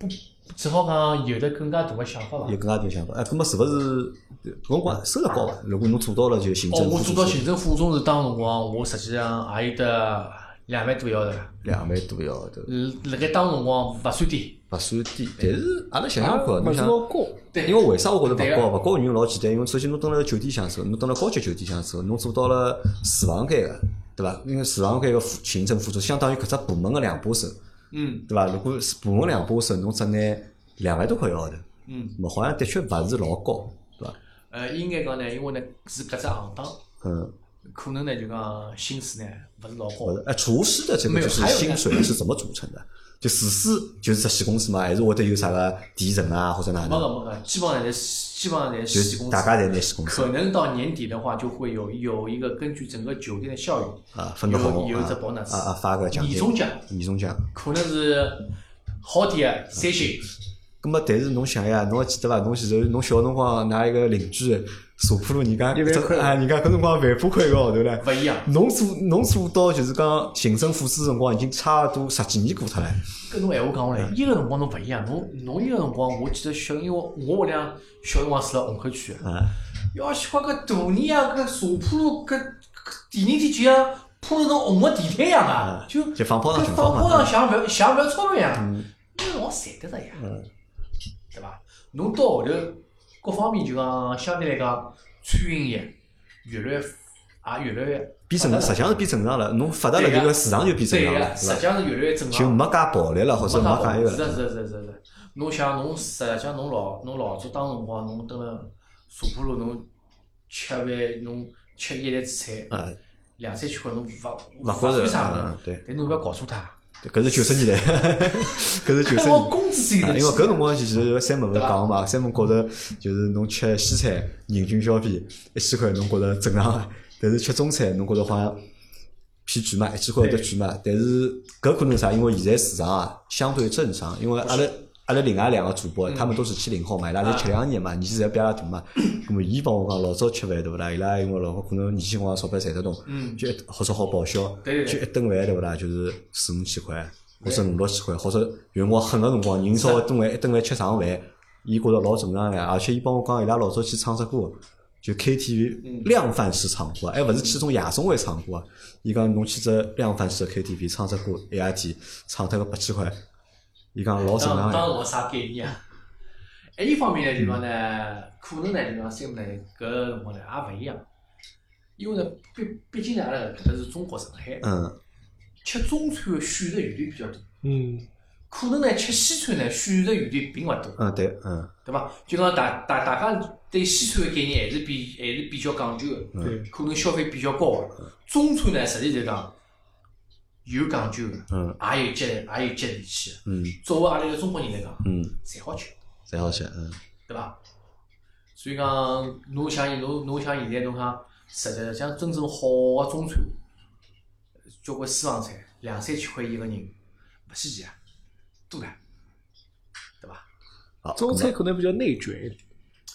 S2: 只好讲有的更加大个想法伐
S1: 有。更加多想法。哎，搿么是勿是搿辰光收入高伐？如果侬做到了就行
S2: 哦
S1: 政，
S2: 我
S1: 副
S2: 做
S1: 主
S2: 到
S1: 席
S2: 行政副总是当辰光，我实际上也有得两万多一个号头。
S1: 两万多要头，
S2: 嗯，辣盖当辰光勿算低，
S1: 勿算低。但是阿拉想
S2: 啊
S1: 想看，侬
S3: 没做
S1: 想
S3: 到过，
S2: 对
S1: 因为为啥我觉着
S2: 对啊
S1: 勿高？
S2: 个
S1: 勿高原因老简单，因为首先侬蹲辣酒店享受，侬蹲辣高级酒店享受，侬做到了厨房间个，对伐？因为厨房间个副行政副总相当于搿只部门个两把手，
S2: 嗯
S1: 对伐？如果是部门两把手，侬只拿两万多块一个号头，
S2: 嗯，
S1: 咹好像的确勿是老高，对伐？
S2: 呃，应该讲呢，因为呢是搿只行当，
S1: 嗯
S2: 可能呢就讲薪水呢勿是老
S1: 不
S2: 高
S1: 是，，哎，厨师的这个就是
S2: 没有还有
S1: 薪水是怎么组成的？就厨师就是这细公司嘛，还是会得有啥个提成啊，或者哪
S2: 没
S1: 能？
S2: 个没个，基本上侪是基本上侪
S1: 就是是
S2: 公
S1: 大
S2: 司。
S1: 家侪拿细公司
S2: 可能到年底的话，就会有有一个根据整个酒店的效益，
S1: 啊，分个红
S2: 有有只
S1: 啊
S2: bonus
S1: 啊啊，发个奖金
S2: 年，终奖
S1: 年终奖。
S2: 可能是好点三星，
S1: 咁么，但是侬想呀，侬还记得伐？侬前头侬小辰光，㑚一个邻居坐铺路，人家
S3: 一万块
S1: 啊，人家搿辰光万把块一个号头唻。
S2: 勿一样。
S1: 侬做侬做到就是讲行政副司辰光，已经差勿多十几年过脱了。
S2: 跟侬闲话讲
S1: 嗯
S2: 下来，伊个辰光侬勿一样，侬侬伊个辰光，我记得小，因为我屋里向小辰光住辣虹口区的，
S1: 啊，
S2: 要西瓜搿大泥啊，搿茶铺路搿搿第二天就像铺了成红个地毯一样啊，就
S1: 就放炮仗
S2: 跟
S1: 群
S2: 放
S1: 放
S2: 炮
S1: 嘛啊
S2: 仗。像不要像不要钞票
S1: 嗯
S2: 一样，那辰光赚得着呀，对伐？侬到后头各方面就讲相对来讲，餐饮业越来也越来越
S1: 变正常，实际上是变正常了。侬发达了，
S2: 对
S1: 这
S2: 呀
S1: 个市场就变正
S2: 对
S1: 常
S2: 个，
S1: 了，
S2: 实
S1: 是
S2: 际
S1: 伐？
S2: 上是越来越正
S1: 就
S2: 常。
S1: 没介暴力了，或者没介一个
S2: 是的
S1: 了。
S2: 是的是的是的。侬想侬实际上侬老侬老早当辰光侬蹲辣茶铺路侬吃饭侬吃一篮子菜
S1: 啊，
S2: 两三千块侬勿
S1: 勿觉着
S2: 算
S1: 嗯
S2: 啥个，
S1: 对，
S2: 但侬勿要搞错它。
S1: 搿是九十年代，搿是九十
S2: 开
S1: 年
S2: 我
S1: 代。
S2: 工资是有
S1: 啊
S2: 点
S1: 因为搿辰光其实三门勿是讲嘛，三门觉着就是侬吃西餐人均消费一千块，侬觉着正常啊，但是吃中餐侬觉着好像偏贵嘛，一千块有点贵嘛。但是搿可能啥？因为现在市场啊相对正常，因为阿拉阿拉另外两个主播，他们都是七零后嘛，伊拉侪七两年嘛，年纪侪比阿拉大嘛。咾么伊帮我讲，老早吃饭对勿啦？伊拉因为老早可能年轻辰光钞票赚得动，就一或者好报销，
S2: 对对
S1: 就一顿饭对勿啦？就是四五千块。或者五六千块，或者有辰光狠个辰光，人稍微顿饭一顿饭吃上饭，伊觉着老正常个，而且伊帮我讲，伊拉老早去唱只歌，就
S2: 嗯
S1: KTV 量贩式唱歌，还哎勿是去种夜总会唱歌啊。伊讲侬去只量贩式的 KTV 唱只歌，一夜天唱脱个八千块，伊讲老正
S2: 当
S1: 常哎
S2: 当
S1: 个。
S2: 时我啥概念啊？哎一方面呢，就讲呢，可能呢，就讲三呢，搿辰光呢也勿一样，因为呢，毕毕竟呢，阿拉搿搭是中国上海，
S1: 嗯，
S2: 吃中餐的选择余地比较多，
S3: 嗯，
S2: 可能呢，吃西餐呢选择余地并勿多，
S1: 嗯对，嗯
S2: 对伐？就讲大大大家对西餐的概念还是比还是比较讲究的，
S3: 对，
S2: 可能消费比较高的。中餐呢，实际就讲有讲究的，
S1: 嗯
S2: 也有接也有接地气的。
S1: 嗯
S2: 作为阿拉一个中国人来讲，
S1: 嗯，
S2: 侪好吃。
S1: 侪好吃，嗯
S2: 对伐？所以讲，侬想侬侬想现在侬讲，实际上真正好个中餐，交关私房菜，两三千块一个人，勿稀奇啊，多唻，对伐？
S1: 好。
S3: 中
S1: 咁
S3: 餐
S1: 啊
S3: 可能比较内卷一点，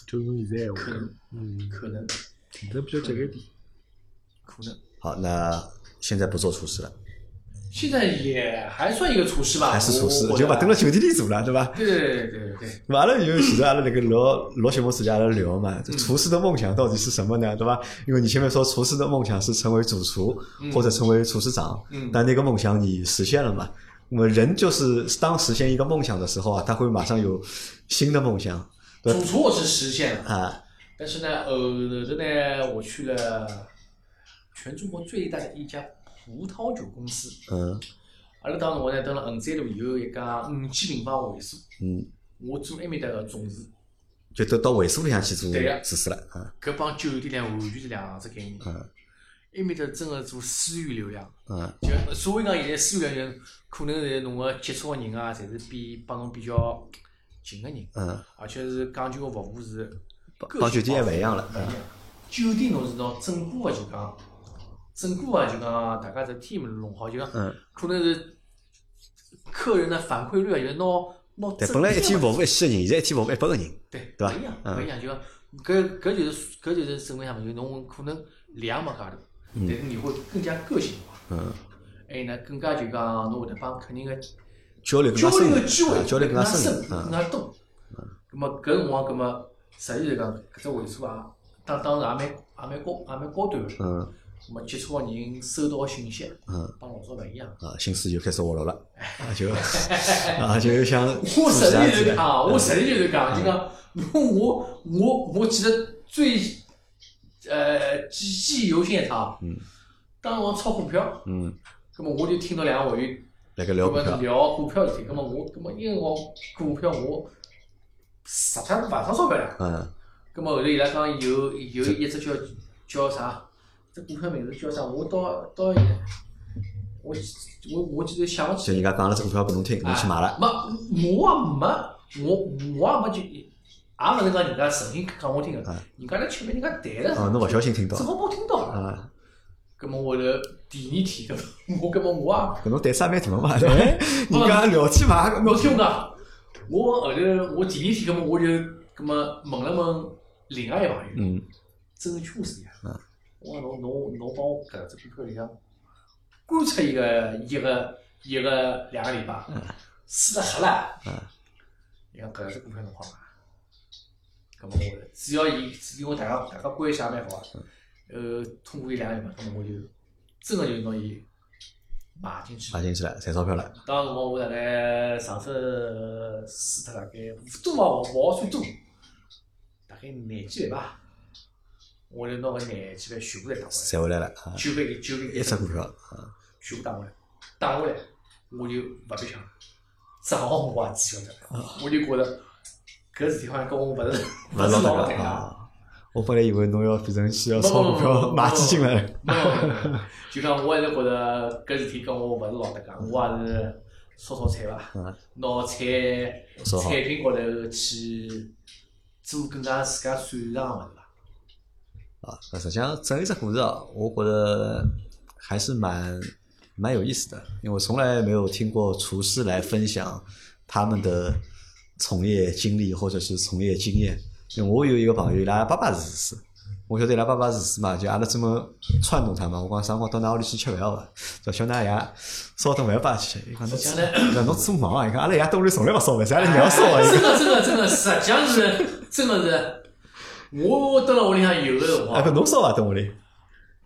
S3: 就用现在闲话
S2: 可
S3: 讲，
S2: 能
S3: 嗯，
S2: 可能
S3: 可能比较这个一点。
S2: 可能，
S1: 好，那现在不做厨师了，
S2: 现在也还算一个厨师吧，
S1: 还是厨师
S2: 我，
S1: 就勿蹲辣。
S2: 我
S1: 酒店里做了，对伐？
S2: 对对对对对，
S1: 阿拉有其实阿拉那个聊聊节目时间，阿拉聊
S2: 嗯
S1: 嘛，这厨师的梦想到底是什么呢？对吧？因为你前面说厨师的梦想是成为主厨或者成为厨师长，
S2: 嗯
S1: 但那个梦想你实现了嘛？那么人就是当实现一个梦想的时候啊，他会马上有新的梦想，对吧
S2: 主厨我是实现了，
S1: 啊，
S2: 但是呢，后后头呢，我去了全中国最大的一家葡萄酒公司。
S1: 嗯
S2: 阿拉当时我呢，蹲辣衡山路有一家五千平方会所，
S1: 嗯，
S2: 我做埃面搭个总厨，
S1: 就都到尾数里向去做
S2: 对呀
S1: 厨师了啊，
S2: 搿帮酒店呢完全是两只概念。
S1: 嗯
S2: 埃面搭真个做私域流量，
S1: 嗯
S2: 就所谓讲现在私域流量，可能是侬个接触个人啊，侪是比帮侬比较近个人，
S1: 嗯，
S2: 而且是讲究个服务是
S1: 帮帮酒店也勿一样了，啊
S2: 勿一样。酒店侬是拿整个个就讲，整个个就讲大家只 team 弄好，就讲
S1: 嗯，
S2: 可能是客人的反馈率啊，就是拿拿
S1: 对，
S2: 整
S1: 本来一
S2: 天
S1: 天服务一千个人，现在一天服务一百个人，
S2: 对，
S1: 对吧
S2: 勿一样，
S1: 嗯
S2: 勿一样，就讲搿搿就是搿就是证明啥物事，就侬可能量没介大，但是你会更加个性化，
S1: 嗯，
S2: 还有呢，更加就讲侬会得帮客人个
S1: 交流更
S2: 交
S1: 加深
S2: 流
S1: 入
S2: 个机会
S1: 啊交流
S2: 更
S1: 更
S2: 加
S1: 加
S2: 深
S1: 深入，，
S2: 更
S1: 嗯
S2: 加多。葛末搿辰光，葛末实际来讲，搿只会所啊，当当然也蛮也蛮高也蛮高端个，葛
S1: 嗯
S2: 末接触个人收到个信息，
S1: 嗯。
S2: 帮老早勿一样。
S1: 啊，心思就开始活络了，
S2: 哎
S1: 啊就 啊就想
S2: 我
S1: 做
S2: 实
S1: 啥
S2: 际
S1: 子
S2: 就是
S1: 了，
S2: 啊讲，我实际就是讲，就讲，
S1: 嗯
S2: 侬我我我记得最呃记记忆犹新一趟，
S1: 嗯，
S2: 当时我炒股票，
S1: 嗯，
S2: 葛末我就听到两个会员
S1: 来个聊股
S2: 葛末
S1: 票，
S2: 聊股票事体，葛末我葛末因为我股票我实际上勿上钞票了，
S1: 嗯，
S2: 葛末后头伊拉讲有有一只叫叫啥，这股票名字叫啥？我到到我我我就是想不起
S1: 就人家讲了只股票拨侬听，侬去买了，
S2: 啊没，我也没，我我也没就，也勿是讲人家诚心讲我听个，人家来吃饭，人家谈了，
S1: 哦，侬勿小心听到
S2: 正，好我听到了。
S1: 啊，
S2: 葛么我了第二天，葛么我葛么我也
S1: 搿侬胆子也蛮大嘛，对
S2: 哎
S1: 伐？人家聊天嘛，
S2: 没听讲，我后头我第二天，葛么我就葛么问了问另外一朋友，
S1: 嗯，
S2: 证券是呀
S1: 嗯，
S2: 我讲侬侬侬帮我搿只股票里向观察一个一个一个两个礼拜，输得黑了
S1: 嗯，
S2: 伊讲搿只股票侬好伐？搿啊么我只要伊因为大家大家关系也蛮好啊，
S1: 嗯
S2: 呃，通过伊两个礼拜，搿么我就真个就拿伊买进去
S1: 买。进去了，赚钞票了，
S2: 当时我大概上手输脱大概多嘛，勿好算多，大概廿几万吧。我就拿搿廿几万全部侪打回来，
S1: 赚回来了，啊，
S2: 九百个九百
S1: 一
S2: 个
S1: 只股票，啊，
S2: 全部打回来，打回来我就勿白相了，账号我也知晓得，我就觉着搿事体好像跟我勿是
S1: 勿是
S2: 是
S1: 老
S2: 老
S1: 搭
S2: 对
S1: 界
S2: 啊。
S1: 啊。我本来以为侬要变成需要
S2: 不不
S1: 炒
S2: 不
S1: 股
S2: 不
S1: 票
S2: 不
S1: 买
S2: 不
S1: 基金了，
S2: 没有，没有没有就讲我还是觉着搿事体跟我勿是老搭界，我也是烧烧菜伐。
S1: 啊，
S2: 拿产
S1: 做好
S2: 产品高头去做更加自家擅长个物事伐？
S1: 啊，那实际上整一只故事啊，我觉得还是蛮蛮有意思的，因为我从来没有听过厨师来分享他们的从业经历或者是从业经验。因为我有一个朋友，伊拉爸爸是厨师，我晓得伊拉爸爸是厨师嘛，就阿拉专门串通他嘛。我讲啥辰光到㑚屋里去吃饭好伐？叫小㑚爷烧顿饭拨阿拉吃。伊讲侬
S2: 实际上呢
S1: 伊讲侬做梦啊！伊讲阿拉爷兜里从来勿烧饭，是阿拉娘烧的。伊
S2: 真
S1: 讲
S2: 个真个真个，实际上是真个是，我蹲辣屋里向有个辰
S1: 啊，搿
S2: 光，
S1: 侬烧伐？兜里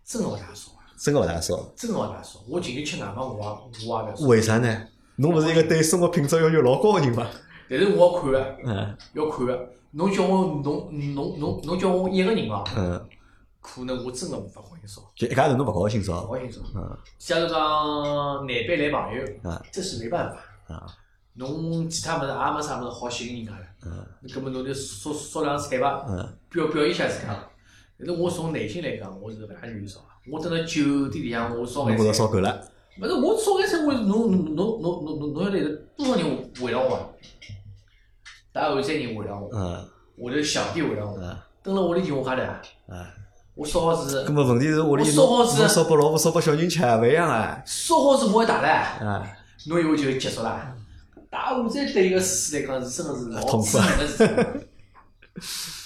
S2: 真个勿大烧啊，
S1: 真个勿大烧。
S2: 真个勿大烧。我情愿吃外卖，我也我也勿要烧。
S1: 为啥呢？侬勿是一个对生活品质要求老高的人伐？
S2: 但是我要看个，
S1: 嗯
S2: 要看个。侬叫我侬侬侬侬叫我一个人哦，
S1: 嗯，
S2: 可能我真个无法欢喜烧，
S1: 就一家头侬勿高兴
S2: 勿
S1: 少，
S2: 欢喜烧。
S1: 嗯
S2: 假如讲南北来朋友，
S1: 啊
S2: 这是没办法。
S1: 啊
S2: 侬其他物事也没啥物事好吸引人家的，那搿么侬就烧烧两菜伐，
S1: 嗯
S2: 表表现一下自家。但是我从内心来讲，我是勿大愿意烧的。我等到九点里向，我烧
S1: 侬
S2: 眼
S1: 觉着
S2: 菜，
S1: 烧够了，
S2: 勿是我烧眼菜，我侬侬侬侬侬侬侬晓得有多少人围绕我啊？大概有三人围绕我，
S1: 嗯
S2: 我头小弟围绕我，
S1: 嗯
S2: 蹲辣屋里就我家头啊，
S1: 啊。
S2: 我烧好是
S1: 葛么问题是屋里侬
S2: 我烧好
S1: 侬
S2: 是
S1: 烧拨老婆烧拨小人吃勿一样啊
S2: 烧好是我还打了，
S1: 啊！
S2: 侬以为就结束啦？打下再对一个厨师来讲，是真的是老
S1: 痛苦啊
S2: 致命的事 情。啊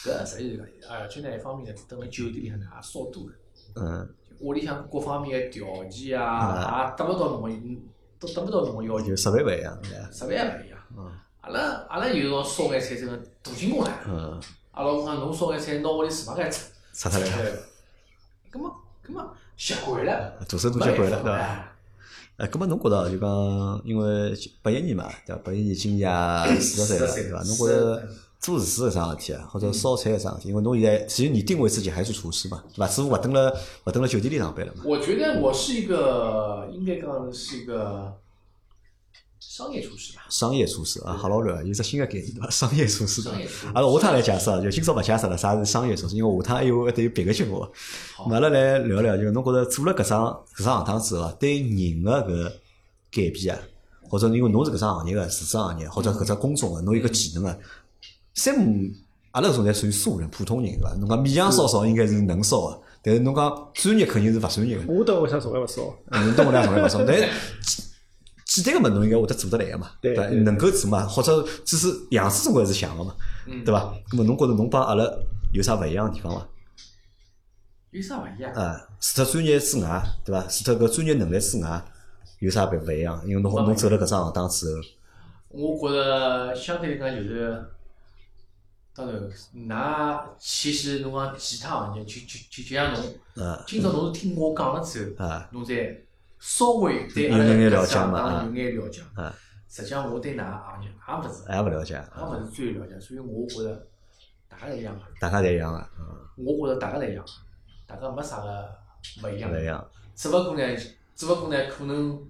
S2: 搿实际是讲，哎而且呢，一方面呢，等辣酒店里向呢也烧多了，
S1: 嗯，
S2: 屋里向各方面的条件
S1: 啊
S2: 啊，也达勿到侬个，都达勿到侬个要求
S1: 就，设备勿一样，对伐
S2: 实在也勿一样
S1: 嗯。
S2: 阿拉阿拉有辰光烧眼菜真个大进攻了，
S1: 嗯，
S2: 阿拉讲啊侬烧眼菜拿屋里厨房间出，
S1: 擦脱了，
S2: 搿么搿么习惯了，
S1: 大手大脚惯了，
S2: 没办
S1: 对
S2: 法
S1: 伐？？哎，葛么侬觉得就讲，因为八一年嘛，对伐？八一年今年也哎四十岁了，
S2: 四十岁
S1: 对伐？
S2: 了
S1: 侬觉得做厨师是桩事体啊，或者烧菜是桩事体？因为侬现在其实你定位自己还是厨师嘛，对伐？只不过勿蹲了勿蹲了酒店里上班了嘛。
S2: 我觉得我是一个，应该讲是一个商业厨师吧。
S1: 商业厨师啊，好老卵，有只新的概念 对伐？商业厨师。
S2: 商业厨师
S1: 阿拉下趟来解释啊，就今朝勿解释了，啥是商业厨师，因为下趟还有还得有别个节目。咾阿拉来聊聊，就是侬觉着做了搿桩搿桩行当之后啊，对人的搿改变啊，或者因为侬是搿桩行业个，厨师行
S2: 嗯
S1: 业或者搿只工种个，啊侬有个技能个，三姆阿拉搿种侪属于素人、普通人对伐？侬讲勉强烧烧应该是能烧个，但是侬讲专业肯定是勿专业个。
S3: 我都为啥从来勿烧？
S1: 侬懂我俩从来勿懂，但是简简单个物事侬应该会得做得来个嘛，
S3: 对
S1: 伐？
S3: 对对
S1: 能够做嘛，或者只是样子总归是像个嘛，
S2: 嗯
S1: 对伐？那么侬觉着侬帮阿拉有啥勿一样个地方伐？
S2: 有啥勿一样？
S1: 啊，除脱专业之外，对伐？除脱搿专业能力之外，有啥勿勿一样？因为侬
S2: 没
S1: 侬走了搿只行当之后，
S2: 我觉着相对来讲就是，当然，㑚其实侬讲其他行业，就就就就像侬，
S1: 啊
S2: 今朝侬是听我讲了之后，
S1: 啊
S2: 侬再稍微对
S1: 有
S2: 阿拉
S1: 眼眼了
S2: 搿
S1: 解
S2: 行
S1: 嘛啊
S2: 当有眼了解。
S1: 啊，
S2: 实际上我对㑚行业也勿是，
S1: 还勿了解，
S2: 也
S1: 啊
S2: 勿是最了解，所以我觉着大家侪一样个。
S1: 大家侪一样个，啊
S2: 我觉着大家侪一样，大家没啥个勿一样。
S1: 勿一样，
S2: 只勿过呢，只勿过呢，可能，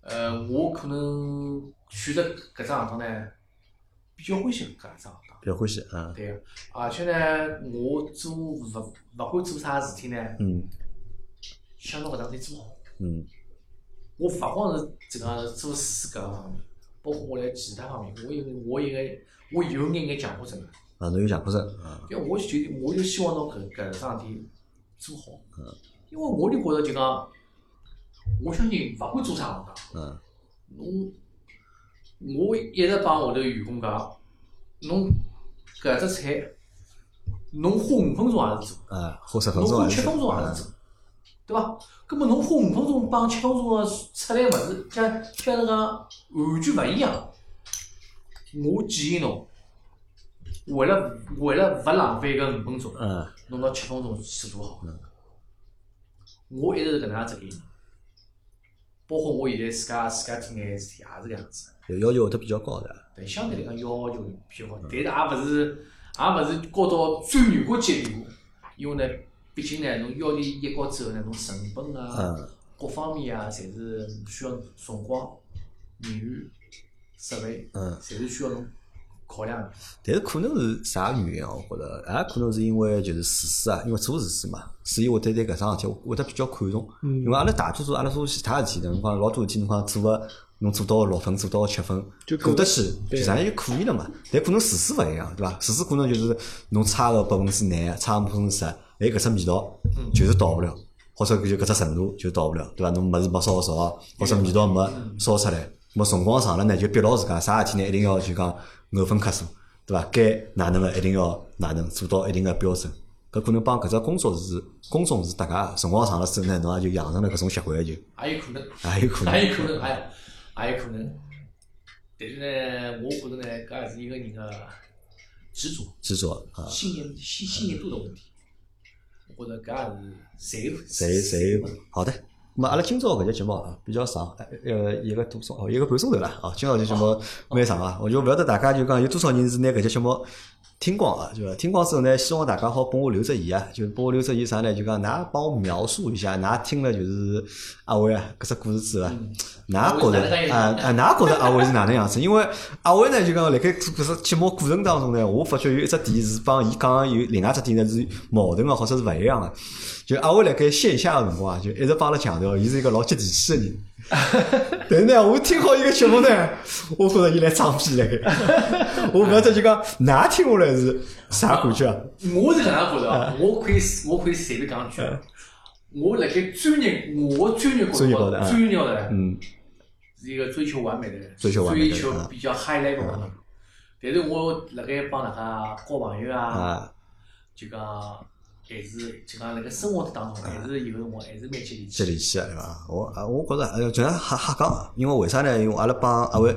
S2: 呃，我可能选择搿只行当呢，比较欢喜搿只行当。
S1: 比较欢喜啊，
S2: 对个，而且呢，我做勿勿管做啥事体呢，
S1: 嗯
S2: 想拿搿桩事体做好。
S1: 嗯
S2: 我勿光是这个做书搿方面，包括我来其他方面，我有我有眼我有眼眼强迫症的，
S1: 啊，侬有强迫症啊，
S2: 因为我就我就希望拿搿搿桩事体做好，因为我就觉着就讲，我相信勿管做啥行当，
S1: 嗯
S2: 侬我一直帮我头员工讲，侬搿只菜，侬花五分钟也是做。
S1: 啊，花十分
S2: 侬
S1: 钟
S2: 花
S1: 还
S2: 七
S1: 是
S2: 分钟也能
S1: 啊
S2: 做，对伐？葛末侬花五分钟帮七分钟个出来物事，讲相对讲完全勿一样。我建议侬，为了为了勿浪费搿五分钟，
S1: 嗯
S2: 侬拿七分钟去做好。我一直是搿能样子建议侬，包括我现在自家自家做眼事体也是搿样子。
S1: 有要求会得比较高的，
S2: 对，相对来讲要求偏高，
S1: 嗯
S2: 但是也勿是也勿是高到最远国级别，因为呢，毕竟呢，侬要求一高之后呢，侬成本啊、
S1: 嗯
S2: 各方面啊，侪是需要辰光、人员、设备，
S1: 嗯。
S2: 侪是需要侬考量的。
S1: 但是可能是啥原因啊？我觉着，也可能是因为就是厨师啊，因为做厨师嘛，所以会得对搿桩事体会得比较看重。
S3: 嗯
S1: 因为阿拉大多数阿拉做其他事体，侬讲老多事体，侬讲做个侬做到六分，做到七分，
S3: 就
S1: 过
S3: 够
S1: 得去，就
S3: 对
S1: 啥也就可以了嘛。但可能厨师勿一样，对伐？厨师可能就是侬差个百分之廿，差个百分之十，哎，搿只味道就是到勿了，或者就搿只程度就到勿了，对伐？侬物事没烧熟，或者味道没烧出来，咾辰光长了呢，就逼牢自家啥事体呢，一定要就讲咬分克数，对伐？该哪能个一定要哪能做到一定个标准。搿可能帮搿只工作是工种是搭界，辰光长了之后呢，侬也就养成了搿种习惯，就
S2: 也有可能，
S1: 也有可能。
S2: 也有可能，哎也也有可能。但是呢，我觉着呢，搿也是一个人个执着。
S1: 制作啊，
S2: 信念、信信念度的问题。我觉着搿也
S1: 侪
S2: 是谁
S1: 侪有。好的，那么阿拉今朝搿节节目啊比较长，呃一个多钟哦，一个半钟头了啊。今朝这节目蛮长啊，我就勿晓得大家就讲有多少人是拿搿节节目听光啊，对伐？听光之后呢，希望大家好帮我留只言啊，就是帮我留只言啥呢？就讲㑚帮我描述一下，㑚听了就是阿伟啊搿只故事之后啊，㑚觉
S2: 阿伟
S1: 着
S2: 是哪能介样
S1: 啊啊㑚觉着阿伟是哪能样子？因为阿伟呢就讲辣盖做搿只节目过程当中呢，我发觉有一只点是帮伊讲有另外一只点呢是矛盾个，啊或者是勿一样个。就阿伟辣盖线下个辰光啊，就一直帮阿拉强调，伊是一个老接地气个人。但是呢，我听好伊个节目呢，我觉着伊来装逼辣盖。 我勿晓得就讲，㑚听下来是啥感觉啊？
S2: 我是搿能觉着啊，我可以我可以随便讲一句，我辣盖专业我专业
S1: 啊专业高
S2: 高
S1: 头
S2: 头
S1: 啊
S2: 专业高头呢
S1: 嗯
S2: 是一个追求完美的人，
S1: 追求完美的人啊
S2: 追求比较 high level 的人。但是我辣盖帮大家交朋友啊，
S1: 啊，
S2: 就讲还是就讲辣盖生活当中还是有辰光还是蛮接地
S1: 啊接
S2: 气。
S1: 地气啊，对伐？我啊，我觉着呃，就像瞎瞎讲啊，因为为啥呢？因为阿拉帮阿伟，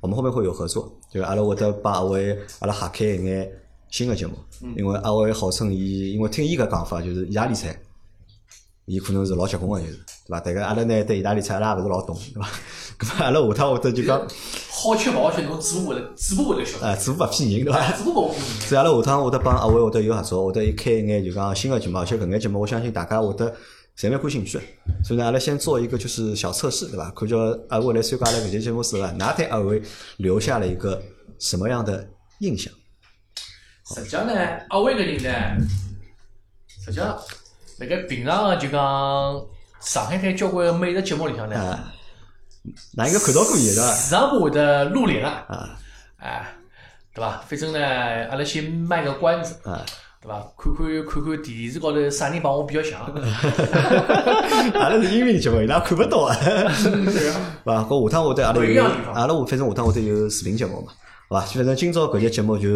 S1: 我们后面会有合作，就是阿拉会得帮阿伟阿拉瞎开一眼新的节目，因为阿伟号称伊，因为听伊搿讲法，就是意大利菜。伊可能是老结棍个，就是对伐？但个阿拉呢对意大利菜阿拉也勿是老懂， 对伐？搿么阿拉下趟会得就讲，
S2: 好吃勿好吃，侬嘴巴会得嘴巴会得晓得，
S1: 呃，嘴巴勿骗人，对伐？
S2: 嘴巴勿会骗人。
S1: 所以阿拉下趟会得帮阿伟会得有合作，会得开一眼就讲新的节目，而且搿眼节目我相信大家会得侪蛮感兴趣的。所以呢，阿拉先做一个就是小测试，对伐？看叫阿伟来参加阿拉搿期节目之后啊，㑚对阿伟留下了一个什么样的印象？
S2: 实际上呢，阿伟搿人呢，实际上辣盖平常个就讲上海滩交关美食节目里向呢，
S1: 啊，㑚应该看到过伊对伐？
S2: 时常会得露脸啊，
S1: 啊
S2: 哎，对伐？反正呢，阿拉先卖个关子，
S1: 啊，
S2: 对伐？看看看看电视高头啥人帮我比较 像，
S1: 阿拉是音频节目，伊拉看勿到啊。
S2: 对 啊，
S1: 伐？搿下趟会得阿拉
S2: 不一
S1: 有，
S2: 样地方
S1: 阿拉我反正下趟会得有视频节目嘛，好伐？反正今朝搿节节目就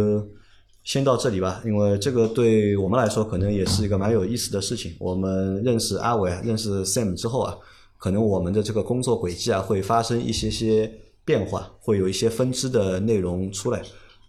S1: 先到这里吧，因为这个对我们来说可能也是一个蛮有意思的事情。我们认识阿伟、认识 Sam 之后啊，可能我们的这个工作轨迹啊会发生一些些变化，会有一些分支的内容出来。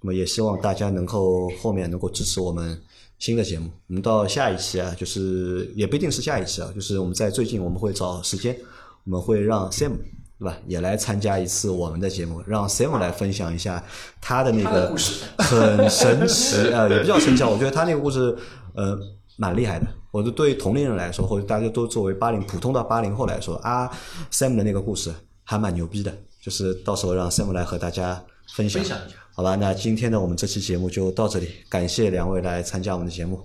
S1: 那么也希望大家能够后面能够支持我们新的节目。我们到下一期啊，就是也不一定是下一期啊，就是我们在最近我们会找时间，我们会让 Sam 对吧也来参加一次我们的节目，让 Sam 来分享一下他的那
S2: 他的
S1: 个
S2: 故事
S1: 很神奇 啊，呃也不叫神奇啊，我觉得他那个故事呃蛮厉害的。我就对同龄人来说，或者大家都作为八零普通的八零后来说，啊 Sam 的那个故事还蛮牛逼的，就是到时候让 Sam 来和大家分享
S2: 分享一下。
S1: 好吧，那今天呢，我们这期节目就到这里，感谢两位来参加我们的节目，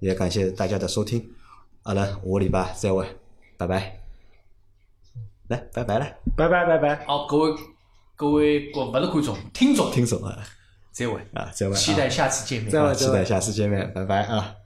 S1: 也感谢大家的收听。好了，我礼拜再会。拜拜，来拜拜了，
S3: 拜拜拜拜。
S2: 哦好，各位各位观不是观众，听众，
S1: 听众啊
S2: 再会，
S1: 啊，再会啊，
S2: 期待下次见面。
S1: 啊，期待下次见面，拜拜啊。